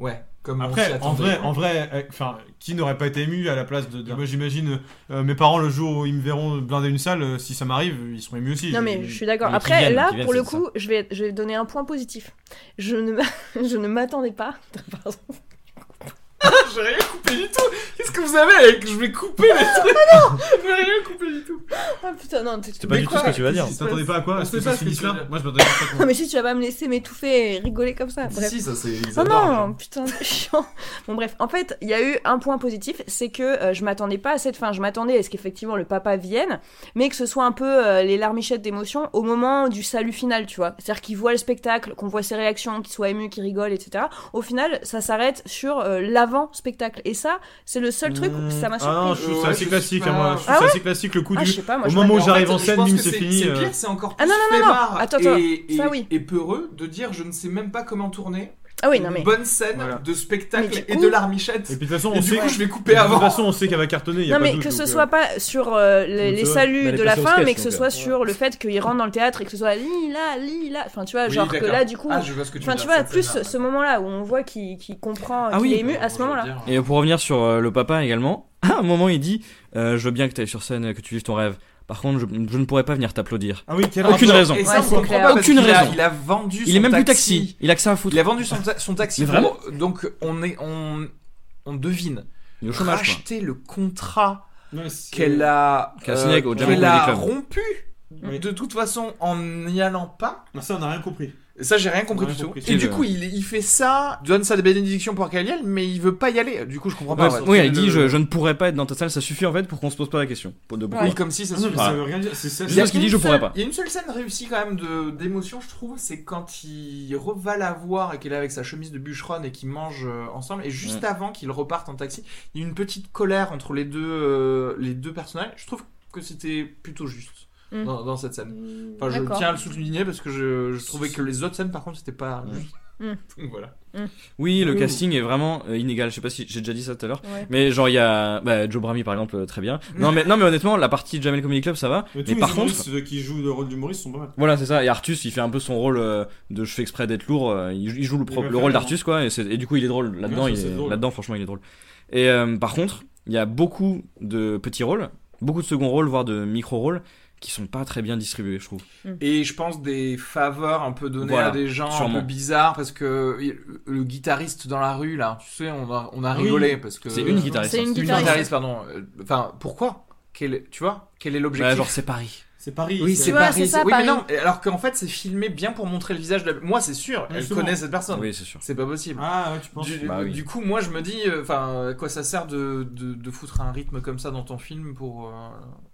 A: Ouais, comme on s'y
L: Après, en
A: attendait.
L: vrai, en vrai, euh, enfin, qui n'aurait pas été ému à la place de. de- moi, j'imagine euh, mes parents le jour où ils me verront blinder une salle, euh, si ça m'arrive, ils seront émus aussi.
C: Non mais je suis d'accord. Après là, pour le coup, je vais, je vais donner un point positif. Je ne, m'a- je ne m'attendais pas. Pardon.
A: J'ai rien coupé du tout. Qu'est-ce que vous avez avec Je vais couper les trucs.
C: Ah non
A: J'ai rien coupé du tout.
C: Ah putain non. t'es-
L: pas du tout ce que tu vas dire. Tu t'attendais pas à quoi
A: On
L: à ce
A: sait
L: que
A: pas
L: ça
A: ce que
L: finisse
A: tu veux
L: là
A: dire.
L: Moi, je m'attendais pas à ça.
C: Non mais si tu vas pas me laisser m'étouffer et rigoler comme ça. Bref.
A: Si, ça c'est. ils
C: Oh
A: adorent, les gens.
C: non, putain, c'est chiant. Bon bref, en fait, il y a eu un point positif, c'est que euh, je m'attendais pas à cette fin. Je m'attendais à ce qu'effectivement le papa vienne, mais que ce soit un peu euh, les larmichettes d'émotion au moment du salut final, tu vois. C'est-à-dire qu'il voit le spectacle, qu'on voit ses réactions, qu'il soit ému, qu'il rigole, etc. Au final, ça s'arrête sur euh, l'avant-spectacle. Et ça, c'est le seul truc où ça m'a surpris.
L: Ah non, je trouve ça
A: Ouais,
L: assez
A: je
L: classique,
A: sais
L: hein, moi. Je
A: pas.
L: trouve
A: Ah
L: ça
A: ouais
L: assez classique le coup
C: Ah,
L: du.
C: je sais pas, moi,
L: Au
C: je
L: moment où
A: Mais en
L: j'arrive
A: fait,
L: en
A: je
L: scène,
A: pense
L: bim,
A: que
L: c'est fini.
A: C'est
L: euh.
A: pire, c'est encore
C: Ah
A: plus
C: non, non, non, non.
A: flemmard
C: Attends, attends.
A: Et, et-
C: Ça, oui.
A: et peureux de dire je ne sais même pas comment tourner.
C: Ah oui, non, mais-
A: Une bonne scène de spectacle et de larmichette.
L: Et puis de toute façon,
A: Et
L: on
A: du
L: sait.
A: coup, je vais couper
L: et De
A: avant.
L: toute façon, on sait qu'elle va cartonner. y a
C: Non
L: pas
C: mais
L: de doute,
C: que ce
L: donc,
C: soit pas sur euh, les,
L: Donc,
C: les
L: ça va. Mais
C: saluts
L: elle
C: de
L: est
C: la
L: passée au
C: fin,
L: sketch,
C: mais que ce
L: donc,
C: soit
L: euh,
C: sur le fait qu'il rentre dans le théâtre et que ce soit lila, lila, enfin tu vois,
A: Oui,
C: genre que
A: d'accord.
C: là du coup,
A: Ah, je vois ce que tu
C: enfin
A: veux
C: tu
A: dire, Bah,
C: vois,
A: cette
C: plus
A: scène-là,
C: ce moment-là où on voit qu'il qu'il comprend,
D: Ah
C: qu'il
D: oui.
C: est ému à ce moment-là.
D: Et pour revenir sur euh, le papa également, à un moment il dit euh, Je veux bien que tu ailles sur scène, euh, que tu vives ton rêve. Par contre, je, je ne pourrais pas venir t'applaudir.
L: Ah oui, quel
D: Aucune
L: rapport.
D: raison.
A: Et ça, on comprend pas parce
D: Aucune
A: qu'il a-
D: raison.
A: il a vendu
D: Il
A: son
D: est même plus
A: taxi.
D: taxi. Il a que ça à foutre.
A: Il a vendu son, ta- son taxi.
D: Mais
A: pour-
D: vraiment
A: Donc on est on on devine.
D: Il est au chômage, quoi.
A: Racheter le contrat
L: Ouais, c'est-
A: qu'elle a euh,
D: Qu'elle a signé avec- au Jamaica
A: qu'elle a
D: Comedy Club.
A: rompu. De toute façon, en n'y allant pas.
L: Ça, on n'a rien compris.
A: Ça, j'ai rien compris
L: On a
A: du tout.
L: compris.
A: Et du coup, il, il fait ça, donne sa bénédiction pour qu'elle y aille, mais il veut pas y aller. Du coup, je comprends pas.
D: Ouais,
A: ouais.
D: oui, il dit
A: Le-
D: je, je ne pourrais pas être dans ta salle, ça suffit en fait pour qu'on se pose pas la question. Pour de pourquoi.
A: Oui, comme si ça
L: Ah non, mais
A: suffisait.
L: ça veut rien dire, c'est ça.
D: Juste
A: Il y a
D: parce qu'il dit
A: une
D: je pourrais
A: seule-
D: pas.
A: Il y a une seule scène réussie quand même de- d'émotion, je trouve, c'est quand il reva la voir et qu'elle est avec sa chemise de bûcheronne et qu'ils mangent euh, ensemble. Et juste
D: Ouais.
A: avant qu'ils repartent en taxi, il y a une petite colère entre les deux, euh, les deux personnages. Je trouve que c'était plutôt juste.
C: Mm.
A: Dans, dans cette scène. Enfin, je
C: D'accord.
A: tiens à le souligner parce que je, je trouvais que les autres scènes, par contre, c'était pas. juste.
C: Mm.
A: Donc voilà.
D: Oui, le
A: Ouh.
D: casting est vraiment euh, inégal. Je sais pas si j'ai déjà dit ça tout à l'heure,
C: Ouais.
D: mais genre il y a bah, Joe Brami par exemple euh, très bien. Non mais non mais honnêtement la partie de Jamel Comedy Club ça va.
L: Mais
D: Mais,
L: tous les
D: par contre
L: humoristes qui jouent le rôle d'humoriste sont pas mal.
D: voilà c'est ça. Et Artus il fait un peu son rôle euh, de je fais exprès d'être lourd. euh, il, il joue le, pro-
L: va
D: le
L: faire
D: rôle
L: bien.
D: d'Artus quoi. Et, c'est- et du coup il est drôle là-dedans.
L: Ouais, ça,
D: il
L: c'est
D: est-
L: drôle.
D: Là-dedans franchement il est drôle. Et euh, par contre il y a beaucoup de petits rôles, beaucoup de second rôles voire de micro rôles qui sont pas très bien distribués je trouve.
A: Et je pense des faveurs un peu données
D: Voilà,
A: à des gens
D: sûrement.
A: un peu bizarres parce que il- le guitariste dans la rue là, tu sais, on a, on a
D: Oui.
A: rigolé parce que
D: C'est une guitariste, C'est une hein. guitariste.
A: pardon. Euh, Enfin, pourquoi Quel- Tu vois Quel est l'objectif
D: Bah, genre c'est Paris.
L: C'est Paris.
A: Oui,
L: c'est-
A: c'est
L: Tu vois,
A: Paris.
L: c'est ça,
A: oui, mais
L: Paris.
A: non. et Alors qu'en fait, c'est filmé bien pour montrer le visage. De la- Moi, c'est sûr.
L: Oui,
A: elle
L: justement.
A: connaît cette personne.
D: Oui, c'est sûr.
A: C'est pas possible.
L: Ah, ouais, tu penses
A: Du,
L: Bah oui.
A: du coup, moi, je me dis, euh, enfin, euh, quoi, ça sert de, de, de foutre un rythme comme ça dans ton film pour. euh,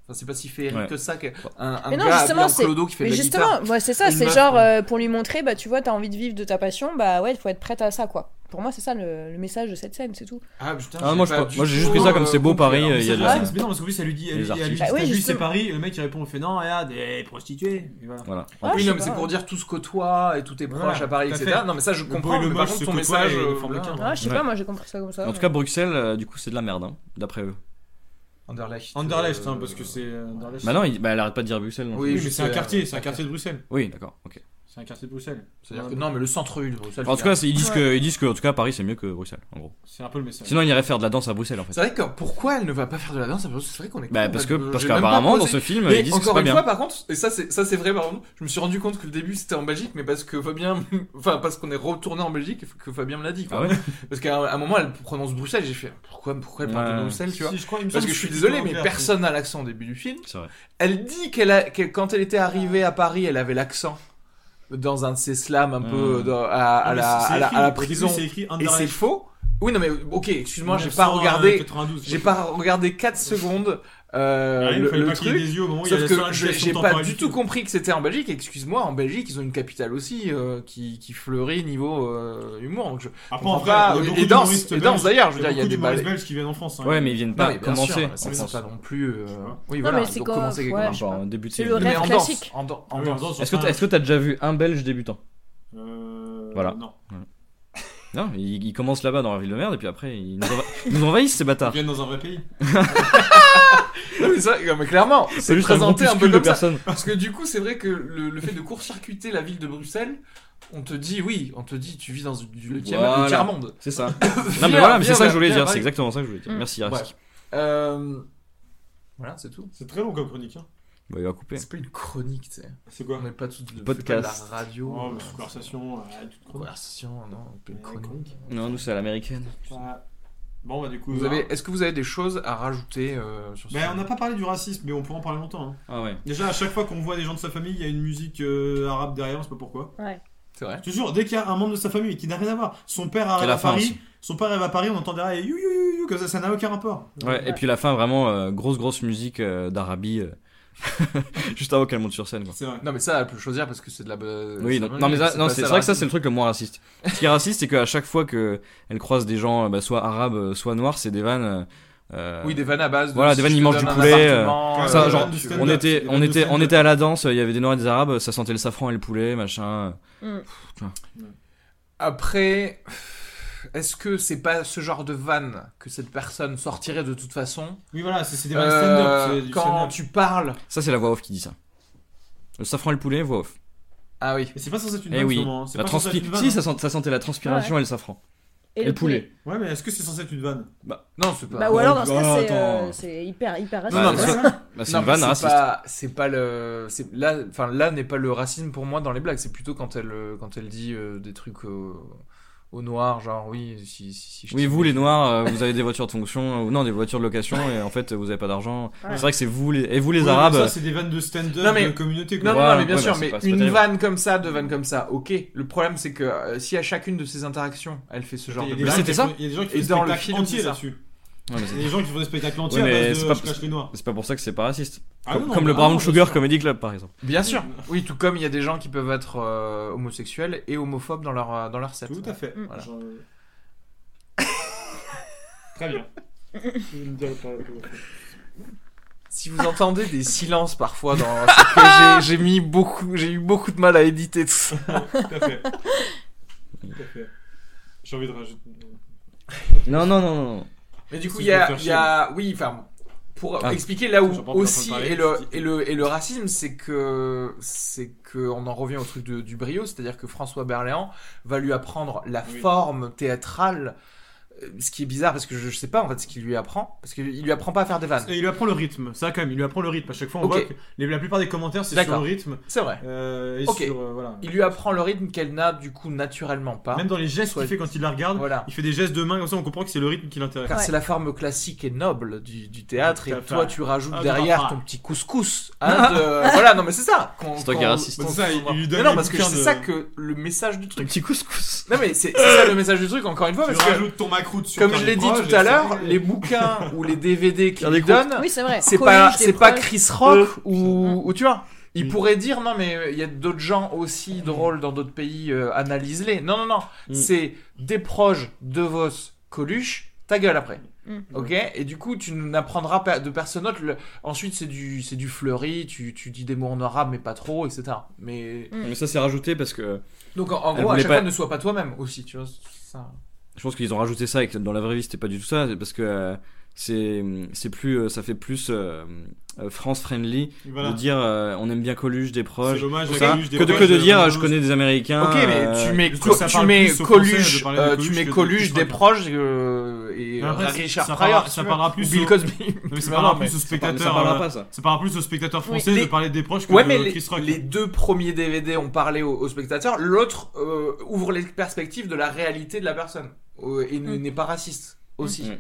A: Enfin, c'est pas si féerique
D: Ouais.
A: que ça. qu'un un
C: Mais non,
A: gars
C: justement,
A: habillé en
C: c'est
A: clodo qui fait
C: mais
A: de la
C: justement,
A: guitare.
C: ouais, c'est ça,
A: Une
C: c'est
A: meuf,
C: genre euh, pour lui montrer, bah tu vois, t'as envie de vivre de ta passion, bah ouais, il faut être prête à ça, quoi. Pour moi, c'est ça le, le message de cette scène, c'est tout.
A: Ah putain,
D: Ah, moi, je crois- moi, j'ai juste pris ça comme c'est beau, Paris,
A: hein.
D: euh, il y a de la-
L: Mais non, parce qu'en plus, elle lui dit, elle,
D: Les
L: lui- elle lui dit,
D: artistes.
L: t'as
D: Bah oui,
L: vu, c'est
D: justement.
L: Paris, et le mec il répond, il fait non, regarde, des prostituées. Et
D: Voilà.
C: Ah,
A: oui, non, mais
C: hein.
A: c'est pour dire tout se côtoie et tout est
L: Voilà,
A: proche à Paris,
L: tout à
A: etc.
L: fait.
A: Non, mais ça, je
L: Le
A: comprends.
L: beau et le
A: mais par
L: moche
A: contre,
L: se
A: ton
L: côtoient
A: message.
L: et
A: euh,
L: ne forment
A: voilà.
L: qu'un.
C: Ah, je sais
D: Ouais.
C: pas, moi j'ai compris ça comme ça.
D: En tout cas Bruxelles euh, du coup c'est de la merde hein, d'après eux.
A: Anderlecht.
L: Anderlecht,
A: euh,
L: hein, parce que c'est euh, Anderlecht.
D: Bah non il- bah, elle arrête pas de dire Bruxelles. non
A: Oui,
L: Oui,
A: je
L: mais
A: sais,
L: c'est un quartier, c'est un
A: d'accord.
L: quartier de Bruxelles.
D: Oui, d'accord, ok.
L: C'est un quartier de Bruxelles.
A: C'est-à-dire que non, mais le centre-ville de Bruxelles.
D: Enfin, en tout
A: c'est
D: cas,
A: un-
D: c'est- ils disent, que, ils disent que en tout cas, Paris c'est mieux que Bruxelles, en gros.
L: C'est un peu le message.
D: Sinon, ils iraient faire de la danse à Bruxelles, en fait.
A: C'est vrai que pourquoi elle ne va pas faire de la danse C'est vrai qu'on est.
D: Bah,
A: con,
D: parce
A: en
D: que-
A: fait,
D: parce
A: j'ai même
D: qu'apparemment,
A: pas
D: dans
A: posé.
D: ce film,
A: Mais
D: ils disent que c'est
A: encore
D: pas
A: une
D: bien.
A: fois, par contre, et ça c'est ça c'est vrai, par exemple, je me suis rendu compte que le début c'était en Belgique, mais parce que Fabien, enfin parce qu'on est retourné en Belgique, que Fabien me l'a dit. quoi.
D: Ah ouais
A: parce qu'à un- à un moment, elle prononce Bruxelles, j'ai fait pourquoi pourquoi elle parle
D: Ouais.
A: de Bruxelles, tu
L: Si,
A: vois
L: je crois, il me
A: Parce
L: semble
A: que
L: que
A: je suis
L: c'est
A: désolé,
L: plutôt
A: mais
L: inverse.
A: personne n'a l'accent au début du film.
D: C'est vrai.
A: Elle dit qu'elle a- qu'elle- quand elle était arrivée à Paris, elle avait l'accent dans un de ses slams un
D: Hmm.
A: peu dans- à, à
L: Non, mais
A: la,
L: c'est- c'est
A: à la-
L: écrit.
A: à la
L: Au début,
A: prison.
L: c'est écrit
A: et
L: Anderlecht.
A: c'est faux. Oui, non, mais ok, excuse-moi, j'ai pas
L: euh,
B: 1900,
A: regardé.
B: 92,
A: J'ai pas regardé 4 secondes.
L: Ah
A: euh,
B: Ouais, il
A: le,
B: fallait
A: le
B: pas qu'il y ait
A: truc,
B: des yeux au moment où il y
A: sauf
B: a la
A: que
B: seule
A: je-
B: indication
A: j'ai pas
B: temporelle
A: du
B: du
A: tout compris que c'était en Belgique. Excuse-moi, en Belgique, ils ont une capitale aussi euh, qui, qui fleurit niveau euh, humour. Donc je
B: Après,
A: comprends
B: en vrai,
A: pas.
B: il y a beaucoup
A: et danse,
B: d'humoristes
A: et danse
B: belges.
A: d'ailleurs. Je veux
B: Il y
A: dire,
B: a
A: il y a
B: beaucoup
A: des
B: d'humoristes
A: ballets.
B: belges qui viennent en France, hein.
D: Ouais, mais ils viennent pas
A: Non, mais bien
D: commencer.
A: sûr, ça
D: Ils
A: sent
D: sont-
A: pas non plus. euh, Oui,
D: Non,
A: voilà.
D: mais c'est
A: donc
D: comme-
A: commencer quelque
D: ouais,
A: part.
D: je sais pas, un début de
A: Mais
D: série.
A: en
D: rêve
A: danse,
D: classique.
A: en dan- en
D: Ah oui, en
A: danse.
D: Est-ce que t'as- est-ce que t'as déjà vu un Belge débutant Voilà.
B: non.
D: Non, ils, ils commencent là-bas dans la ville de merde et puis après ils nous, enva- ils nous envahissent ces bâtards.
B: Ils viennent dans un vrai pays.
A: Non, mais ça, non, mais clairement,
D: C'est
A: c'est
D: juste un
A: présenté un peu
D: groupuscule
A: comme
D: de
A: ça.
D: personnes.
A: Parce que du coup, c'est vrai que le, le fait de court-circuiter la ville de Bruxelles, on te dit, oui, on te dit, tu vis dans du, le tiers-
D: Voilà.
A: le tiers-monde.
D: C'est ça.
A: Viens,
D: non mais voilà, mais c'est
A: viens,
D: ça que je voulais
A: viens,
D: dire,
A: viens.
D: c'est exactement ça que je voulais dire.
A: Mm.
D: Merci
A: Bref.
D: Yarski.
A: Euh, Voilà, c'est tout.
B: C'est très long comme chronique. Hein.
D: Bah, il va couper.
A: C'est pas une chronique, tu sais.
B: C'est quoi
A: On n'est pas tous de
D: Podcast.
A: la radio.
B: Oh,
A: euh,
B: mais c'est Eh, conversation. euh, toute
A: Conversation, non, on peut une chronique.
D: Non, nous c'est à l'américaine.
B: Voilà. Bon, bah, du coup.
A: Vous
B: voilà.
A: avez, est-ce que vous avez des choses à rajouter euh, sur ce
B: Bah, on n'a pas parlé du racisme, mais on pourra en parler longtemps. hein.
D: Ah ouais.
B: Déjà, à chaque fois qu'on voit des gens de sa famille, il y a une musique euh, arabe derrière, on sait pas pourquoi.
C: Ouais.
A: C'est vrai.
B: Je te jure, dès qu'il y a un membre de sa famille qui n'a rien à voir, son père arrive
D: la
B: à
D: fin
B: Paris,
D: aussi.
B: son père arrive à Paris, on entend derrière you, you, you, you, comme ça, ça n'a aucun rapport.
D: Ouais, et puis la fin vraiment euh, grosse grosse musique euh, d'Arabie euh, juste avant qu'elle monte sur scène quoi.
A: Non, mais ça, elle peut le choisir parce que c'est de la. bonne- Euh,
D: Oui,
A: c'est
D: non,
A: vrai,
D: non, mais ça- non,
A: pas
D: c'est c'est
A: le
D: vrai que ça c'est
A: racisme.
D: le truc le moins raciste. Ce qui est raciste c'est qu'à chaque fois que elle croise des gens euh, bah, soit arabes euh, soit noirs, c'est des vannes euh,
A: Oui, des vannes à base de
D: Voilà,
A: si
D: des vannes
A: je
D: ils
A: te
D: mangent du
A: donne un
D: poulet. euh,
A: appartement,
D: comme
A: euh,
D: ça
A: des
D: genre
A: vannes du
D: on
A: stand-up, c'est
D: était
A: des
D: on
A: vannes de
D: était on
A: stand-up.
D: était à la danse, il y avait des noirs et des arabes, ça sentait le safran et le poulet, machin.
C: Mm.
A: Après, est-ce que c'est pas ce genre de vanne que cette personne sortirait de toute façon
B: Oui, voilà, c'est c'est des vrais stand-up.
A: Euh,
B: c'est du
A: Quand
B: stand-up.
A: tu parles.
D: Ça c'est la voix off qui dit ça. Le safran et le poulet, voix off.
A: Ah oui.
B: Mais c'est pas censé être une
D: Eh
B: vanne,
D: oui,
B: sûrement, hein. C'est
D: la
B: pas censé être
D: transpi-
B: une vanne,
D: Si,
B: hein.
D: ça, sent- ça sentait la transpiration
C: Ouais.
D: et le safran.
C: Et le poulet.
B: Ouais, mais est-ce que c'est censé être une vanne
D: Bah,
A: non, c'est pas.
C: Bah, ou alors, dans ce cas,
D: Oh,
C: c'est, euh,
D: attends.
C: c'est hyper,
A: Non,
C: hyper raciste.
A: non, mais c'est-
D: Bah, c'est
A: non,
D: une
A: mais
D: vanne
A: c'est
D: raciste.
A: pas- C'est pas le. c'est- Là, enfin, là n'est pas le racisme pour moi dans les blagues. C'est plutôt quand elle, euh, quand elle dit euh, des trucs euh, au noir, genre oui, si, si, si je
D: Oui,
A: t'ai-
D: vous les noirs, euh, vous avez des voitures de fonction, ou non, des voitures de location, et en fait, vous avez pas d'argent.
A: Ouais.
D: C'est vrai que c'est vous les, et vous les
B: Ouais, mais
D: arabes.
B: Ça, c'est des vannes de stand-up
A: Non, mais-
B: de communauté.
A: Non,
B: quoi.
A: non, non, mais bien
D: ouais,
A: sûr,
D: bah, c'est
A: mais
D: pas- c'est pas
A: une
D: terrible.
A: vanne comme ça, deux vannes comme ça, ok. Le problème, c'est que euh, si à chacune de ces interactions, elle fait ce genre
B: Il y
A: de
B: a des
A: blague.
B: gens qui
D: c'était ça
B: font- Il y a des gens qui font
A: Et
B: des
A: dans le
B: spectacles
A: film,
B: entiers
A: c'est ça.
B: là-dessus.
D: Ouais, mais
B: Il y a des gens qui font des spectacles
D: Ouais,
B: entiers à
D: mais
B: base
D: c'est
B: de
D: pas,
B: je cache les noirs.
D: c'est pas pour ça que c'est pas raciste.
B: Ah
D: comme
B: non,
D: comme
B: bah,
D: le
B: ah
D: Brown
B: non, bien
D: Sugar
B: sûr.
D: Comedy Club, par exemple.
A: Bien sûr. Oui, tout comme il y a des gens qui peuvent être euh, homosexuels et homophobes dans leur euh, dans leur set.
B: Tout à fait.
A: Voilà.
B: Genre, euh, Très bien. Je vais me dire le pas-
A: Si vous entendez des silences parfois dans c'est que j'ai j'ai mis beaucoup j'ai eu beaucoup de mal à éditer tout ça.
B: Tout à fait. Tout à fait. J'ai envie de rajouter.
D: Non, non, non, non. non.
A: Mais du coup,
B: Si
A: il
B: je
A: y
B: peux
A: a,
B: faire
A: il y a- oui, enfin, pour
D: Ah.
A: expliquer là où
B: J'en parle pas,
A: aussi
B: j'en parle pas,
A: et le
B: je dis-
A: et le et le racisme, c'est que c'est que on en revient au truc de- du brio, c'est-à-dire que François Berléand va lui apprendre la
B: Oui.
A: forme théâtrale, euh, ce qui est bizarre parce que je, je sais pas en fait ce qu'il lui apprend, parce qu'il lui apprend pas à faire des vannes.
B: Et il lui apprend le rythme, ça quand même, il lui apprend le rythme. À chaque fois, on
A: Ok.
B: voit que les- la plupart des commentaires c'est sur
A: D'accord.
B: le rythme.
A: C'est vrai.
B: euh, et
A: Ok.
B: sur, euh, voilà.
A: Il lui apprend le rythme qu'elle n'a du coup naturellement pas.
B: Même dans les gestes
A: Soit-
B: qu'il fait quand il la regarde,
A: Voilà.
B: il fait des gestes de main comme ça, on comprend que c'est le rythme qui l'intéresse.
A: Car c'est la forme classique et noble du, du théâtre,
B: Tout à
A: et
B: fait.
A: toi tu rajoutes
B: Ah,
A: derrière
B: bah,
A: ton petit couscous. hein, de- Voilà, non mais c'est ça. qu'on-
D: C'est toi
A: qu'on-
D: qui es raciste.
A: qu'on-
B: C'est ça, il- il lui donne
A: Mais non,
B: les
A: parce que
B: bouquins
A: c'est
B: de-
A: ça que le message du truc.
D: Petit couscous.
A: Non mais c'est c'est ça le message du truc, encore une fois,
B: Tu
A: parce que
B: rajoutes ton macro dessus.
A: comme je l'ai dit tout à l'heure, les bouquins ou les DVD qu'il
D: Faire des
A: lui donne,
C: Oui, c'est vrai.
A: c'est
C: Corrige
A: pas,
C: des
A: c'est pas
C: proches.
A: Chris
D: Euh,
A: Rock ou, ou tu vois. Il
D: Mm.
B: Oui.
A: pourrait dire non mais euh, il y a d'autres gens aussi drôles dans d'autres pays, euh, analyse-les. Non non non,
D: Mm.
A: c'est des proches de vos Coluche, ta gueule après.
C: Mm.
A: Ok et du coup tu n'apprendras pas de personne autre. Le- Ensuite c'est du c'est du fleuri, tu, tu dis des mots en arabe mais pas trop etc. Mais
C: Mm.
D: Mais ça, c'est rajouté parce que
A: donc en, en
D: Elle
A: gros à
D: voulait
A: chaque
D: pas-
A: fois ne sois pas toi-même aussi tu vois. c'est Ça.
D: je pense qu'ils ont rajouté ça et que dans la vraie vie, c'était pas du tout ça, parce que euh, c'est, c'est plus, euh, ça fait plus euh, euh, France friendly de dire euh, on aime bien Coluche, des
B: C'est
D: proches.
B: dommage,
D: tout
B: la
D: ça,
B: Coluche, des
D: que de, que
B: proches,
D: de
B: euh,
D: dire euh, je
B: Coluche.
D: connais des Américains.
A: Ok, mais
D: euh,
A: tu mets,
B: parce
A: Co-
B: que ça
A: tu
B: parle
A: mets
B: plus aux Français de
A: Coluche,
B: parler de
A: euh,
B: Coluche
A: tu mets
B: que de
A: Coluche,
B: Chris
A: des
B: Rock.
A: proches euh, et
B: Mais après,
A: euh,
B: ça-
A: Richard
B: ça
A: Pryor.
B: parlera-
A: tu
B: ça
A: vois.
B: parlera
A: Ou
B: plus
A: Bill
B: aux-
A: Cosby.
B: Mais ça
A: Non,
B: parlera
A: non, mais
B: plus aux
A: ça parle-
B: spectateurs.
D: ça parlera
B: euh,
D: pas, ça.
B: ça parlera plus aux spectateurs français
A: Les-
B: de parler des proches que
A: Ouais,
B: de
A: mais les,
B: Chris Rock.
A: les deux premiers DVD ont parlé aux, aux spectateurs. L'autre euh, ouvre les perspectives de la réalité de la personne Euh, et ne-
C: Mm.
A: n'est pas raciste aussi.
D: Mm.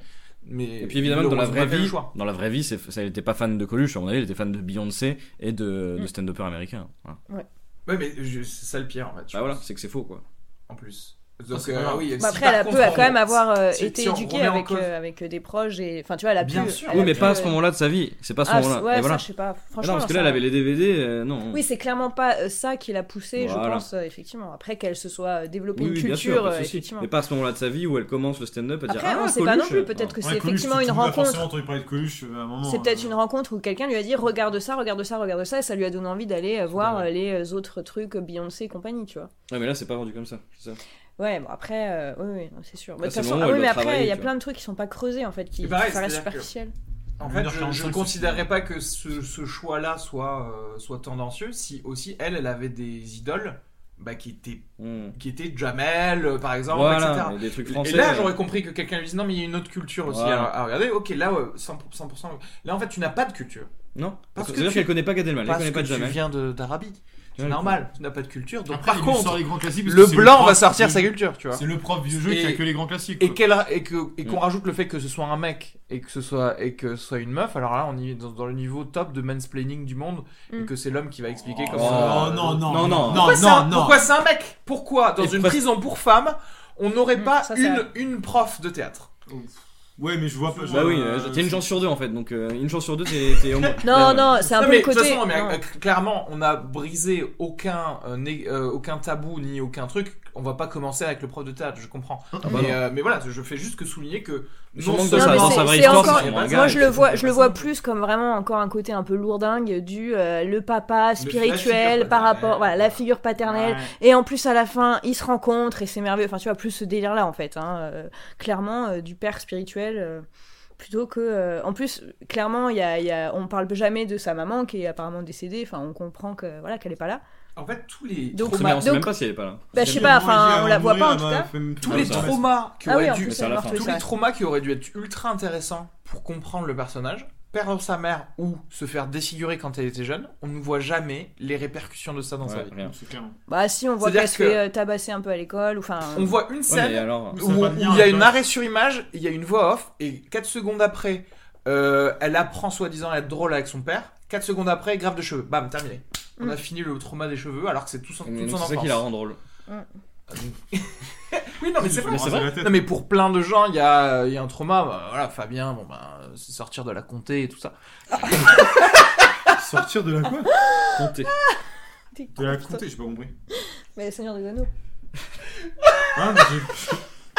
A: Mais
D: Et puis évidemment,
A: ils
D: dans la
A: ont
D: vraie
A: fait le
D: vie,
A: choix.
D: dans la vraie vie, c'est, ça, il était pas fan de Coluche, à mon avis, il était fan de Beyoncé et de, de
C: Mm.
D: stand-uppers américains. Voilà.
A: Ouais, mais je- c'est ça le pire en fait. je
D: Bah voilà,
A: pense,
D: c'est que c'est faux, quoi.
A: En plus. Donc,
B: c'est
A: euh,
B: pas grave.
A: oui,
C: Bah
A: si
C: après,
A: par
C: elle a
A: contre,
C: peu à
A: on-
C: quand même avoir euh,
A: si-
C: été
A: si on
C: éduquée
A: remet en
C: avec,
A: cause-
C: euh, avec euh, des proches et enfin tu vois, elle a
A: Bien
C: pu.
A: sûr.
C: elle
D: Oui,
C: a
D: mais
C: pu,
D: pas à ce
C: euh,
D: moment-là de sa vie. C'est pas à ce
C: Ah,
D: moment-là.
C: ouais,
D: Et
C: ça,
D: voilà.
C: je sais pas.
D: Ah
C: Franchement,
D: non, parce que
C: ça-
D: là, elle avait les DVD. euh, non.
C: Oui, c'est clairement pas euh, ça qui l'a poussée, je
D: Voilà.
C: pense, euh, effectivement. Après qu'elle se soit euh, développée
D: Oui,
C: une
D: oui, bien
C: culture,
D: sûr, pas de
C: euh,
D: souci.
C: effectivement.
D: Mais pas à ce moment-là de sa vie où elle commence le stand-up à dire
C: Après,
D: Ah,
C: on sait pas non
D: Coluche.
C: plus, peut-être que
L: Ouais,
C: c'est
L: Coluche,
C: effectivement
L: tout
C: une
L: le monde a
C: rencontre.
L: forcément entendu parler de Coluche euh, à un moment.
C: C'est
L: hein.
C: peut-être une rencontre où quelqu'un lui a dit regarde ça, regarde ça, regarde ça, et ça lui a donné envie d'aller euh, voir euh, les euh, autres trucs euh, Beyoncé et compagnie, tu vois.
D: Ouais, Ah, mais là, c'est pas vendu comme ça. c'est ça.
C: Ouais, bon après, euh, oui, oui, non, c'est sûr. Bah,
D: Ah,
C: De toute
D: c'est le
C: façon,
D: moment où
C: ah oui,
D: elle
C: mais
D: va
C: après, il y
D: travailler,
C: a
D: tu
C: plein de trucs qui sont pas creusés en fait, qui,
A: Et
C: qui
A: pareil,
C: paraissent
A: c'est-à-dire que-
C: superficiels.
A: En fait, je-
L: 1h45,
A: je ne
L: c'est-
A: considérerais pas que ce, ce choix-là soit, euh, soit tendancieux si aussi elle, elle avait des idoles bah, qui étaient qui étaient Jamel, euh, par exemple,
D: Hmm. Voilà,
A: etc.
D: mais des trucs
A: Et-
D: français, euh,
A: et là,
D: ouais.
A: j'aurais compris que quelqu'un lui dise non, mais il y a une autre culture aussi
D: Voilà.
A: à, à regarder. Ok, là, ouais, 100%, 100%. Là, en fait, tu n'as pas de culture.
D: Non,
A: parce que
D: c'est-à-dire
A: tu-
D: qu'elle connaît pas Gad Elmaleh, elle
A: parce
D: connaît
A: que
D: pas Jamel.
A: Tu viens de- d'Arabie. C'est
D: Ouais,
A: normal, tu n'as pas de culture. Donc,
L: Après,
A: par
L: il lui sort
A: contre,
L: les grands classiques parce que
A: le
L: c'est
A: blanc
L: prof
A: va sortir
L: du-
A: sa culture, tu vois.
L: C'est le prof vieux jeu qui a que les grands classiques.
A: Et
L: quoi.
A: qu'elle ra- et que- et qu'on
L: Mm.
A: rajoute le fait que ce soit un mec et que ce soit et que ce soit une meuf. Alors là, on y est dans, dans le niveau top de mansplaining du monde
C: Mm.
A: et que c'est l'homme qui va expliquer
L: Oh,
A: comment. ça-
L: non, non,
A: Pourquoi
L: non, non,
A: c'est
L: non,
A: un-
L: non.
A: Pourquoi c'est un mec Pourquoi dans
L: Et
A: une
L: pres-
A: prison pour femmes, on n'aurait
C: Mm,
A: pas
L: ça, c'est
A: une
L: vrai.
A: une prof de théâtre
L: Ouais, mais je vois pas. je
D: Bah
L: vois-
D: oui, euh, t'as une chance sur deux en fait, donc euh, une chance sur deux t'es t'es homo.
C: Non, non, c'est un peu
A: mais
C: le
A: de toute
C: côté-
A: façon, mais,
C: non.
A: euh, cl- clairement, on a brisé aucun, euh, né- euh, aucun tabou ni aucun truc. On va pas commencer avec le prof de théâtre, je comprends.
D: bah
A: mais,
D: non.
A: euh, mais voilà, je fais juste que souligner que
D: Son
A: non
D: manque de
A: seulement-
D: savoir sa
C: C'est-
D: vraie
C: c'est
D: histoire,
C: encore-
D: c'est son
C: moi
D: regard,
C: je
D: et
C: le
D: c'est
C: vois,
D: tout.
C: je le vois plus comme vraiment encore un côté un peu lourdingue du euh, le papa spirituel
K: figure
C: par rapport, voilà, la figure paternelle. Et en plus à la fin, ils se rencontrent et c'est merveilleux. Enfin tu vois plus ce délire là en fait, hein, euh, clairement euh, du père spirituel. euh, Plutôt que, euh, en plus, clairement, il y a, il y a- on parle jamais de sa maman qui est apparemment décédée. Enfin, on comprend que voilà qu'elle est pas là.
A: En fait, tous les
C: Donc-
D: Mais on sait même
C: donc-
D: pas si elle est pas là.
C: Bah, je sais pas. Enfin, on la voit pas en tout
L: mourir,
C: cas.
L: elle m'a fait-
A: tous
D: Ah,
A: les
D: ça reste.
A: traumas qui
C: Ah oui,
A: auraient
C: en
A: dû
C: plus, elle
D: est morte, oui,
A: tous
D: ça
A: les
D: reste.
A: traumas qui auraient dû être ultra intéressants pour comprendre le personnage perdre sa mère ou se faire défigurer quand elle était jeune on ne voit jamais les répercussions de ça dans sa
D: Ouais,
A: vie
D: rien.
L: C'est clair.
C: Bah si, on voit
A: C'est-à-dire
C: qu'elle se
A: que-
C: fait euh, tabasser un peu à l'école. ou Enfin, euh,
A: on voit une scène
D: mais alors- euh,
A: où où il y
D: hein,
A: a une arrêt sur image, il y a une voix off, et 4 secondes après, euh, elle apprend soi-disant à être drôle avec son père. 4 secondes après, grave de cheveux. Bam, terminé. On
C: Mm.
A: a fini le trauma des cheveux alors que c'est tout son,
D: Mais
A: toute son
D: donc,
A: enfance.
D: C'est ça hein. qui la rend drôle.
A: Oui, non, mais c'est vrai.
D: Mais c'est vrai.
A: Non, mais pour plein de gens, il y a, il y a un trauma. Bah, Voilà, Fabien, bon, bah, c'est sortir de la comté et tout ça.
L: Sortir de la quoi
D: Comptez.
C: T'es
L: De la
C: con,
L: comté, j'ai pas compris.
C: Mais Seigneur des Anneaux.
L: Ah, mais j'ai-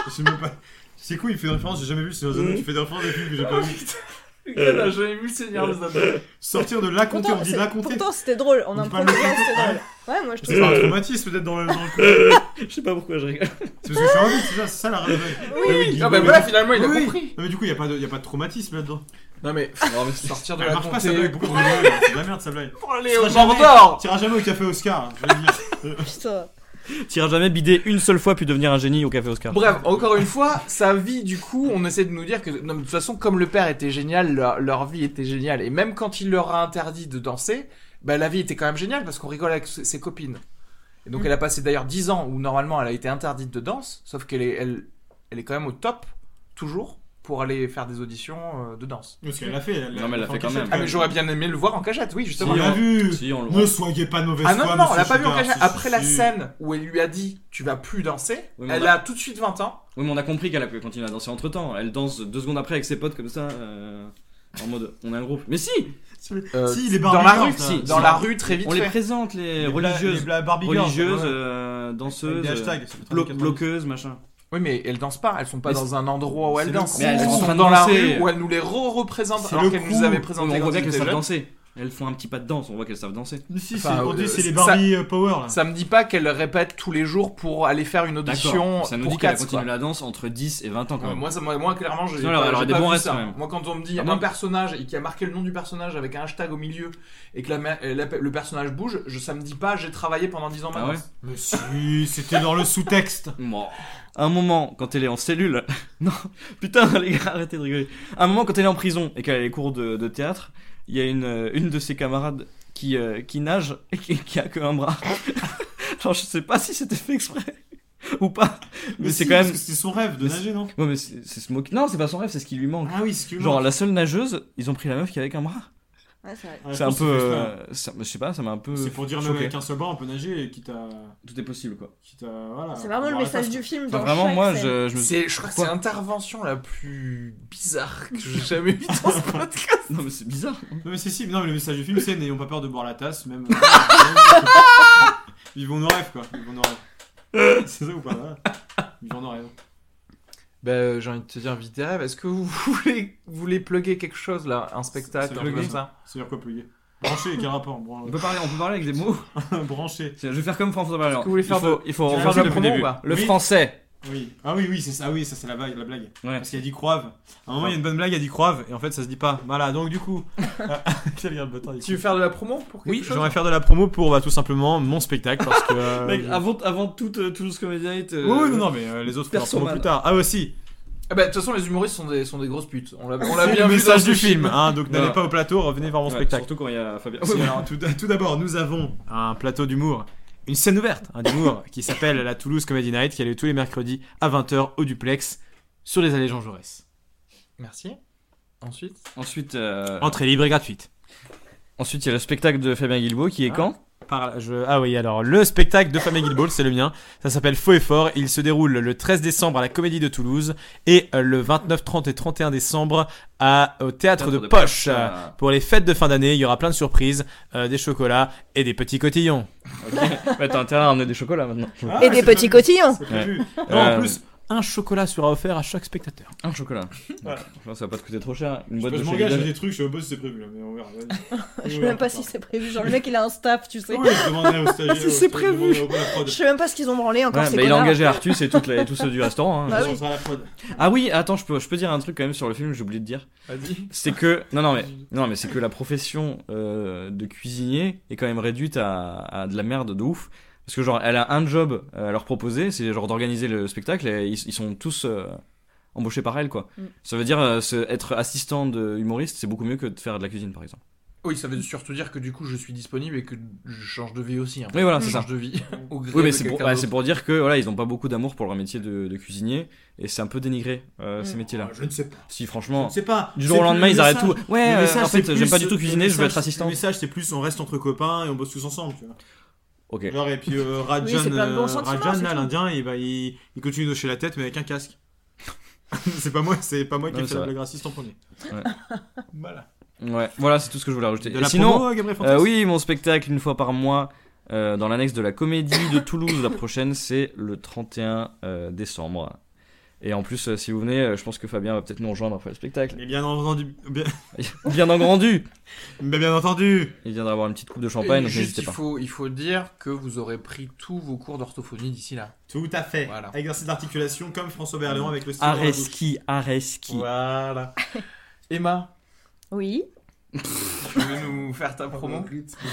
L: je sais même pas. C'est quoi, il fait des références, j'ai jamais vu, c'est un zone qui fait des références des films que j'ai pas vu.
A: Mm. Ah, Putain, là, j'avais vu le Seigneur des Anneaux.
L: Sortir de la comté,
C: Pourtant,
L: on dit
C: c'est-
L: la comté.
C: Pourtant, c'était drôle. En
L: On dit pas
C: improvisant,
L: le-
C: c'était drôle. Ouais, moi je trouve
L: C'est
C: ça.
L: pas
A: Mm.
L: un traumatisme peut-être dans le. dans le-
D: Je sais pas pourquoi je rigole.
L: C'est parce que je suis un homme, c'est ça, c'est ça la raison.
A: Oui, ah, bah voilà, finalement, il a compris.
L: Non, mais du coup, il n'y a, pas de- y a pas de traumatisme là-dedans.
A: Non, mais
D: Non, mais c'est-
A: sortir de
L: Elle
A: la
L: marche pas, sa
A: comté.
L: blague. Pourquoi vous rigolez C'est de la merde, sa blague.
A: Pour aller
L: Tu
A: au
L: iras jamais-
A: Mordor
L: Tu iras jamais au café Oscar, hein, je vais le dire.
C: Putain.
D: T'iras jamais bider une seule fois puis devenir un génie au Café Oscar.
A: Bref, encore une fois, sa vie, du coup, on essaie de nous dire que non, mais de toute façon, comme le père était génial, leur, leur vie était géniale. Et même quand il leur a interdit de danser, bah, la vie était quand même géniale parce qu'on rigole avec ses, ses copines. Et donc, elle a passé d'ailleurs 10 ans où normalement elle a été interdite de danse, sauf qu'elle est, elle, elle est quand même au top, toujours, pour aller faire des auditions euh, de danse.
L: Parce qu'elle l'a fait. Elle,
D: Non, mais elle l'a fait quand
L: en
D: même.
L: cachette,
A: Ah, mais j'aurais bien aimé le voir en cachette, oui,
L: Si,
A: justement.
L: on l'a vu.
D: Si, hein. on le voit.
L: Ne soyez pas de mauvaise
A: Ah
L: foi.
A: non, non, on
L: monsieur
A: l'a pas vu en
L: Schubert,
A: cachette.
L: si, si,
A: Après la
L: si.
A: scène où elle lui a dit Tu vas plus danser,
D: Oui, mais on
A: elle
D: a-
A: a tout de suite 20 ans.
D: Oui, mais on a compris qu'elle a pu continuer à danser entre temps. Elle danse deux secondes après avec ses potes comme ça. euh, En mode, on a un groupe. Mais si
A: Euh,
L: Si, les
A: dans la
L: Barbie
A: rue,
L: Girls,
A: si,
L: là.
A: dans la rue, très vite
D: hein. On les
A: fait.
D: présente, les,
L: Les bla-
D: religieuses.
L: les bla- Barbie Girls,
D: religieuses,
L: ouais.
D: euh,
L: Avec
D: danseuses,
L: des hashtags,
D: euh,
L: ça fait
D: blo-
L: 94.
D: bloqueuses, machin.
A: Oui, mais elles dansent pas, elles sont pas
D: Mais
A: dans un endroit où
L: c'est
A: elles
L: le
A: dansent.
L: coup. Mais
A: elles
L: elles
A: sont
L: sont
D: en train de
A: dans la
D: danser.
A: rue où elles nous les re-représentent
L: C'est
A: alors
L: le
A: qu'elles
L: coup.
A: nous avaient
D: Oui, mais
A: présenté
D: on
A: quand
D: voit bien
A: elles
D: qu'elles
A: étaient
D: savent
A: jeunes.
D: danser. Elles font un petit pas de danse, on voit qu'elles savent danser.
L: Mais Si,
A: Enfin,
L: c'est- on
A: euh,
L: dit c'est les
A: ça-
L: Barbie euh, Power là.
A: Ça me dit pas qu'elles répètent tous les jours pour aller faire une audition
D: D'accord. Ça nous
A: pour
D: dit qu'elle
A: Cats,
D: continue
A: quoi.
D: la danse entre 10 et 20 ans quand
A: Ouais,
D: même.
A: moi, ça, moi, moi, clairement, j'ai
D: Sinon,
A: pas-
D: elle aurait
A: j'ai
D: des
A: pas
D: bons
A: vu
D: restes,
A: ça.
D: quand même.
A: Moi, quand on me dit
D: Ah
A: un
D: bon
A: personnage et qui a marqué le nom du personnage avec un hashtag au milieu et que la, ma- euh, la- le personnage bouge, je, ça me dit pas j'ai travaillé pendant 10 ans
D: Ah
A: maintenant.
D: ouais
L: Mais si, c'était dans le sous-texte.
D: Moi. Un moment, quand elle est en cellule. non, putain, les gars, arrêtez de rigoler. Un moment, quand elle est en prison et qu'elle a les cours de, de théâtre, il y a une, euh, une de ses camarades qui, euh, qui nage et qui, qui a que un bras. Genre, je sais pas si c'était fait exprès ou pas, mais, c'est
L: si,
D: quand
L: parce
D: même.
L: que C'était son rêve de
D: Mais
L: nager, non
D: Ouais, mais c'est c'est ce mot qui- Non, c'est pas son rêve, c'est ce qui lui manque.
L: Ah oui, si tu
D: Genre, la seule nageuse, ils ont pris la meuf qui avait qu'un bras.
C: Ouais, c'est vrai.
B: Ouais, je
D: c'est un
B: pense
D: peu.
B: que c'est
D: euh,
B: frustrant.
D: ça- je sais pas, ça m'a un peu.
B: C'est pour dire hein. même
D: choqué.
B: avec un seul bras, on peut nager et quitte à.
D: Tout est possible quoi.
B: Quitte à voilà,
C: C'est vraiment le
B: avoir la
C: message
B: face,
C: du film.
D: Enfin,
C: Dans
D: vraiment,
C: chaque
D: moi,
C: scène.
D: je, je me
A: C'est, je crois que c'est
D: Pourquoi
A: l'intervention la plus bizarre que j'ai jamais vue dans ce podcast.
D: Non, mais c'est bizarre.
B: quoi. Non, mais c'est si, non, mais le message du film, c'est n'ayons pas peur de boire la tasse, même. euh, Vivons nos rêves, quoi. Vivons nos rêves. C'est ça ou pas voilà. Vivons nos rêves.
A: Bah, euh, j'ai envie de te dire, vite des rêves, est-ce que vous voulez, vous voulez plugger quelque chose là Un
B: Ça
A: spectacle,
B: veut
A: un truc
B: dire
A: comme
B: quoi,
A: ça
B: C'est-à-dire quoi, pluguer Brancher, quel rapport brancher
D: On peut parler, on peut parler avec des mots.
B: Brancher.
D: Je vais faire comme François Valéant.
A: que vous voulez faire
D: il faut,
A: de-
D: il faut
A: tu veux
D: refaire
A: faire de
D: depuis le
A: promo
D: début.
A: ou
C: bah,
A: pas
D: Le
B: Oui.
D: français.
B: Oui. Ah oui, oui, c'est ça, ah oui, ça c'est la blague, la blague.
D: Ouais.
B: Parce qu'il a dit croave. À un moment, il y a une bonne blague, il a dit croave, et en fait, ça se dit pas. Voilà, donc du coup. Quel gars le bâtard, il
A: Tu veux faire de la promo pour quelque
B: Oui,
A: chose
B: j'aimerais faire de la promo pour bah, tout simplement mon spectacle parce que. euh,
D: Mec,
B: je-
D: avant, avant toute euh, Toulouse Comedy Night. euh,
B: Oui, oui, non, non, mais euh, les autres feront la promo
D: Persoman.
B: plus tard. Ah, aussi
A: Ah bah, de toute façon, les humoristes sont des, sont des grosses putes. On l'a, on l'a
B: C'est
A: bien
B: le
A: vu
B: message
A: dans ce
B: du film, hein, donc n'allez
D: Voilà.
B: pas au plateau, revenez voir mon
D: ouais,
B: spectacle.
D: Surtout quand il y a Fabien.
B: Si, alors, tout, tout d'abord, nous avons un plateau d'humour, une scène ouverte hein, d'humour qui s'appelle la Toulouse Comedy Night qui a lieu tous les mercredis à 20h au duplex sur les allées Jean Jaurès.
A: Merci. Ensuite
D: Ensuite, euh,
B: Entrée libre et gratuite.
D: ensuite, il y a le spectacle de Fabien Guilbault qui est
A: Ah.
D: quand
B: Par- je- ah oui, alors le spectacle de Fabien Guilbault, c'est le mien. Ça s'appelle Faux et Fort. Il se déroule le 13 décembre à la Comédie de Toulouse et euh, le 29, 30 et 31 décembre à, au Théâtre, de, Poche.
D: euh,
B: Pour les fêtes de fin d'année, il y aura plein de surprises, euh, des chocolats et des petits cotillons.
D: ok. bah, T'as intérêt à ramener des chocolats maintenant.
B: Ah.
C: Ah, Et des petits cotillons.
B: Non,
D: Euh,
B: En plus, un chocolat sera offert à chaque spectateur.
D: Un chocolat.
B: Voilà.
D: Je pense que ça va pas te coûter trop cher. Une
B: Je
D: boîte de
B: m'engage à
D: chocolat.
B: des trucs, je sais pas si c'est prévu là, mais on verra.
C: Je sais même pas si c'est prévu. Genre, le mec, il a un staff, tu sais.
B: Oui, je demanderai au stagiaire.
C: Si c'est prévu. Je sais même pas ce qu'ils ont branlé encore. ces
D: il a
C: connards.
D: engagé Artus et, toute la- et tous ceux du restaurant. hein.
C: Bah oui.
D: Ah oui, attends, je peux, je peux dire un truc quand même sur le film, j'ai oublié de dire.
A: Vas-y.
D: C'est que non, non, mais non, mais c'est que la profession euh, de cuisinier est quand même réduite à, à de la merde de ouf. Parce que genre, elle a un job euh, à leur proposer, c'est genre d'organiser le spectacle. Et ils, ils sont tous euh, embauchés par elle, quoi.
C: Mm.
D: Ça veut dire euh, se- être assistant de humoriste, c'est beaucoup mieux que de faire de la cuisine, par exemple.
A: Oui, ça veut surtout dire que du coup, je suis disponible et que je change de vie aussi. hein.
D: Oui, voilà,
A: je
C: Mm.
D: c'est ça.
A: change de vie. au gré
D: Oui, mais
A: de
D: c'est pour,
A: quelqu'un
D: bah,
A: d'autre.
D: c'est pour dire que voilà, ils ont pas beaucoup d'amour pour leur métier de, de cuisinier et c'est un peu dénigré euh, ces
C: Mm.
D: métiers-là.
B: Ah, Je ne sais pas.
D: Si
B: Je
D: franchement,
B: ne sais pas.
D: du jour
B: C'est
D: au
B: plus
D: lendemain,
B: le
D: ils arrêtent
B: message.
D: tout. Ouais,
B: Le
D: euh,
B: message,
D: en fait,
B: c'est
D: j'aime pas
B: plus-
D: du tout
B: le
D: cuisiner, je veux
B: message,
D: être assistant.
B: Le message, c'est plus on reste entre copains et on bosse tous ensemble, tu vois.
D: Ok.
B: Genre, et puis euh, Rajan,
C: Oui, c'est plein de bons
B: euh,
C: sentiments,
B: Rajan,
C: c'est
B: là,
C: tout.
B: l'Indien, et bah, il, il continue de hocher la tête, mais avec un casque. c'est pas moi, c'est pas moi qui
D: Non,
B: ai
D: c'est
B: fait la
D: vrai.
B: blague raciste en premier.
D: Ouais.
B: voilà.
D: Ouais, voilà, c'est tout ce que je voulais rajouter.
B: De
D: Et
B: la
D: sinon,
B: promo, hein, Gabriel
D: euh,
B: Fantas
D: oui, mon spectacle une fois par mois euh, dans l'annexe de la Comédie de Toulouse, la prochaine, c'est le 31 euh, décembre. Et en plus, euh, si vous venez, euh, je pense que Fabien va peut-être nous rejoindre après le spectacle.
B: Mais bien entendu, bien,
D: Bien engrandu
B: mais bien entendu.
D: Il viendra avoir une petite coupe de champagne,
A: Et
D: donc
A: juste,
D: n'hésitez
A: il
D: pas.
A: faut, il faut dire que vous aurez pris tous vos cours d'orthophonie d'ici là.
B: Tout à fait.
A: Voilà.
B: Exercice d'articulation comme François Berléand avec le stylo. dans la bouche.
D: Areski, Areski.
B: Voilà.
A: Emma,
C: Oui.
A: tu veux nous faire
D: Ah,
A: ta promo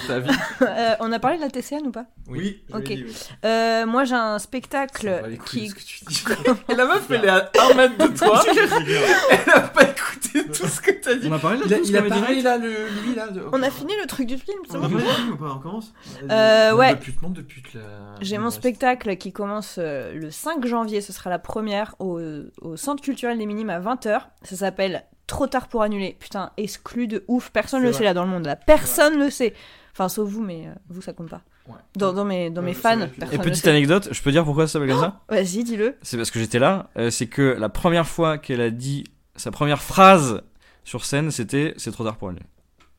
A: Ta vie
C: Euh, on a parlé de la TCN ou pas
B: Oui, je l'ai
C: Ok.
B: dit, oui.
C: Euh, Moi, j'ai un
A: On va
C: spectacle
A: les couilles,
C: qui
A: ce que tu dis. Et la meuf, elle est à 1 mètre de toi. elle a pas écouté tout ce que t'as dit.
D: On a parlé de
A: Il a,
D: la Toulouse
A: il a
D: Comédie
A: parlé
D: Night
A: là, le, lui là. de-
C: On a fini le truc du film, c'est
B: On
C: bon
B: a pas dit ou pas On commence
C: Euh,
A: Monde
C: ouais.
A: de pute, monde de pute, là.
C: J'ai mon spectacle qui commence euh, le 5 janvier, ce sera la première au, au Centre culturel des Minimes à 20h. Ça s'appelle Trop tard pour annuler. Putain, exclu de ouf, personne
B: C'est
C: le
B: vrai.
C: sait là dans le monde. Là. Personne le sait. Enfin, sauf vous, mais euh, vous, ça compte pas.
A: Ouais.
C: Dans, dans mes, dans
B: Ouais,
C: mes
B: je
C: fans,
B: savais, puis-
D: Et
C: personne ne
D: petite
C: sait.
D: anecdote, je peux dire pourquoi ça s'appelle comme ça
C: Vas-y, dis-le.
D: C'est parce que j'étais là. euh, c'est que la première fois qu'elle a dit sa première phrase sur scène, c'était c'est trop tard pour annuler.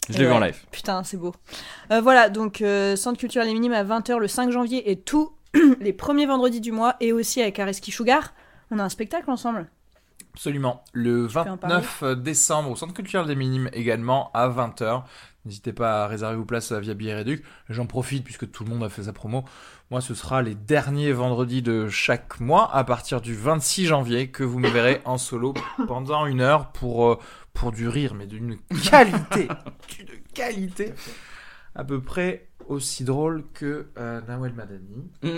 D: Je l'ai
C: Et
D: vu en
C: ouais.
D: live.
C: Putain, c'est beau. Euh, voilà, donc euh, Centre culturel et minime à 20h le 5 janvier et tous les premiers vendredis du mois et aussi avec Areski Sugar. On a un spectacle ensemble.
A: Absolument. Le
C: peux en parler
A: 29 décembre au Centre culturel des Minimes également à 20h. N'hésitez pas à réserver vos places via Billet Réduc. J'en profite puisque tout le monde a fait sa promo. Moi, ce sera les derniers vendredis de chaque mois à partir du 26 janvier que vous me verrez en solo pendant une heure pour, euh, pour du rire, mais d'une qualité. d'une qualité. À peu près aussi drôle que euh, Nawel Madani.
B: Mm.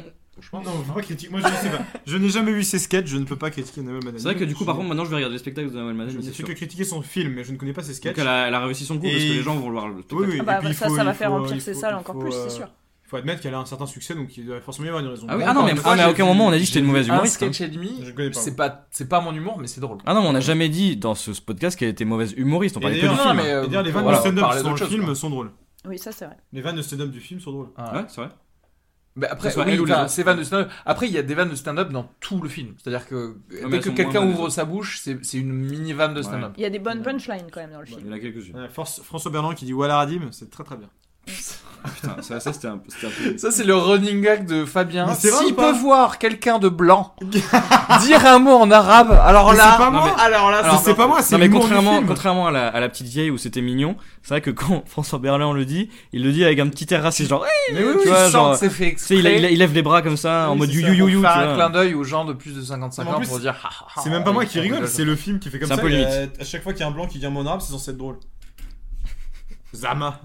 A: Franchement,
B: Non, faut pas critiquer. Moi, je ne sais pas. Je n'ai jamais vu ses sketchs, je ne peux pas critiquer Naël Madani.
D: C'est vrai que du coup,
B: Je-
D: par contre, maintenant je vais regarder le spectacle de Noël Madani.
B: je ne fais que critiquer son film, mais je ne connais pas ses sketchs.
D: Donc elle a, elle a réussi son coup parce que
B: Et-
D: les gens vont voir le
B: Oui, oui.
D: spectacle.
B: et
C: Ah bah,
B: puis, il
C: ça,
B: faut-
C: ça va
B: il
C: faire
B: faut-
C: remplir
B: il
C: ses
B: faut-
C: salles
B: il
C: encore
B: faut,
C: plus,
B: euh,
C: c'est sûr.
B: il faut admettre qu'elle a un certain succès, donc il doit forcément y avoir une raison.
D: Ah oui, ah non, mais
B: Encore une
D: on- à
B: fois,
D: aucun
B: j'ai
D: moment on a
B: vu-
D: dit que j'étais
B: j'ai
D: une
B: vu
D: mauvaise
B: un
D: humoriste.
B: sketch
A: et demi,
B: Je connais pas.
A: c'est pas, c'est pas mon humour, mais c'est drôle.
D: Ah non, mais on n'a jamais dit dans ce, ce podcast qu'elle était mauvaise humoriste. On
B: Et
D: parlait que du
B: d'ailleurs,
D: film.
B: non, mais, euh, et d'ailleurs, les vannes
D: Voilà.
B: de stand-up
A: parler
B: qui sont dans
A: d'autre
B: le
A: chose,
B: film
A: quoi.
B: sont drôles.
C: Oui, ça c'est vrai.
B: Les vannes de stand-up du film sont drôles.
A: Ah.
D: c'est vrai.
A: Bah après,
D: Que ce soit
A: oui,
D: elle ou les
A: enfin,
D: autres.
A: ces vannes de stand-up- Après, il y a des vannes de stand-up dans tout le film. C'est-à-dire que
D: mais
A: dès
D: elles
A: que
D: sont
A: quelqu'un
D: moins
A: ouvre sa bouche, c'est c'est une mini vanne de stand-up.
C: Il y a des bonnes punchlines quand même dans le film.
D: Il y en a quelques-unes.
B: Ouais, Force, Euh, François Berland qui dit Walla Radim, c'est très très bien.
D: Putain, ça, ça, c'était un, peu- c'était un peu.
A: Ça, c'est le running gag de Fabien.
B: Mais c'est vrai ou
A: S'il
B: pas
A: peut voir quelqu'un de blanc dire un mot en arabe, alors
B: Mais
A: là.
B: c'est pas moi,
D: Oh mais-
B: alors là,
D: alors,
B: c'est pas moi, c'est
D: Non mais
B: l'humour du
D: contrairement,
B: film.
D: contrairement à, la, à la petite vieille où c'était mignon, c'est vrai que quand François Berléand le dit, il le dit avec un petit air raciste, genre, hey,
A: Mais oui,
D: tu
A: oui,
D: vois,
A: tu sens
D: genre,
A: que c'est fait
D: tu sais, il,
A: exprès.
D: il- il lève les bras comme ça, en
A: Oui,
D: mode
A: c'est
D: you
A: ça,
D: you you
A: pour
D: you, tu
A: faire un
D: vois.
A: clin d'œil aux gens de plus de 55
B: Mais en
A: ans
B: plus,
A: pour dire. Ah, ah, ah,
B: C'est même pas
A: on
B: moi
A: rigole,
B: qui
A: on
B: rigole,
A: rigole.
B: c'est le film qui fait comme
D: C'est
B: ça.
D: un peu
B: et,
D: limite.
B: euh, À chaque fois qu'il y a un blanc qui dit un mot en arabe, c'est censé être drôle. Zama.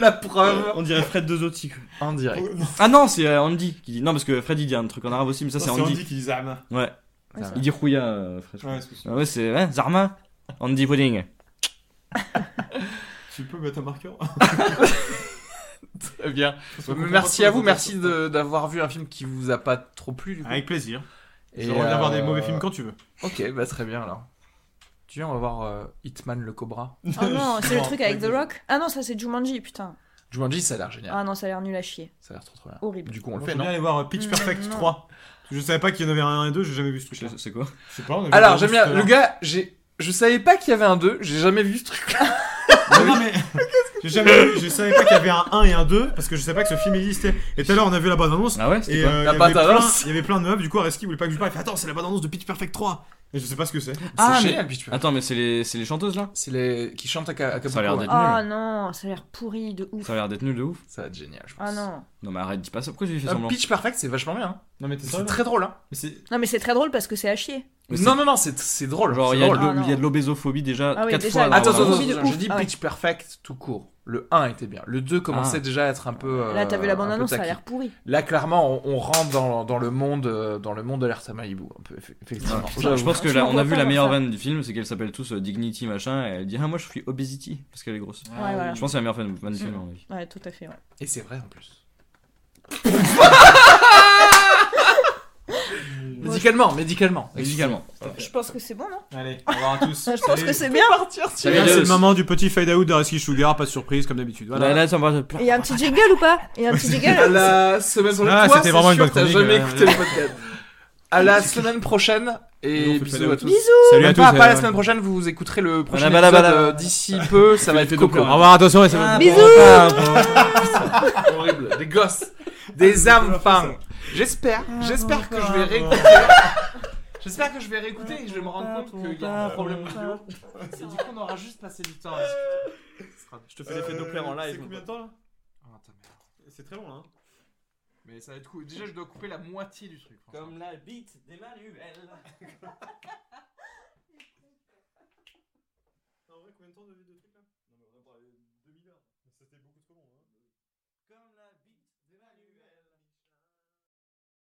A: La preuve
D: On dirait Fred Dezotti. quoi.
A: en direct.
D: Ah non, c'est euh, Andy qui dit. Non, parce que Fred il dit un truc en arabe aussi, mais ça
B: Non,
D: c'est Andy.
B: qui dit Zama.
D: Ouais.
C: Ouais, c'est
D: Il dit Rouya, euh, Fred.
B: Ouais, c'est possible.
D: Ah ouais, c'est ouais, Zarma. Andy Pudding.
B: Tu peux mettre un marqueur
A: Très bien. Merci à vous, merci de- d'avoir vu un film qui vous a pas trop plu. Du coup.
B: Avec plaisir.
A: Et,
B: Je reviens voir des
A: euh,
B: mauvais films quand tu veux.
A: Ok, bah très bien alors. Tu viens, on va voir euh, Hitman le Cobra.
C: Oh non, c'est le
B: Non,
C: truc avec The
B: avec-
C: Rock. Ah non, ça c'est Jumanji, putain.
A: Jumanji, ça a l'air génial.
C: Ah non, ça a l'air nul à chier.
A: Ça a l'air trop trop bien.
C: Horrible.
A: Du coup, on
B: On
A: le
B: va
A: fait,
B: bien
A: non
B: aller voir euh, Pitch Perfect
C: Non.
B: 3. Je savais pas qu'il y en avait un et deux, j'ai jamais vu ce truc.
D: C'est quoi
B: Je sais pas, on avait
A: Alors,
B: vu
A: j'aime bien.
B: tout à
A: Le
B: l'heure.
A: gars, j'ai. Je savais pas qu'il y avait un 2, j'ai jamais vu ce truc.
B: Non, non, mais. J'ai jamais vu, je savais pas qu'il y avait un 1 et un 2 parce que je savais pas que ce film existait. Et tout à l'heure, on a vu la bande annonce.
D: Ah ouais,
B: Et
D: c'était quoi
B: euh, il
A: La
B: y avait plein-
A: bande-annonce
B: il y avait plein de meufs, du coup, Areski voulait pas que je parle. Il fait Attends, c'est la bande annonce de Pitch Perfect 3. Et je sais pas ce que c'est.
D: Ah,
A: C'est
D: mais-
A: génial, puis tu peux-
D: Attends, mais c'est les, c'est les chanteuses là
A: C'est les. qui chantent hein. à Ca- à
D: Ça a l'air
A: Acapulco.
D: d'être
A: ouais.
C: Oh
D: nul.
C: non, ça a l'air pourri de ouf.
D: Ça a l'air d'être nul de ouf.
A: Ça va être génial, je pense.
C: Ah non.
D: Non, mais arrête, dis pas ça. Pourquoi tu lui fais
B: Ah,
A: Euh,
D: semblant
A: Pitch Perfect, c'est vachement bien. hein.
B: Non, mais t'es
A: C'est très drôle, hein.
B: Mais c'est-
C: Non mais c'est très drôle parce que c'est à chier.
D: Mais
A: Non, non, non, c'est c'est drôle.
D: Genre,
A: c'est
D: il y a de
A: drôle.
C: Ah,
D: l'o-
C: non.
D: il y a de l'obésophobie déjà
C: Ah oui,
D: 4
C: déjà,
D: fois.
C: elle
D: là,
A: Attends,
D: voilà.
A: attends,
C: Envie de
A: attends,
C: ouf.
A: je dis
C: Ah ouais.
A: Pitch Perfect tout court. Le 1 était bien. Le 2 commençait
D: Ah.
A: déjà à être un peu. euh,
C: Là, t'as vu la
A: un peu
C: bande annonce, ça a
A: taquis.
C: l'air pourri.
A: Là, clairement, on, on rentre dans, dans le monde, euh, dans le monde de l'Erta Malibu, un peu, eff- effectivement.
B: Ah,
D: Ouais, je pense que
C: tu
D: là,
C: m'en
D: on a
C: vois
D: vu
C: pas
D: la
C: faire
D: meilleure
C: ça.
D: vanne du film, c'est qu'elle s'appelle tous euh, Dignity machin, et elle dit Ah, moi je suis Obesity, parce qu'elle est grosse.
C: Ouais, voilà.
D: Je pense que c'est la meilleure vanne vanne du film,
C: Mm.
D: à mon avis.
C: Ouais, tout à fait. Ouais.
A: Et c'est vrai en plus. médicalement, médicalement.
D: Musicalement.
C: Je pense que c'est bon, non
B: Allez, au revoir à tous.
C: Je pense
B: Salut.
C: que c'est bien.
B: Eh bien, C'est le moment du petit fade out d'Areski Sugar, pas de surprise comme d'habitude. Voilà.
D: Là, là, ça me parle de plein.
C: Et un petit jingle ou pas Et un petit
A: À
C: jingle
A: la semaine prochaine.
B: Ah,
A: Toi,
B: c'était
A: c'est
B: vraiment une
A: sûr
B: bonne
A: que t'as
B: chronique,
A: jamais
B: euh,
A: écouté le podcast. À la semaine prochaine et
B: Non, c'est
A: bisous
B: pas
A: à tous.
C: Bisous
B: Salut à
A: Même
B: tous.
A: pas, pas
B: euh,
A: la semaine prochaine, vous écouterez le prochain
D: Voilà, voilà,
A: épisode
D: voilà.
A: euh, d'ici peu, ça va être
B: Au
A: coco.
B: revoir, attention, et
C: Ah,
B: salut.
D: Bisous
A: horrible. Des gosses, des
B: Ah,
A: enfants. J'espère, j'espère que je vais réécouter. J'espère que je vais réécouter et je vais me rendre compte qu'il y a un problème audio. Et du coup, on aura juste passé du temps à discuter. Euh,
D: Je te fais l'effet Doppler en live.
B: C'est combien de temps là
A: Ah, ta mère.
B: C'est très long là. hein.
A: Mais ça va être cool. Déjà, je dois couper la moitié du truc. franchement.
D: la bite d'Emmanuel.
B: En vrai, combien de temps de, de truc là Non, mais on va parler 2000 heures. C'était beaucoup trop long. Hein. Comme la bite d'Emmanuel.